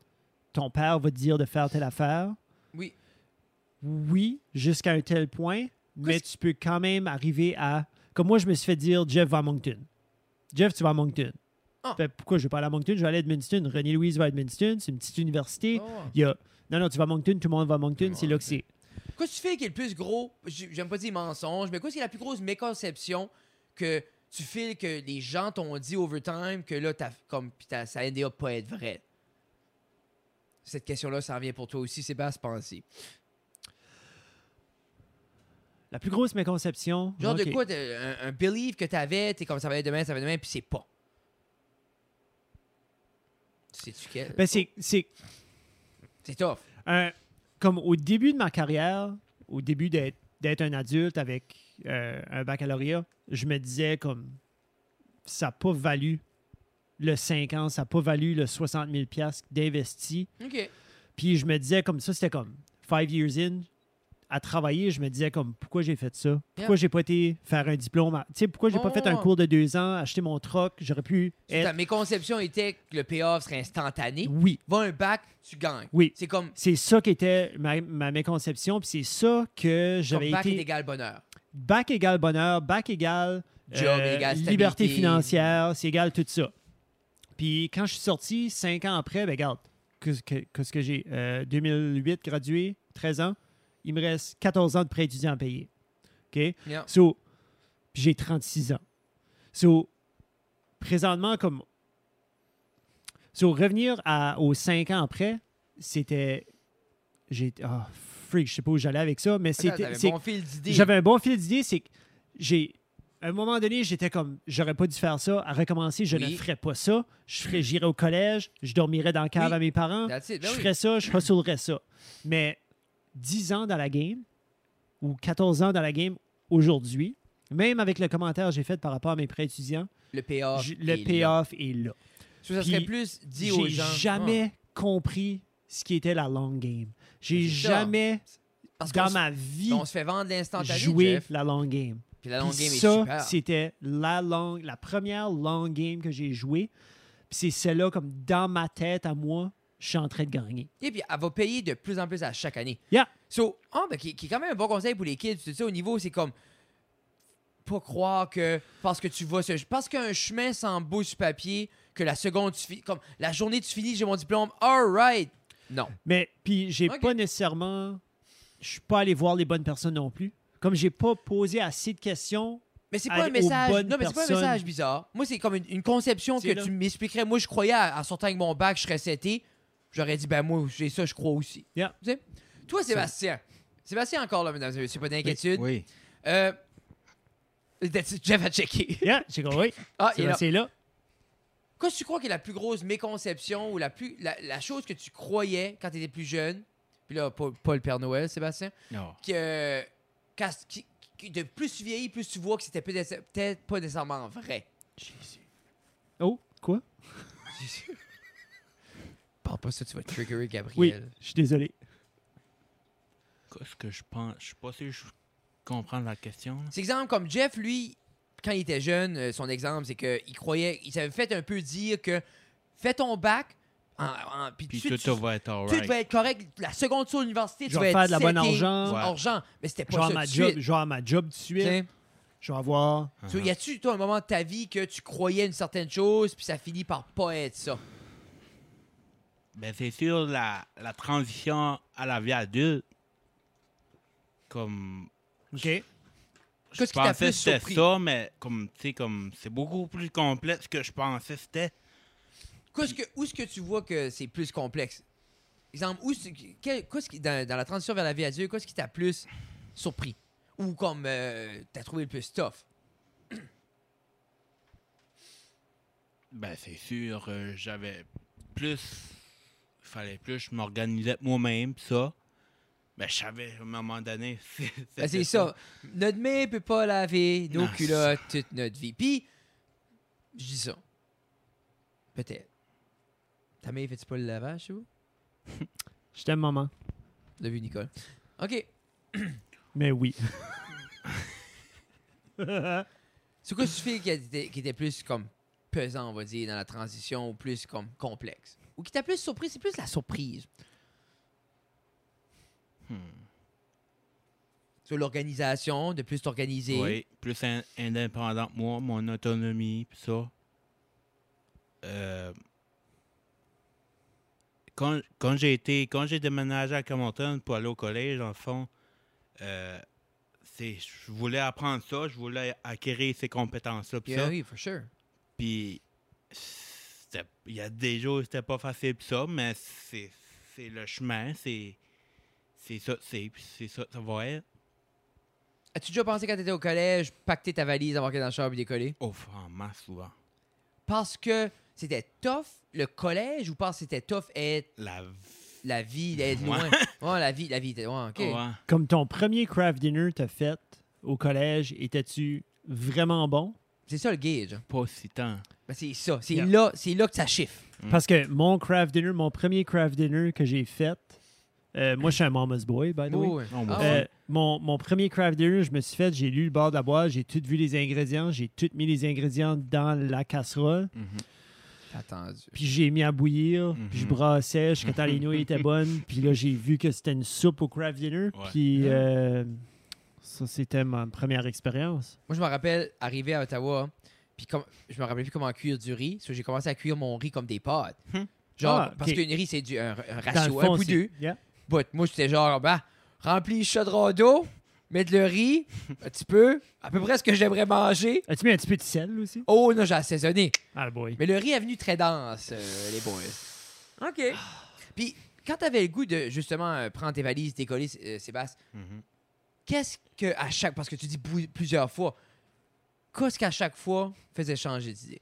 B: Ton père va te dire de faire telle affaire.
A: Oui.
B: Oui, jusqu'à un tel point, mais
A: Qu'est-ce-
B: tu peux quand même arriver à comme moi je me suis fait dire Jeff va à Moncton. Jeff, tu vas à Moncton.
A: Ah.
B: Fait, pourquoi je vais pas aller à Moncton, je vais aller à Edmundston. René Louise va à Edmundston, c'est une petite université.
A: Oh.
B: Il y a non non, tu vas à Moncton, tout le monde va à Moncton,
A: le
B: c'est
A: monde,
B: là que c'est.
A: Qu'est-ce que tu fais qui est le plus gros, j'ai- j'aime pas dire mensonge, mais qu'est-ce qui est la plus grosse méconception que tu files que les gens t'ont dit overtime que là, t'as, comme, pis t'as- ça NDA pas être vrai? Cette question-là, ça revient pour toi aussi, Sébastien Pansy.
B: La plus grosse méconception.
A: Genre
B: ok.
A: de quoi, t'as un, un belief que t'avais, t'es comme ça va être demain, ça va être demain, puis c'est pas. C'est-tu quel?
B: Ben, c'est- c'est
A: C'est tough.
B: un- comme au début de ma carrière, au début d'être d'être un adulte avec euh, un baccalauréat, je me disais comme ça n'a pas valu le 5 ans, ça n'a pas valu le 60 000 piastres d'investi.
A: OK.
B: Puis je me disais comme ça, c'était comme 5 years in, à travailler, je me disais comme pourquoi j'ai fait ça? Pourquoi
A: Yeah.
B: j'ai pas été faire un diplôme? à- Tu sais, pourquoi j'ai pas
A: Oh,
B: fait un
A: ouais.
B: cours de deux ans, acheter mon troc, j'aurais pu
A: C'est ça.
B: être...
A: Mes conceptions étaient que le payoff serait instantané.
B: Oui,
A: Va un bac, tu gagnes.
B: Oui.
A: C'est comme,
B: c'est ça qui était ma, ma méconception, puis c'est ça que j'avais
A: comme bac
B: été...
A: est égal bonheur.
B: bac égale bonheur, bac égale
A: Job égale stabilité.
B: liberté financière, c'est égal tout ça. Puis quand je suis sorti, cinq ans après, ben regarde, qu'est-ce que, qu'est-ce que j'ai? Euh, 2008, gradué, 13 ans, il me reste 14 ans de prêt étudiant à payer. OK?
A: Yeah.
B: So, puis j'ai 36 ans. So, présentement, comme... So, revenir à, aux 5 ans après, c'était... J'ai... Ah, freak, je sais pas où j'allais avec ça, mais
A: Attends,
B: c'était...
A: t'avais
B: c'est-
A: un bon fil d'idées.
B: j'avais un bon fil d'idée, c'est que j'ai. À un moment donné, j'étais comme, j'aurais pas dû faire ça. À recommencer, je
A: Oui.
B: ne ferais pas ça. Je ferais, j'irais au collège, je dormirais dans le cave
A: Oui.
B: à mes parents.
A: That's it. Ben
B: je
A: oui.
B: ferais ça, je hustlerais ça. Mais 10 ans dans la game, ou 14 ans dans la game aujourd'hui, même avec le commentaire que j'ai fait par rapport à mes prêts étudiants,
A: Le payoff.
B: j-
A: Ah,
B: le
A: est là.
B: payoff est là.
A: Ça, ça serait
B: puis
A: plus dit aux
B: J'ai
A: gens. ah.
B: jamais compris ce qui était la long game. J'ai
A: Mais Ben, c'est ça.
B: jamais,
A: Ah, parce qu'on
B: dans
A: se-
B: ma vie,
A: on se fait vendre l'instantané,
B: joué
A: Jeff.
B: la long game.
A: Puis la longue
B: Puis
A: game est
B: ça,
A: super.
B: c'était la longue, la première long game que j'ai jouée. Puis c'est celle-là, comme dans ma tête à moi, je suis en train de gagner.
A: Et puis, elle va payer de plus en plus à chaque année.
B: Yeah.
A: So, ah, ben, qui, qui est quand même un bon conseil pour les kids. Tu sais, au niveau, c'est comme pas croire que parce que tu vois ce parce qu'un chemin semble beau sur papier que la seconde tu finis comme la journée tu finis j'ai mon diplôme all right non
B: Mais puis j'ai
A: Ok.
B: pas nécessairement, je suis pas allé voir les bonnes personnes non plus. Comme j'ai pas posé assez de questions.
A: mais c'est
B: Aller
A: pas un
B: aux
A: message
B: bonnes
A: non mais c'est pas un
B: personnes.
A: message bizarre moi c'est comme une, une conception
B: C'est
A: que
B: là.
A: tu m'expliquerais moi je croyais à- en sortant avec mon bac je serais seté j'aurais dit ben moi j'ai ça je crois aussi
B: Yeah.
A: Tu sais? toi Sébastien Sébastien encore là mesdames et messieurs c'est pas d'inquiétude
C: Oui.
A: Euh, that's it, Jeff a checké.
B: Yeah, hein, j'ai compris.
A: Ah, il est
B: C'est
A: là.
B: c'est là.
A: Qu'est-ce que tu crois qui est la plus grosse méconception ou la, plus, la, la chose que tu croyais quand tu étais plus jeune, puis là, pas, pas le Père Noël, Sébastien,
C: Non.
A: que quand- qui- qui- de plus tu vieillis, plus tu vois que c'était peut-être peut-être pas nécessairement vrai.
B: Oh, quoi?
A: Parle pas ça, tu vas triggerer Gabriel.
B: Oui, je suis désolé.
C: Qu'est-ce que je pense? Je suis pas sûr que je comprends la question. là.
A: C'est exemple comme Jeff, lui, quand il était jeune, euh, son exemple, c'est qu'il croyait, il s'avait fait un peu dire que fais ton bac, en, en- puis
C: Puis
A: tout de
C: tout,
A: suite,
C: va être
A: tu vas
C: alright.
A: être correct. La seconde sur l'université, tu
B: Je
A: vas
B: vais
A: être
B: faire de la bonne
A: seté,
B: argent.
A: du
C: Ouais.
A: argent. Mais c'était pas
B: Genre
A: ça
B: ma,
A: tout de
B: job,
A: suite.
B: genre ma job de
A: Tu
B: suite.
A: sais,
B: Je vais avoir.
C: Uh-huh.
A: tu vois, y a-tu, toi, un moment de ta vie que tu croyais une certaine chose, puis ça finit par pas être ça?
C: Ben, c'est sûr, la, la transition à la vie adulte, comme.
B: OK.
C: Je
A: Qu'est-ce qui t'a
C: pensais
A: plus
C: que c'était
A: surpris?
C: ça, mais comme, tu sais, comme, c'est beaucoup plus complexe que je pensais que c'était.
A: Qu'est-ce que, où est-ce que tu vois que c'est plus complexe? Exemple, où c'est- quel- qu'est-ce qui, dans, dans la transition vers la vie adulte, qu'est-ce qui t'a plus surpris? Ou comme euh, t'as trouvé le plus tough?
C: Ben, c'est sûr, euh, j'avais plus. fallait plus, je m'organisais moi-même, pis ça. Ben, je savais, à un moment donné.
A: Ben,
C: c'était
A: c'est ça. Notre main peut pas laver nos
C: Non,
A: culottes toute notre vie. Puis, je dis ça. Peut-être. Ta main, fait-tu pas le lavage, ou?
B: Je t'aime, maman.
A: T'as vu, Nicole. OK.
B: Mais oui.
A: C'est quoi ce fil qui était, qui était plus comme pesant, on va dire, dans la transition, ou plus comme complexe? Ou qui t'a plus surpris? C'est plus la surprise.
C: Hmm.
A: Sur l'organisation, de plus t'organiser.
C: Oui, plus in- indépendant que moi, mon autonomie, pis ça. Euh, quand quand j'ai été, quand j'ai déménagé à Camonton pour aller au collège, en fond, euh, c'est, je voulais apprendre ça, je voulais acquérir ces compétences-là, pis
A: Yeah,
C: ça.
A: oui, for sure.
C: Puis, c'était- il y a des jours où c'était pas facile pis ça, mais c'est c'est le chemin, c'est c'est ça, c'est pis c'est ça, ça va être.
A: As-tu déjà pensé quand t'étais au collège, pacter ta valise, embarquer dans le char et décoller?
C: Oh, en masse souvent.
A: Parce que c'était tough, le collège, ou parce que c'était tough être
C: La
A: la vie, d'être
C: Ouais.
A: loin? Ouais, la vie, la vie. était- Ouais, OK.
C: Ouais.
B: Comme ton premier craft dinner t'as fait au collège, étais-tu vraiment bon?
A: C'est ça le gauge. hein.
C: pas si tant.
A: Ben, c'est ça. C'est
B: Yeah.
C: Hmm.
A: là, c'est là que ça chiffre.
B: Parce que mon craft dinner, mon premier craft dinner que j'ai fait, Euh, moi, je suis un mama's boy,
C: Ben
B: by the way.
A: Oui, oui.
C: Non,
A: Ah,
C: moi,
A: ouais.
B: Euh, mon, mon premier craft dinner, je me suis fait, j'ai lu le bord de la boîte, j'ai tout vu les ingrédients, j'ai tout mis les ingrédients dans la casserole,
C: Mhm.
A: T'as attendu.
B: puis j'ai mis à bouillir, puis je
C: Mhm.
B: brassais jusqu'à temps les nouilles étaient bonnes, puis là j'ai vu que c'était une soupe au craft dinner,
C: Ouais.
B: puis euh, ça c'était ma première expérience.
A: Moi, je me rappelle arriver à Ottawa, puis comme, je me rappelais plus comment cuire du riz, parce que j'ai commencé à cuire mon riz comme des pâtes.
C: Hmm.
A: Genre,
B: Ah,
A: parce
B: ok.
A: qu'une riz, c'est du, un, un
B: Dans le
A: ratio,
B: fond,
A: un pour
B: c'est-
A: deux.
B: Yeah.
A: But moi, j'étais genre, bah, remplis le chaudron d'eau, mets de le riz, un petit peu, à peu près ce que j'aimerais manger.
B: As-tu mis un petit peu de sel aussi?
A: Oh non, j'ai assaisonné.
B: Ah boy.
A: Mais le riz est venu très dense, euh, les boys. OK. Puis, quand t'avais le goût de, justement, euh, prendre tes valises, décoller, euh, Sébastien,
C: Mhm.
A: qu'est-ce que à chaque parce que tu dis bou- plusieurs fois qu'est-ce qu'à chaque fois faisait changer d'idée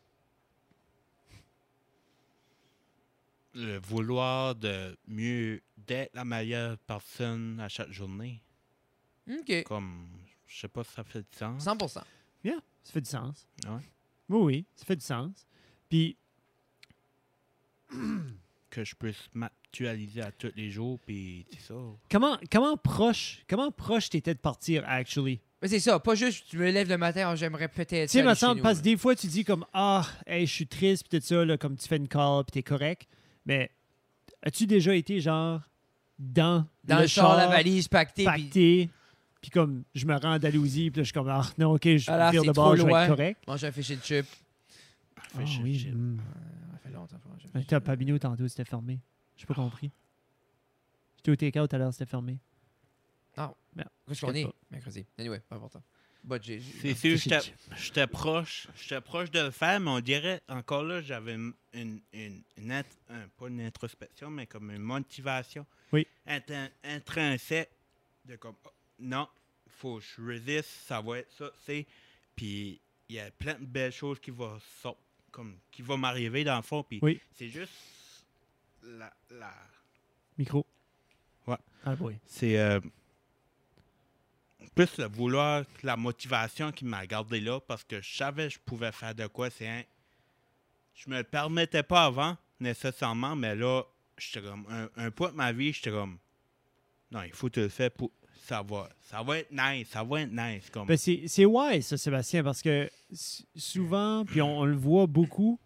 C: Le vouloir de mieux d'être la meilleure personne à chaque journée.
A: OK
C: Comme, je sais pas si ça fait du sens.
A: 100%
B: Yeah, ça fait du sens.
C: Ouais.
B: Oui, oui, ça fait du sens. Puis
C: Que je puisse m'actualiser à tous les jours, puis c'est ça.
B: comment, comment proche, comment proche t'étais de partir, actually?
A: mais c'est ça pas juste tu me lèves le matin oh, j'aimerais peut-être
B: Tu sais,
A: aller
B: ma
A: chez
B: semble,
A: nous,
B: parce que
A: là.
B: des fois, tu dis comme Ah, hey, je suis triste, puis tout ça, là, comme tu fais une call, puis t'es correct. Mais as-tu déjà été genre dans,
A: dans le, char, la valise pactée puis
B: pacté, puis comme je me rends à Dalhousie, puis là, je suis comme Ah, non, ok, je
A: Alors,
B: vais vire
A: c'est
B: de
A: trop
B: bord, je vais
A: loin.
B: être correct.
A: manger un fish and chip
B: Ah,
C: Fish and
B: oui,
C: chip.
B: mm.
A: ça fait longtemps qu'on mange un
B: On
A: fish
B: était à
A: and chip.
B: Pabineau tantôt, c'était fermé. J'ai pas compris. J'étais au take-out tout à l'heure, c'était fermé.
A: Où est-ce qu'on est
B: Je sais
A: mercredi anyway pas important But j'ai- j'ai-
C: C'est sûr,
B: Fish and
C: j'étais-
B: chip.
C: j'étais proche, j'étais proche de le faire, mais on dirait, encore là, j'avais une, une, une- une int- un- pas une introspection, mais comme une motivation
B: Oui.
C: intin- intrinsèque de comme, oh, non, faut que je résiste, ça va être ça, c'est. Puis il y a plein de belles choses qui vont sort- comme qui vont m'arriver dans le fond, puis
B: Oui.
C: c'est juste la, la
B: Micro.
C: Ouais.
B: Ah, boy.
C: c'est euh, plus le vouloir, que la motivation qui m'a gardé là parce que je savais que je pouvais faire de quoi. C'est un... Je me le permettais pas avant, nécessairement, mais là, j'étais comme un, un point de ma vie, j'étais comme Non, il faut te le faire pour. Ça va. Ça va être nice. Ça va être nice. Comme...
B: Ben, c'est c'est wise, ça, Sébastien, parce que s- souvent, puis on, on le voit beaucoup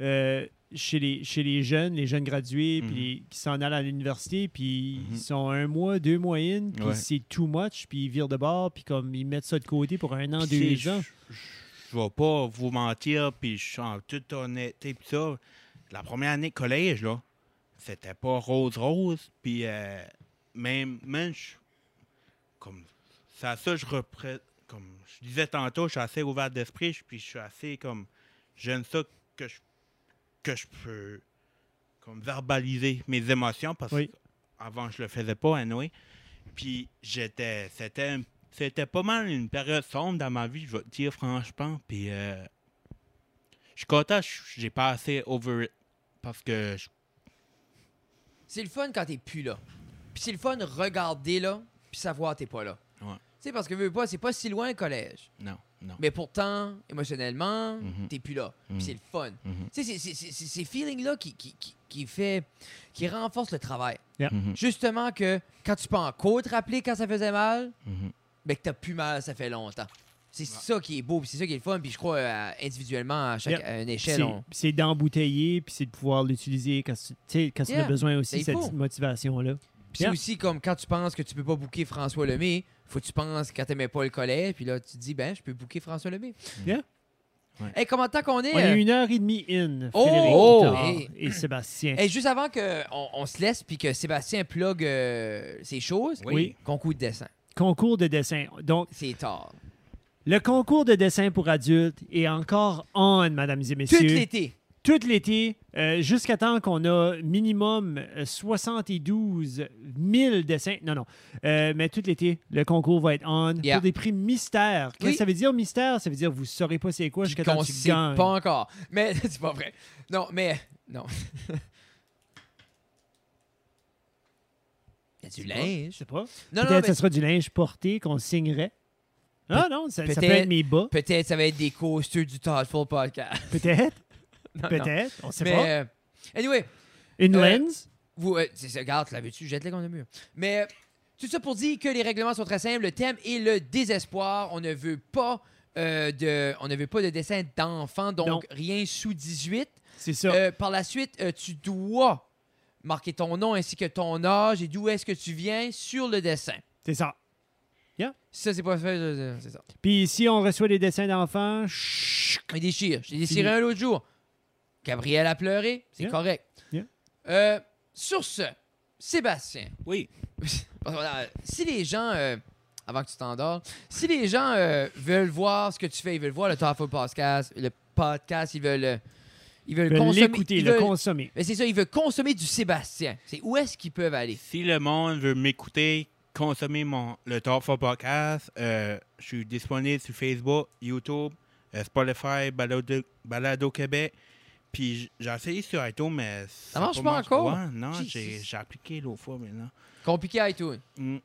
B: euh, chez, les, chez les jeunes, les jeunes gradués, puis
C: Mhm.
B: les- qui s'en allent à l'université, puis
C: Mhm.
B: ils sont un mois, deux mois in, puis
C: Ouais.
B: c'est too much, puis ils virent de bord, puis comme ils mettent ça de côté pour un an,
C: Puis c'est-
B: deux ans.
C: Je je vais pas vous mentir, puis je suis en toute honnêteté, puis ça. La première année de collège, là, c'était pas rose-rose, puis euh, même, même je- comme c'est à ça que je repré- comme je disais tantôt, je suis assez ouvert d'esprit, je- puis je suis assez comme j'aime ça que je que je peux comme verbaliser mes émotions parce
B: Oui.
C: que avant je le faisais pas anyway. Puis j'étais c'était un- c'était pas mal une période sombre dans ma vie, je vais te dire franchement, puis euh, je suis content, je- j'ai passé over it parce que je-
A: c'est le fun quand t'es plus là puis c'est le fun regarder là puis savoir t'es pas là
C: Ouais.
A: tu sais parce que veux pas c'est pas si loin le collège
C: non, non.
A: mais pourtant émotionnellement
C: Mhm.
A: t'es plus là
C: Mhm.
A: puis c'est le fun
C: Mhm.
A: Tu sais, c'est- c'est- c'est- c'est ces feelings-là qui, qui, qui, qui fait, qui renforce le travail. Mm-hmm,
C: Mhm,
A: Justement que quand tu peux encore te rappeler quand ça faisait mal,
C: mhm.
A: ben que t'as plus mal, ça fait longtemps. C'est ça qui est beau, puis c'est ça qui est le fun, puis je crois euh, individuellement à, chaque,
B: Yep.
A: à une
B: C'est
A: échelle. on-
B: c'est d'embouteiller, puis c'est de pouvoir l'utiliser quand tu tu sais, quand tu en as
A: Yeah.
B: besoin aussi,
A: Ben, il
B: cette
A: faut.
B: motivation-là.
A: Puis c'est
B: Yep.
A: aussi comme quand tu penses que tu peux pas booker François Lemay, faut que tu penses quand t'aimais pas le collège, puis là tu te dis ben je peux booker François Lemay.
B: Yeah.
C: Ouais.
A: Hey, comment tant qu'on est,
B: On est
A: euh,
B: une heure et demie in, Frédéric
A: Oh!
B: Guittard
A: Hey.
B: et Sébastien.
A: hey, Eh, juste avant qu'on on on se laisse puis que Sébastien plug euh, ses choses,
C: Oui.
A: concours de dessin.
B: Concours de dessin. Donc,
A: C'est tard.
B: Le concours de dessin pour adultes est encore on, mesdames et
A: Tout
B: messieurs.
A: l'été.
B: Tout l'été, euh, jusqu'à temps qu'on a minimum euh, 72 000 dessins. Non, non. Euh, mais tout l'été, le concours va être on
A: Yeah.
B: pour des prix mystères. Qu'est-ce que
A: Oui.
B: ça veut dire mystère? Ça veut dire vous ne saurez pas c'est quoi jusqu'à temps
A: qu'on
B: que tu
A: sait
B: gagnes.
A: pas encore. Mais c'est pas vrai. Non, mais non. Il y a du
B: Je
A: linge.
B: sais
A: Non,
B: pas.
A: non,
B: Peut-être que
A: mais
B: ce sera du linge porté qu'on signerait. Ah non, ça, ça peut
A: peut-être-
B: être mes bas.
A: peut-être ça va être des coasters du Thoughtful Podcast.
B: Peut-être.
A: Non, non.
B: Peut-être. On sait
A: Mais
B: pas.
A: euh, anyway,
B: Une
A: euh,
B: lens.
A: Vous, euh, c'est- c'est- regarde, tu l'avais-tu, jette-les contre le mur. Mais euh, tout ça pour dire que les règlements sont très simples. Le thème est le désespoir. On ne veut pas, euh, de, on ne veut pas de dessin d'enfant, donc
B: Non.
A: rien sous 18.
B: C'est ça.
A: Euh, par la suite, euh, tu dois marquer ton nom ainsi que ton âge et d'où est-ce que tu viens sur le dessin.
B: C'est ça.
A: Ça, c'est pas fait, euh, c'est ça.
B: Puis si on reçoit des dessins d'enfants, chut,
A: Il déchire. J'ai déchiré un l'autre jour. Gabriel a pleuré. C'est
B: Yeah.
A: correct.
B: Yeah.
A: Euh, sur ce, Sébastien,
C: Oui.
A: Voilà, si les gens, euh, avant que tu t'endors, si les gens euh, veulent voir ce que tu fais, ils veulent voir le Towerful Podcast, le podcast, ils veulent, euh, ils veulent
B: on peut
A: consommer.
B: l'écouter,
A: ils
B: le
A: veulent-
B: consommer.
A: Mais c'est ça, ils veulent consommer du Sébastien. C'est où est-ce qu'ils peuvent aller?
C: Si le monde veut m'écouter, consommer mon, le Top 4 Podcast, euh, je suis disponible sur Facebook, YouTube, euh, Spotify, Balado, Balado Québec. Puis j- j'ai essayé sur iTunes, mais. Ça
A: marche
C: a
A: pas
C: marché.
A: encore?
C: Ouais, non,
A: Jesus.
C: j'ai j'ai appliqué l'autre fois maintenant.
A: Compliqué à iTunes.
C: Mm.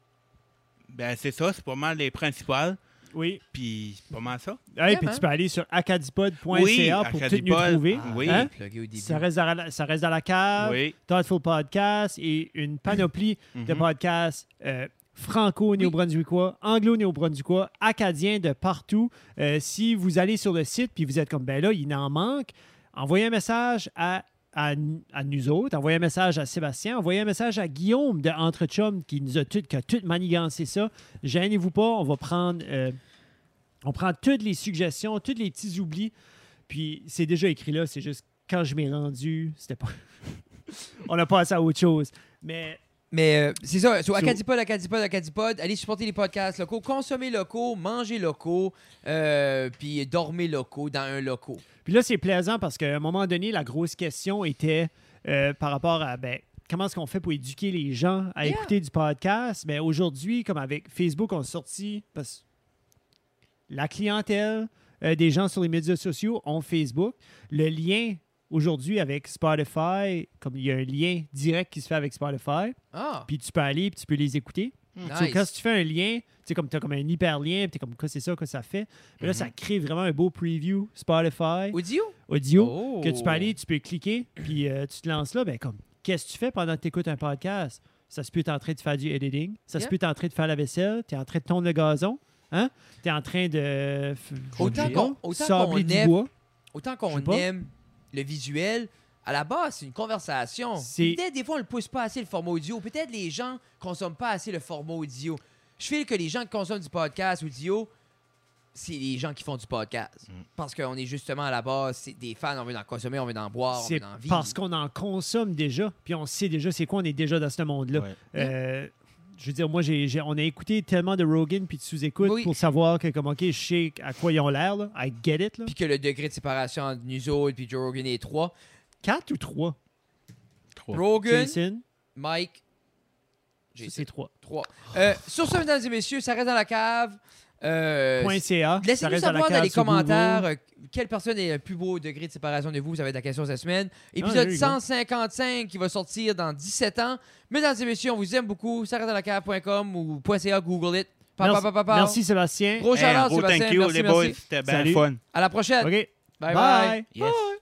C: Ben, c'est ça, c'est pas mal les principales.
B: Oui.
C: Puis, c'est pas mal ça.
B: Hey, puis
A: Vraiment?
B: tu peux aller sur acadipod.ca
C: Oui,
B: pour tout nous
C: Acadipod.
B: trouver.
C: Ah, oui.
B: Hein?
A: Plugué au début.
B: Ça reste, dans la, ça reste dans la cave.
C: Oui.
B: Thoughtful Podcast et une panoplie de podcasts euh, franco-néo-brunswickois, anglo-néo-brunswickois, acadiens de partout. Euh, si vous allez sur le site puis vous êtes comme, ben là, il en manque, envoyez un message à, à, à nous autres, envoyez un message à Sébastien, envoyez un message à Guillaume de Entre Chum qui nous a tout, qui a tout manigancé ça. Gênez-vous pas, on va prendre... euh, on prend toutes les suggestions, tous les petits oublis, puis c'est déjà écrit là, c'est juste quand je m'ai rendu, c'était pas. On a passé à autre chose. Mais
A: Mais euh, c'est ça, sur
B: So-
A: Acadipod, Acadipod, Acadipod, allez supporter les podcasts locaux, consommer locaux, manger locaux, euh, puis dormir locaux dans un locaux.
B: puis là, c'est plaisant parce qu'à un moment donné, la grosse question était euh, par rapport à ben, comment est-ce qu'on fait pour éduquer les gens à
A: Yeah.
B: écouter du podcast. Mais aujourd'hui, comme avec Facebook, on sortit parce que la clientèle euh, des gens sur les médias sociaux ont Facebook. Le lien aujourd'hui avec Spotify, comme il y a un lien direct qui se fait avec Spotify,
A: Ah,
B: puis tu peux aller, puis tu peux les écouter. So,
A: nice.
B: quand tu fais un lien, tu sais, comme tu as comme un hyperlien, puis tu es comme, quoi c'est ça, quoi ça fait.
A: Mhm.
B: Mais là, ça crée vraiment un beau preview Spotify,
A: Audio?
B: audio,
A: Oh.
B: que tu peux aller, tu peux cliquer, puis euh, tu te lances là. Ben, comme, qu'est-ce que tu fais pendant que tu écoutes un podcast? Ça se peut, tu en train de faire du editing, ça se
A: Yeah.
B: peut, tu en train de faire la vaisselle, tu es en train de tondre le gazon, hein? tu es en train de. f-
A: Autant qu'on- autant
B: sabler
A: qu'on
B: du
A: aime-
B: bois.
A: autant
B: Je sais
A: qu'on
B: pas.
A: aime le visuel, à la base, c'est une conversation.
B: C'est-
A: Peut-être des fois, on ne pousse pas assez le format audio. Peut-être les gens consomment pas assez le format audio. Je file que les gens qui consomment du podcast audio, c'est les gens qui font du podcast.
B: Hmm.
A: Parce qu'on est justement à la base, c'est des fans, on veut en consommer, on veut en boire, on
B: C'est
A: veut en vivre.
B: parce qu'on en consomme déjà, puis on sait déjà c'est quoi, on est déjà dans ce monde-là.
C: Ouais.
B: Euh, je veux dire, moi, j'ai, j'ai- on a écouté tellement de Rogan puis de sous-écoute
A: Oui.
B: pour savoir que, comme, OK, je sais à quoi ils ont l'air, là. I get it, là.
A: Puis que le degré de séparation entre nous autres puis Joe Rogan est 3.
B: Quatre ou trois?
C: Ouais.
A: Rogan,
B: Jason,
A: Mike,
B: ça,
A: Jason.
B: c'est trois.
A: Trois. Euh, sur ce, mesdames et messieurs, ça reste dans la cave. Euh,
B: Point .ca, ça
A: Laissez-nous
B: reste dans la
A: savoir dans
B: cave
A: les
B: sur
A: commentaires
B: Google.
A: euh, quelle personne est le plus beau degré de séparation de vous. Ça va être la question de la semaine.
B: Ah, there
A: Épisode
B: you go.
A: 155 qui va sortir dans 17 ans. Mesdames et messieurs, on vous aime beaucoup. Ça reste dans la cave.com ou .ca, Google it. Pa, pa,
B: Merci,
A: pa, pa, pa.
B: merci, Sébastien.
A: Gros
C: Hey,
A: shout-out,
C: gros
A: Sébastien.
C: thank you,
A: Merci,
C: les
A: merci.
C: boys. C'était bien
B: Salut.
C: fun.
A: À la prochaine.
B: OK.
A: bye. bye.
C: Yes.